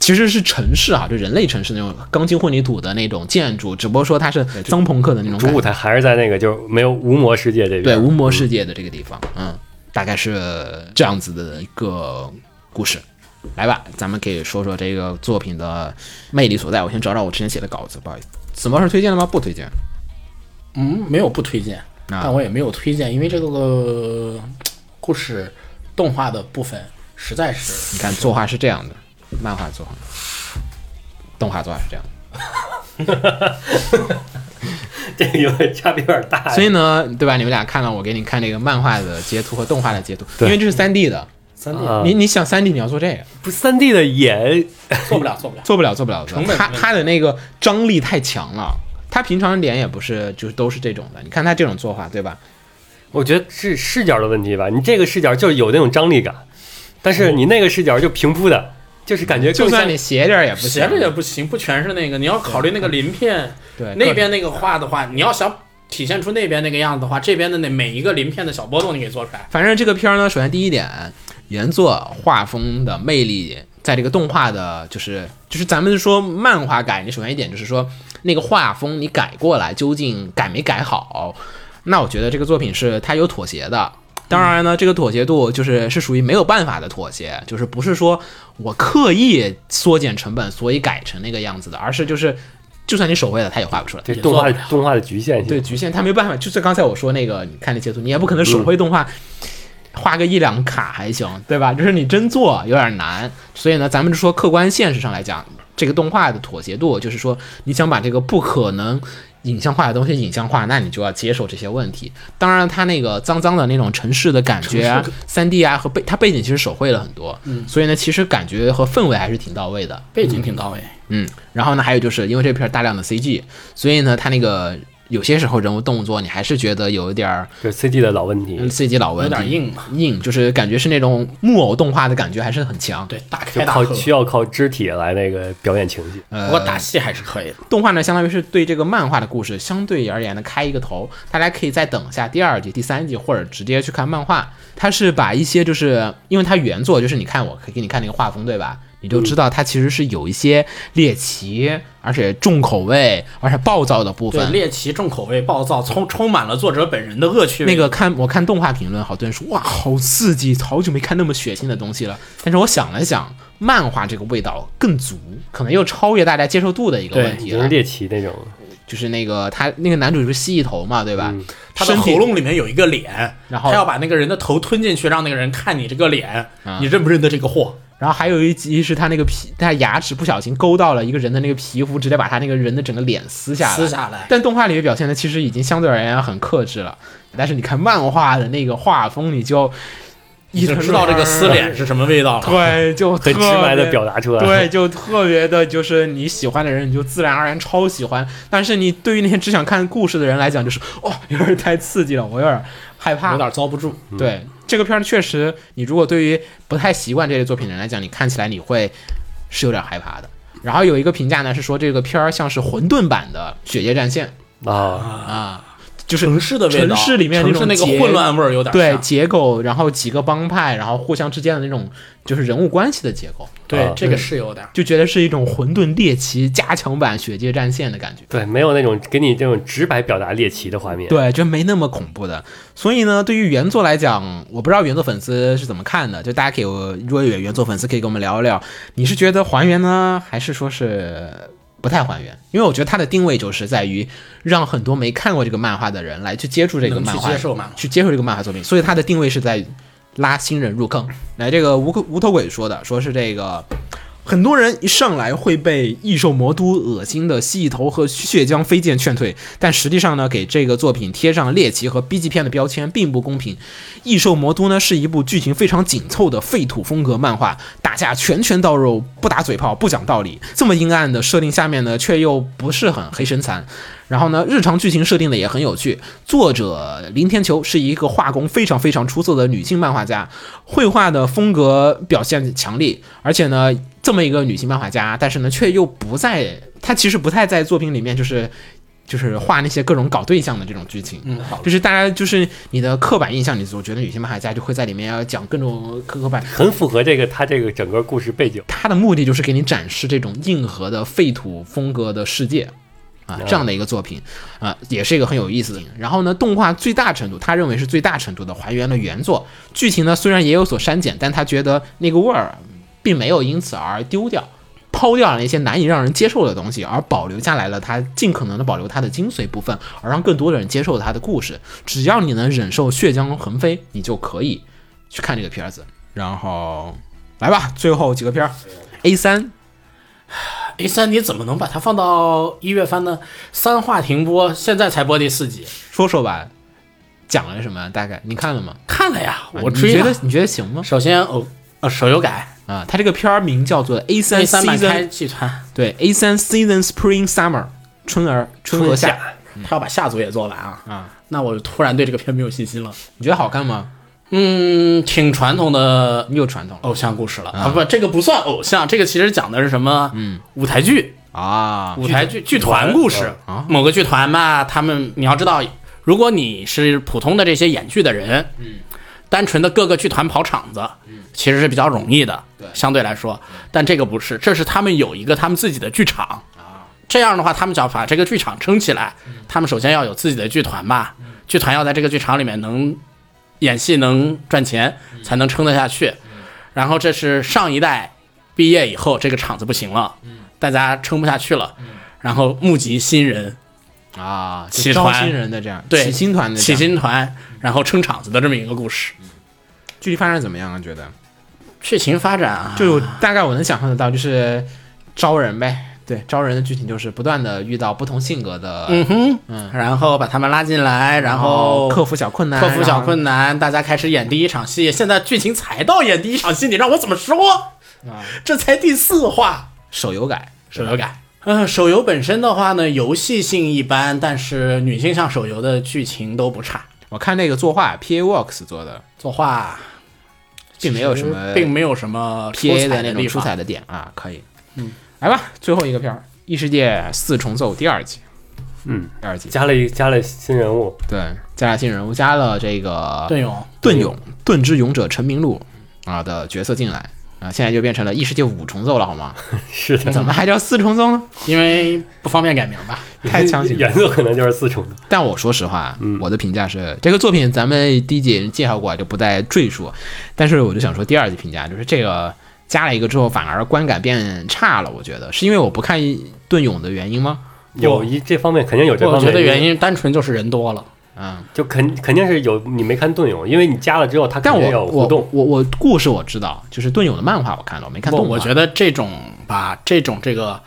其实是城市啊哈、就人类城市那种钢筋混凝土的那种建筑，只不过说它是脏朋克的那种主感觉舞台还是在那个就是没有无魔世界这边。对无魔世界的这个地方，嗯，大概是这样子的一个故事。来吧，咱们可以说说这个作品的魅力所在。我先找找我之前写的稿子，不好意思。子墨是推荐了吗？不推荐。嗯，没有不推荐，但我也没有推荐，因为这个呃故事动画的部分实在是你看作画是这样的，漫画作画，动画作画是这样的。这个有点差别有点大哎呀。所以呢，对吧？你们俩看到我给你看这个漫画的截图和动画的截图，因啊对为这是三 D 的。三 D 啊你你想三 D，你要做这个，不三 D 的也做不了，做不了。做不了，做不了，做成不了。本他问题他的那个张力太强了，他平常脸也不是，就是都是这种的。你看他这种做法，对吧？我觉得是视角的问题吧，你这个视角就是有那种张力感，但是你那个视角就平铺的，就是感觉就更像算你斜点儿也不行斜着也不行，不全是那个，你要考虑那个鳞片对那边那个画的话，你要想体现出那边那个样子的话，这边的那每一个鳞片的小波动你给做出来。反正这个片儿呢，首先第一点，原作画风的魅力，在这个动画的，就是就是咱们说漫画改，你首先一点就是说那个画风你改过来，究竟改没改好？那我觉得这个作品是它有妥协的，当然呢，这个妥协度就是是属于没有办法的妥协，就是不是说我刻意缩减成本所以改成那个样子的，而是就是就算你手绘了，它也画不出来。这也动画做不了动画的局限对嗯性，局限，他没办法。就是刚才我说那个，你看那截图，你也不可能手绘动画、画个一两卡还行，对吧？就是你真做有点难。所以呢，咱们就说客观现实上来讲，这个动画的妥协度，就是说你想把这个不可能。影像化的东西影像化，那你就要接受这些问题。当然，它那个脏脏的那种城市的感觉啊城市，三 D 啊和背，它背景其实手绘了很多，嗯，所以呢，其实感觉和氛围还是挺到位的。背景挺到位，嗯，然后呢，还有就是因为这片儿大量的 CG，所以呢，它那个有些时候人物动作你还是觉得有一点儿就是 CG 的老问题，嗯 CG 老有问题，点硬嘛。硬，就是感觉是那种木偶动画的感觉还是很强。，对，大就开大靠嗯合。需要靠肢体来那个表演情绪。不过打戏还是可以的，动画呢，相当于是对这个漫画的故事相对而言呢开一个头，大家可以再等一下第二季、第三季，或者直接去看漫画。它是把一些就是因为它原作就是你看我可以给你看那个画风对吧？你就知道它其实是有一些猎奇，而且重口味，而且暴躁的部对分。猎奇、重口味、暴躁，充充满了作者本人的恶趣味。那个看我看动画评论，好多人说哇，好刺激，好久没看那么血腥的东西了。但是我想了想，漫画这个味道更足，可能又超越大家接受度的一个问已题经是了。猎奇那种，就是那个他那个男主是蜥蜴头嘛，对吧？嗯他的身体喉咙里面有一个脸，然后他要把那个人的头吞进去，让那个人看你这个脸，啊你认不认得这个货？然后还有一集是他那个皮，他牙齿不小心勾到了一个人的那个皮肤，直接把他那个人的整个脸撕下来。撕下来但动画里面表现的其实已经相对而言很克制了，但是你看漫画的那个画风，你就你一就知道这个撕脸是什么味道了。对，就很直白特的别表达出来。对，就特别的，就是你喜欢的人，你就自然而然超喜欢。但是你对于那些只想看故事的人来讲，就是哦，有点太刺激了，我有点害怕。有点嗯遭不住，对这个片儿，确实，你如果对于不太习惯这类作品的人来讲，你看起来你会是有点害怕的。然后有一个评价呢，是说这个片儿像是混沌版的《血界战线啊，》啊，就是城市的味城道，市里面那城种市那个结混乱味儿有点对像结构，然后几个帮派，然后互相之间的那种就是人物关系的结构。对啊，这个是有点儿。就觉得是一种混沌猎奇加强版《血界战线》的感觉。对，没有那种给你这种直白表达猎奇的画面。对，就没那么恐怖的。所以呢，对于原作来讲，我不知道原作粉丝是怎么看的。就大家可以，如果有原作粉丝可以跟我们聊一聊，你是觉得还原呢，还是说是不太还原？因为我觉得它的定位就是在于让很多没看过这个漫画的人来去接触这个能去漫画，接受漫画去接受这个漫画作品。所以它的定位是在拉新人入坑。来，这个无无头鬼说的，说是这个。很多人一上来会被异兽魔都恶心的蜥蜴头和血浆飞剑劝退，但实际上呢，给这个作品贴上猎奇和 B 级片的标签并不公平。异兽魔都呢是一部剧情非常紧凑的废土风格漫画，打架拳拳到肉，不打嘴炮，不讲道理。这么阴暗的设定下面呢，却又不是很黑神残。然后呢，日常剧情设定的也很有趣。作者林天球是一个画工非常非常出色的女性漫画家，绘画的风格表现强烈，而且呢，这么一个女性漫画家，但是呢，却又不在，她其实不太在作品里面就是就是画那些各种搞对象的这种剧情。嗯，好就是大家就是你的刻板印象，你总觉得女性漫画家就会在里面要讲各种刻刻板，很符合这个他这个整个故事背景，它的目的就是给你展示这种硬核的废土风格的世界。啊，这样的一个作品，啊、也是一个很有意思的。然后呢，动画最大程度，他认为是最大程度的还原了原作。剧情呢，虽然也有所删减，但他觉得那个味儿并没有因此而丢掉，抛掉了那些难以让人接受的东西，而保留下来了它尽可能的保留它的精髓部分，而让更多的人接受它的故事。只要你能忍受血浆横飞，你就可以去看这个片儿子。然后来吧，最后几个片儿，A 三 A 哎三你怎么能把它放到一月番呢？三话停播，现在才播第四集，说说吧，讲了什么？大概你看了吗？看了呀，我啊你追觉了。得你觉得行吗？首先偶呃手游改啊，它这个片儿名叫做 A 三 A 三版开 Season，剧团，对 A 三 Season Spring Summer 春儿春和夏，他要把下组也做完啊。嗯啊，那我突然对这个片没有信心了。你觉得好看吗？嗯，挺传统的又传统了偶像故事了啊，不，这个不算偶像，这个其实讲的是什么？嗯，舞台剧，啊，舞台剧剧团嗯故事啊某个剧团吧，他们你要知道，如果你是普通的这些演剧的人，嗯，单纯的各个剧团跑场子，其实是比较容易的，对，相对来说，但这个不是，这是他们有一个他们自己的剧场这样的话，他们只要把这个剧嗯场撑起来，他们首先要有自己的剧团吧，剧团要在这个剧场里面能演戏能赚钱，才能撑得下去。然后这是上一代毕业以后，这个厂子不行了，大家撑不下去了，然后募集新人，啊，就起招团新人的这样，对起新团的这起样，新团，然后撑场子的这么一个故事。具体发展怎么样啊？觉得剧情发展啊，就大概我能想象得到，就是招人呗，对，招人的剧情就是不断的遇到不同性格的，嗯哼，嗯然后把他们拉进来，然然后后哦克服小困难，克服小难困难，大家开始演第一场戏。现在剧情才到演第一场戏，你让我怎么说？啊，这才第四话，手游改，手游改。嗯、手游本身的话呢，游戏性一般，但是女性向手游的剧情都不差，我看那个作画 P A Works 做的，作画并没有什么并没有什么出 P A 彩那地种出方。彩的点啊，可以，嗯，来吧，最后一个片儿《异世界四重奏》第二季，嗯，第二季，加了一加了新人物，对，加了新人物，加了这个盾勇盾勇盾之勇者陈明路啊的角色进来啊，现在就变成了异世界五重奏了，好吗？是的，怎么还叫四重奏呢？因为不方便改名吧， 太强行了原作可能就是四重的，但我说实话，我的评价是这个作品咱们第一季已经介绍过，就不再赘述。但是我就想说第二季评价，就是这个加了一个之后，反而观感变差了。我觉得是因为我不看盾勇的原因吗？有一这方面肯定有这我方面觉得原因单纯就是人多了。嗯，就肯肯定是有你没看盾勇，因为你加了之后他肯但定我有我互动，我我故事我知道，就是盾勇的漫画我看了，我没看不，动画。我觉得这种吧，这种这个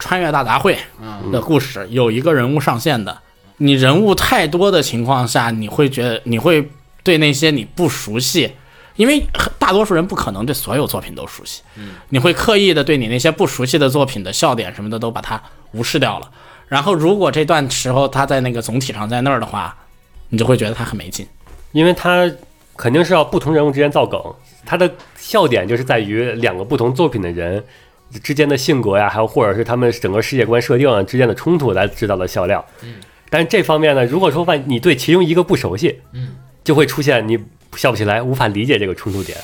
穿越大杂烩嗯的故事，有一个人物上线的，你人物太多的情况下，你会觉得你会对那些你不熟悉，因为大多数人不可能对所有作品都熟悉，嗯你会刻意的对你那些不熟悉的作品的笑点什么的都把它无视掉了。然后，如果这段时候他在那个总体上在那儿的话，你就会觉得他很没劲。因为他肯定是要不同人物之间造梗，他的笑点就是在于两个不同作品的人之间的性格呀，还有或者是他们整个世界观设定啊之间的冲突来制造的笑料。但是这方面呢，如果说万你对其中一个不熟悉，就会出现你笑不起来，无法理解这个冲突点。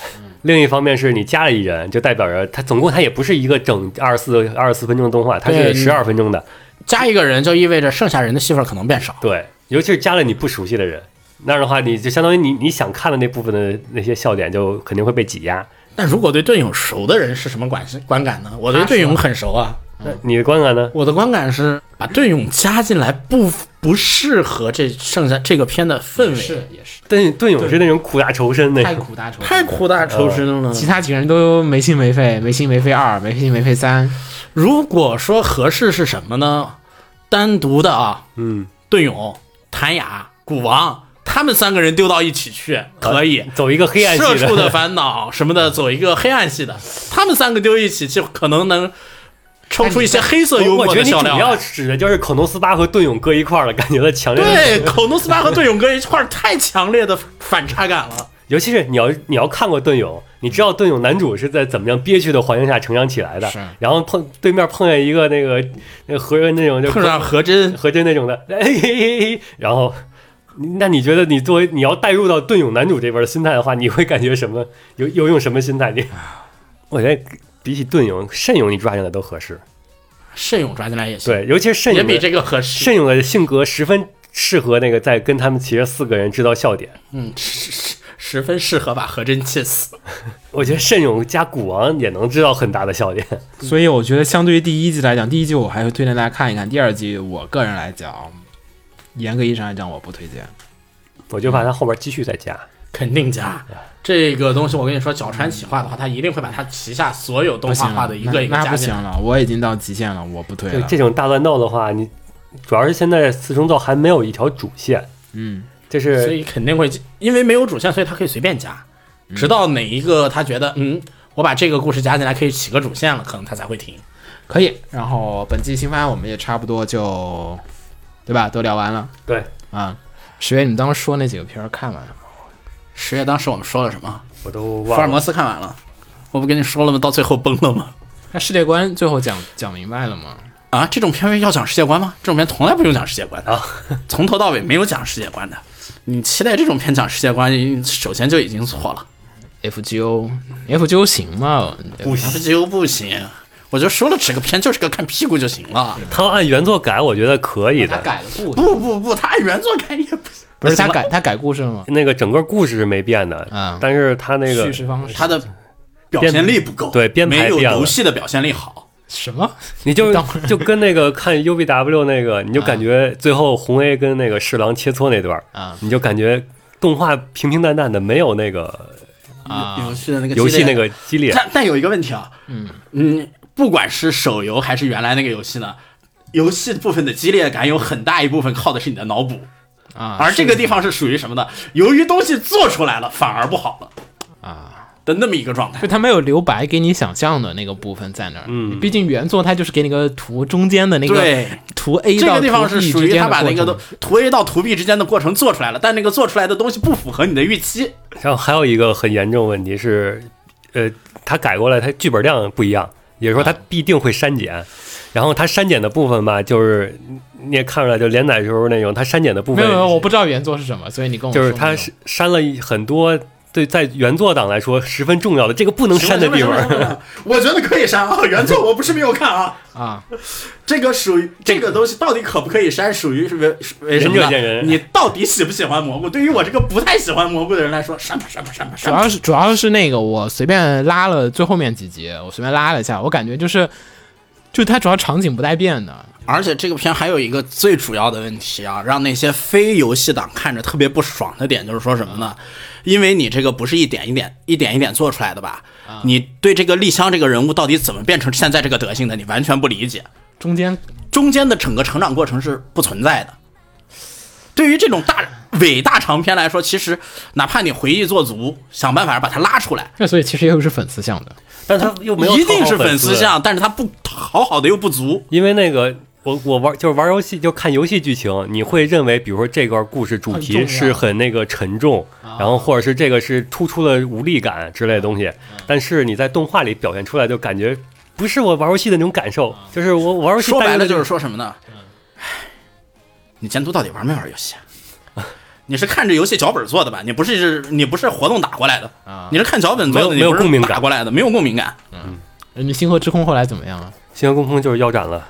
另一方面是你加了一人，就代表着它总共它也不是一个整二十四二十四分钟的动画，它对是十二分钟的。加一个人就意味着剩下人的戏份可能变少。对，尤其是加了你不熟悉的人，那样的话，你就相当于你你想看的那部分的那些笑点，就肯定会被挤压。但如果对盾勇熟的人是什么感观感呢？我对盾勇很熟啊，那你的观感呢？我的观感是把盾勇加进来不不适合这剩下这个片的氛围，是也是盾盾勇是那种苦大仇深那太种，苦大仇深太了。苦大仇深呃了。其他几个人都没心没肺，没心没肺二，没心没肺三，如果说合适是什么呢？单独的啊，嗯，盾勇、谭雅、古王他们三个人丢到一起去可以。走一个呃黑暗系社畜的 的，烦恼什么的，走一个黑暗系的，他们三个丢一起就可能能抽出一些黑色幽我默的觉得哎你笑主料来。要指的就是口农斯巴和盾勇搁一块儿了，感觉到强烈的对，口奴斯巴和队勇哥一块儿，太强烈的反差 感了。尤其是你要你要看过《盾勇》，你知道《盾勇》男主是在怎么样憋屈的环境下成长起来的是，然后碰对面碰见一个那个那个和那种就碰上何真，和真那种的，哎嘿嘿嘿，然后那你觉得你作为你要带入到《盾勇》男主这边的心态的话，你会感觉什么？有有用什么心态？你我觉得比起《盾勇》，慎勇你抓进来都合适，慎勇抓进来也行，对，尤其是慎也勇比的这个合适。慎勇的性格十分适合那个在跟他们其实四个人制造笑点。嗯，十十十分适合把何真气死。我觉得慎勇加古王也能制造很大的笑点。所以我觉得相对于第一季来讲，第一季我还会推荐大家看一看，第二季我个人来讲，严格意义上来讲我不推荐。我就怕他后边继续再加。肯定加这个东西，我跟你说，角川企划的话，他一定会把他旗下所有动不行画了化的一个一个那那加不进行来。了，我已经到极限了，我不推对啊了。这种大乱斗的话，你主要是现在四重奏还没有一条主线，嗯，这所是以肯定会，因为没有主线，所以他可以随便加，直到哪一个他觉得，嗯，我把这个故事加进来可以起个主线了，可能他才会停。可以。然后本季新番我们也差不多就，对吧？都聊完了对。啊。十月，你当时说那几个片儿看完了吗？十月当时我们说了什么？我都福尔忘了。摩斯看完了，我不跟你说了吗？到最后崩了吗？那世界观最后讲讲明白了吗？啊，这种片要讲世界观吗？这种片从来不用讲世界观啊的，从头到尾没有讲世界观的。你期待这种片讲世界观，首先就已经错了。 F G O F G O 行吗？不行，啊这又不行，我就说了，整个片就是个看屁股就行了。他要按原作改，我觉得可以他的。改了不？不不不，他按原作改也不行。不是那他行改他改故事了吗？那个整个故事是没变的，嗯但是他那个叙事方式他的表现力不够，对编排没有变了游戏的表现力好。什么？你就当就跟那个看 UBW 那啊个，你就感觉最后红 A 跟那个侍郎切磋那段儿啊你就感觉动画平平淡淡的，没有那个啊游戏的那个游戏系列那个激烈。但但有一个问题啊，嗯不管是手游还是原来那个游戏呢，游戏部分的激烈感有很大一部分靠的是你的脑补，啊！而这个是地方是属于什么呢？由于东西做出来了，反而不好了啊，的那么一个状态就。他没有留白给你想象的那个部分在那儿。嗯，毕竟原作它就是给你个图，中间的那个对，图 A 这到个地方图是 B 属之于间他的把过那个都程。图 A 到图 B 之间的过程做出来了，但那个做出来的东西不符合你的预期。然后还有一个很严重问题是，呃，他改过来，他剧本量不一样，也就是啊说他必定会删减。然后他删减的部分吧，就是你也看出来，就连载时候那种，他删减的部没分有没有，我不知道原作是什么，所以你哦跟我就是说他没有是删了很多对在原作党来说十分重要的这个不能删的地什么什么方。什么我觉得可以删啊。原作我不是没有看啊，啊，这个属于这个东西到底可不可以删，属于是为为什么呢？仁者见仁你到底喜不喜欢蘑菇？对于我这个不太喜欢蘑菇的人来说，删吧删吧删吧主删吧。要是主要是那个我随便拉了最后面几集，我随便拉了一下，我感觉就是就它主要场景不带变的，而且这个片还有一个最主要的问题啊，让那些非游戏党看着特别不爽的点就是说什么呢？因为你这个不是一点一点、一点一点做出来的吧？你对这个丽香这个人物到底怎么变成现在这个德行的，你完全不理解。中间中间的整个成长过程是不存在的。对于这种大伟大长篇来说，其实哪怕你回忆做足，想办法把它拉出来，那所以其实又是粉丝向的， 但是他又没有一定是讨好粉丝向，但是他不好好的又不足。因为那个我我玩就是玩游戏，就看游戏剧情，你会认为，比如说这段故事主很重题要是很那个沉重，啊然后或者是这个是突出了无力感之类的东西，但是你在动画里表现出来，就感觉不是我玩游戏的那种感受，就是我玩游戏说白带了着就是说什么呢？唉你监督到底玩没玩游戏啊？你是看着游戏脚本做的吧？你不是你不是活动打过来的啊你是看脚本做的，没有你不是没有共鸣感打过来的，没有共鸣感。嗯，星河之空后来怎么样啊？星河空空就是腰斩了，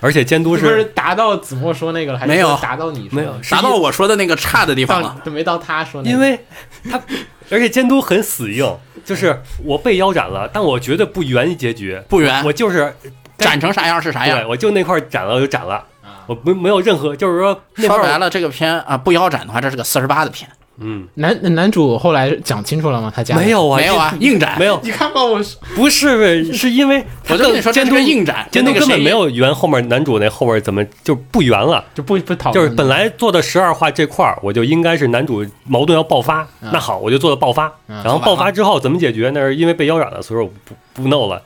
而且监督是不是是达到子墨说那个了，还是没有说达到你说没的有达到我说的那个差的地方到了，都没到他说那个，因为他， 而且监督很死硬，就是我被腰斩了，但我绝对不圆结局，不圆我，就是斩成啥样是啥样对，。我就那块斩了我就斩了啊，我没没有任何就是说那说块白儿了，这个片啊，不腰斩的话，这是个四十八的片，嗯男男主后来讲清楚了吗？他家里没，有啊没有啊，硬斩没有你看过我不是是因为 他我就跟你说，监这督是个硬斩，监督那个根本谁没有圆后面男主那后面怎么就不圆了。就不不哦讨论就是了，本来做的十二话这块儿，我就应该是男主矛盾要爆发，啊那好，我就做到爆发。然后爆发之后怎么解决？那是因为被腰斩了，所以我不不弄了。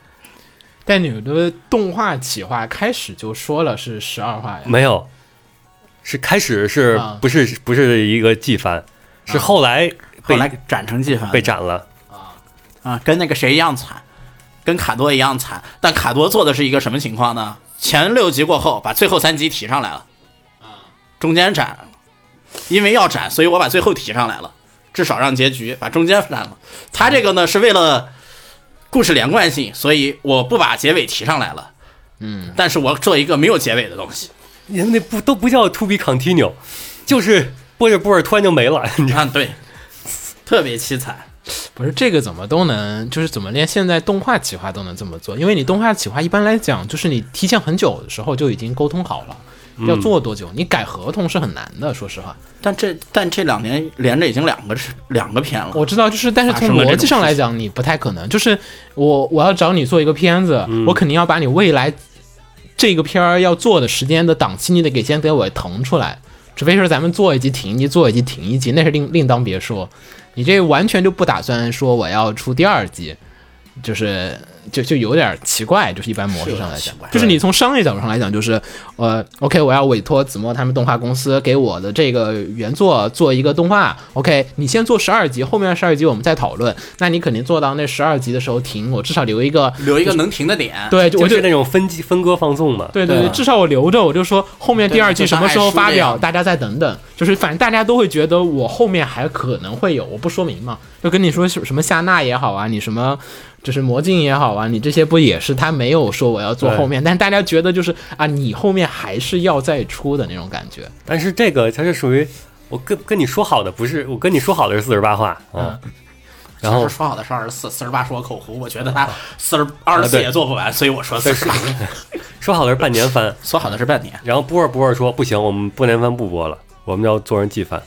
但你的动画企划开始就说了是十二话呀，没有，是开始是啊不是不是一个季番，啊是后来后被来斩成计分被斩了。啊，跟那个谁一样惨，跟卡多一样惨。但卡多做的是一个什么情况呢？前六集过后，把最后三集提上来了，中间斩，因为要斩，所以我把最后提上来了，至少让结局把中间斩了。他这个呢是为了故事连贯性，所以我不把结尾提上来了。嗯，但是我做一个没有结尾的东西。你们那不都不叫 to be continue，就是播着播着突然就没了， 你知道啊，吗对，特别凄惨。不是这个怎么都能，就是怎么连现在动画企划都能这么做？因为你动画企划一般来讲，就是你提前很久的时候就已经沟通好了，要做多久，你改合同是很难的。说实话，但这但这两年连着已经两个是两个片了，我知道，就是但是发从生了这逻种辑上来讲，你不太可能。就是我我要找你做一个片子，我肯定要把你未来这个片儿要做的时间的档期，你得给先给我腾出来。除非是咱们做一集停一集，做一集停一集，那是另另当别说。你这完全就不打算说我要出第二季，就是就就有点奇怪，就是一般模式上来是讲有点奇怪，就是你从商业角度上来讲，就是呃，OK，我要委托子墨他们动画公司给我的这个原作做一个动画，OK，你先做十二集，后面十二集我们再讨论。那你肯定做到那十二集的时候停，我至少留一个，留一个能停的点。对，就我就就是那种分级分割放纵嘛。对对对对，啊至少我留着，我就说后面第二季对就什像么时候发爱书那表，样大家再等等。就是反正大家都会觉得我后面还可能会有，我不说明嘛。就跟你说什什么夏娜也好啊，你什么就是魔镜也好啊，你这些不也是他没有说我要做对后面，但大家觉得就是啊，你后面还是要再出的那种感觉。但是这个它是属于我跟跟你说好的不是，我跟你说好的是四十八话啊。然嗯后其实说好的是二十四，四十八是我口胡，我觉得他四十二十四对也做不完，所以我说四十八。 说好的是半年番，说好的是半年，然后波尔波尔说不行，我们半年番不播了，我们要做成季番，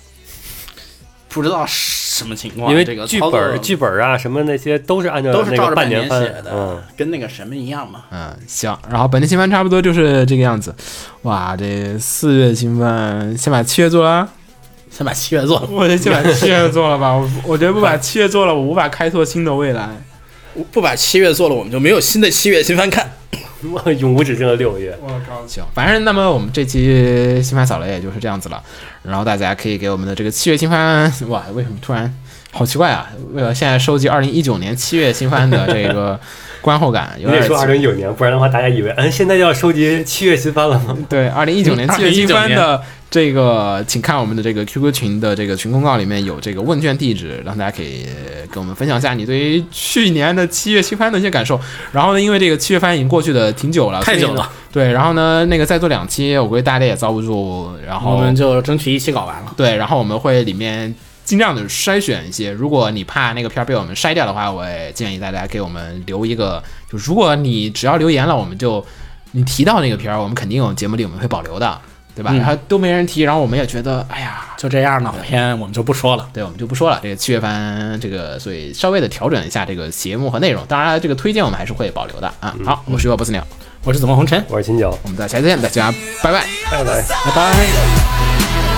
不知道是什么情况，因为这个剧操作本剧本啊什么那些都是按照都是那照个着半年番写的，嗯。跟那个什么一样嘛。嗯，行，然后本期新番差不多就是这个样子，哇，这四月新番先把七月做了啊，先把七月做了，我就先把七月做了吧，我我觉得 不把七月做了，我无法开拓新的未来。不把七月做了，我们就没有新的七月新番看。 永无止境的六月，行，反正那么我们这期新番扫雷也就是这样子了，然后大家可以给我们的这个七月新番，哇，为什么突然好奇怪啊？为了现在收集二零一九年七月新番的这个观后感，你有得点说二零一九年，不然的话大家以为，嗯，现在就要收集七月新番了吗？对，二零一九年七月新番的这个，请看我们的这个 QQ 群的这个群公告里面有这个问卷地址，让大家可以跟我们分享一下你对于去年的七月新番的一些感受。然后呢，因为这个七月番已经过去的挺久了，太所久以呢了。对，然后呢，那个再做两期，我估计大家也遭不住。然后我们就争取一起搞完了。对，然后我们会里面尽量的筛选一些。如果你怕那个片儿被我们筛掉的话，我也建议大家给我们留一个，就如果你只要留言了，我们就你提到那个片儿，我们肯定有节目里我们会保留的，对吧？然后都没人提，然后我们也觉得，哎呀。就这样，老片我们就不说了。对，我们就不说了。这个七月番，这个所以稍微的调整一下这个节目和内容。当然，这个推荐我们还是会保留的啊。好，我是主播不死鸟，我是紫梦红尘，我是秦九，我们在下期见，大家拜拜。拜拜。拜拜。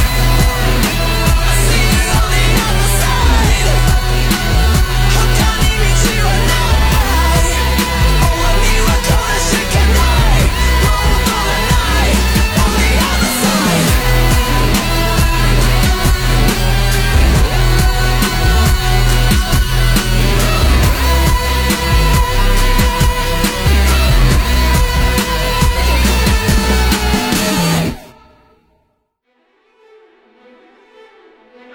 Side.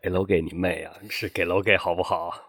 给楼给你妹啊，是给楼给好不好？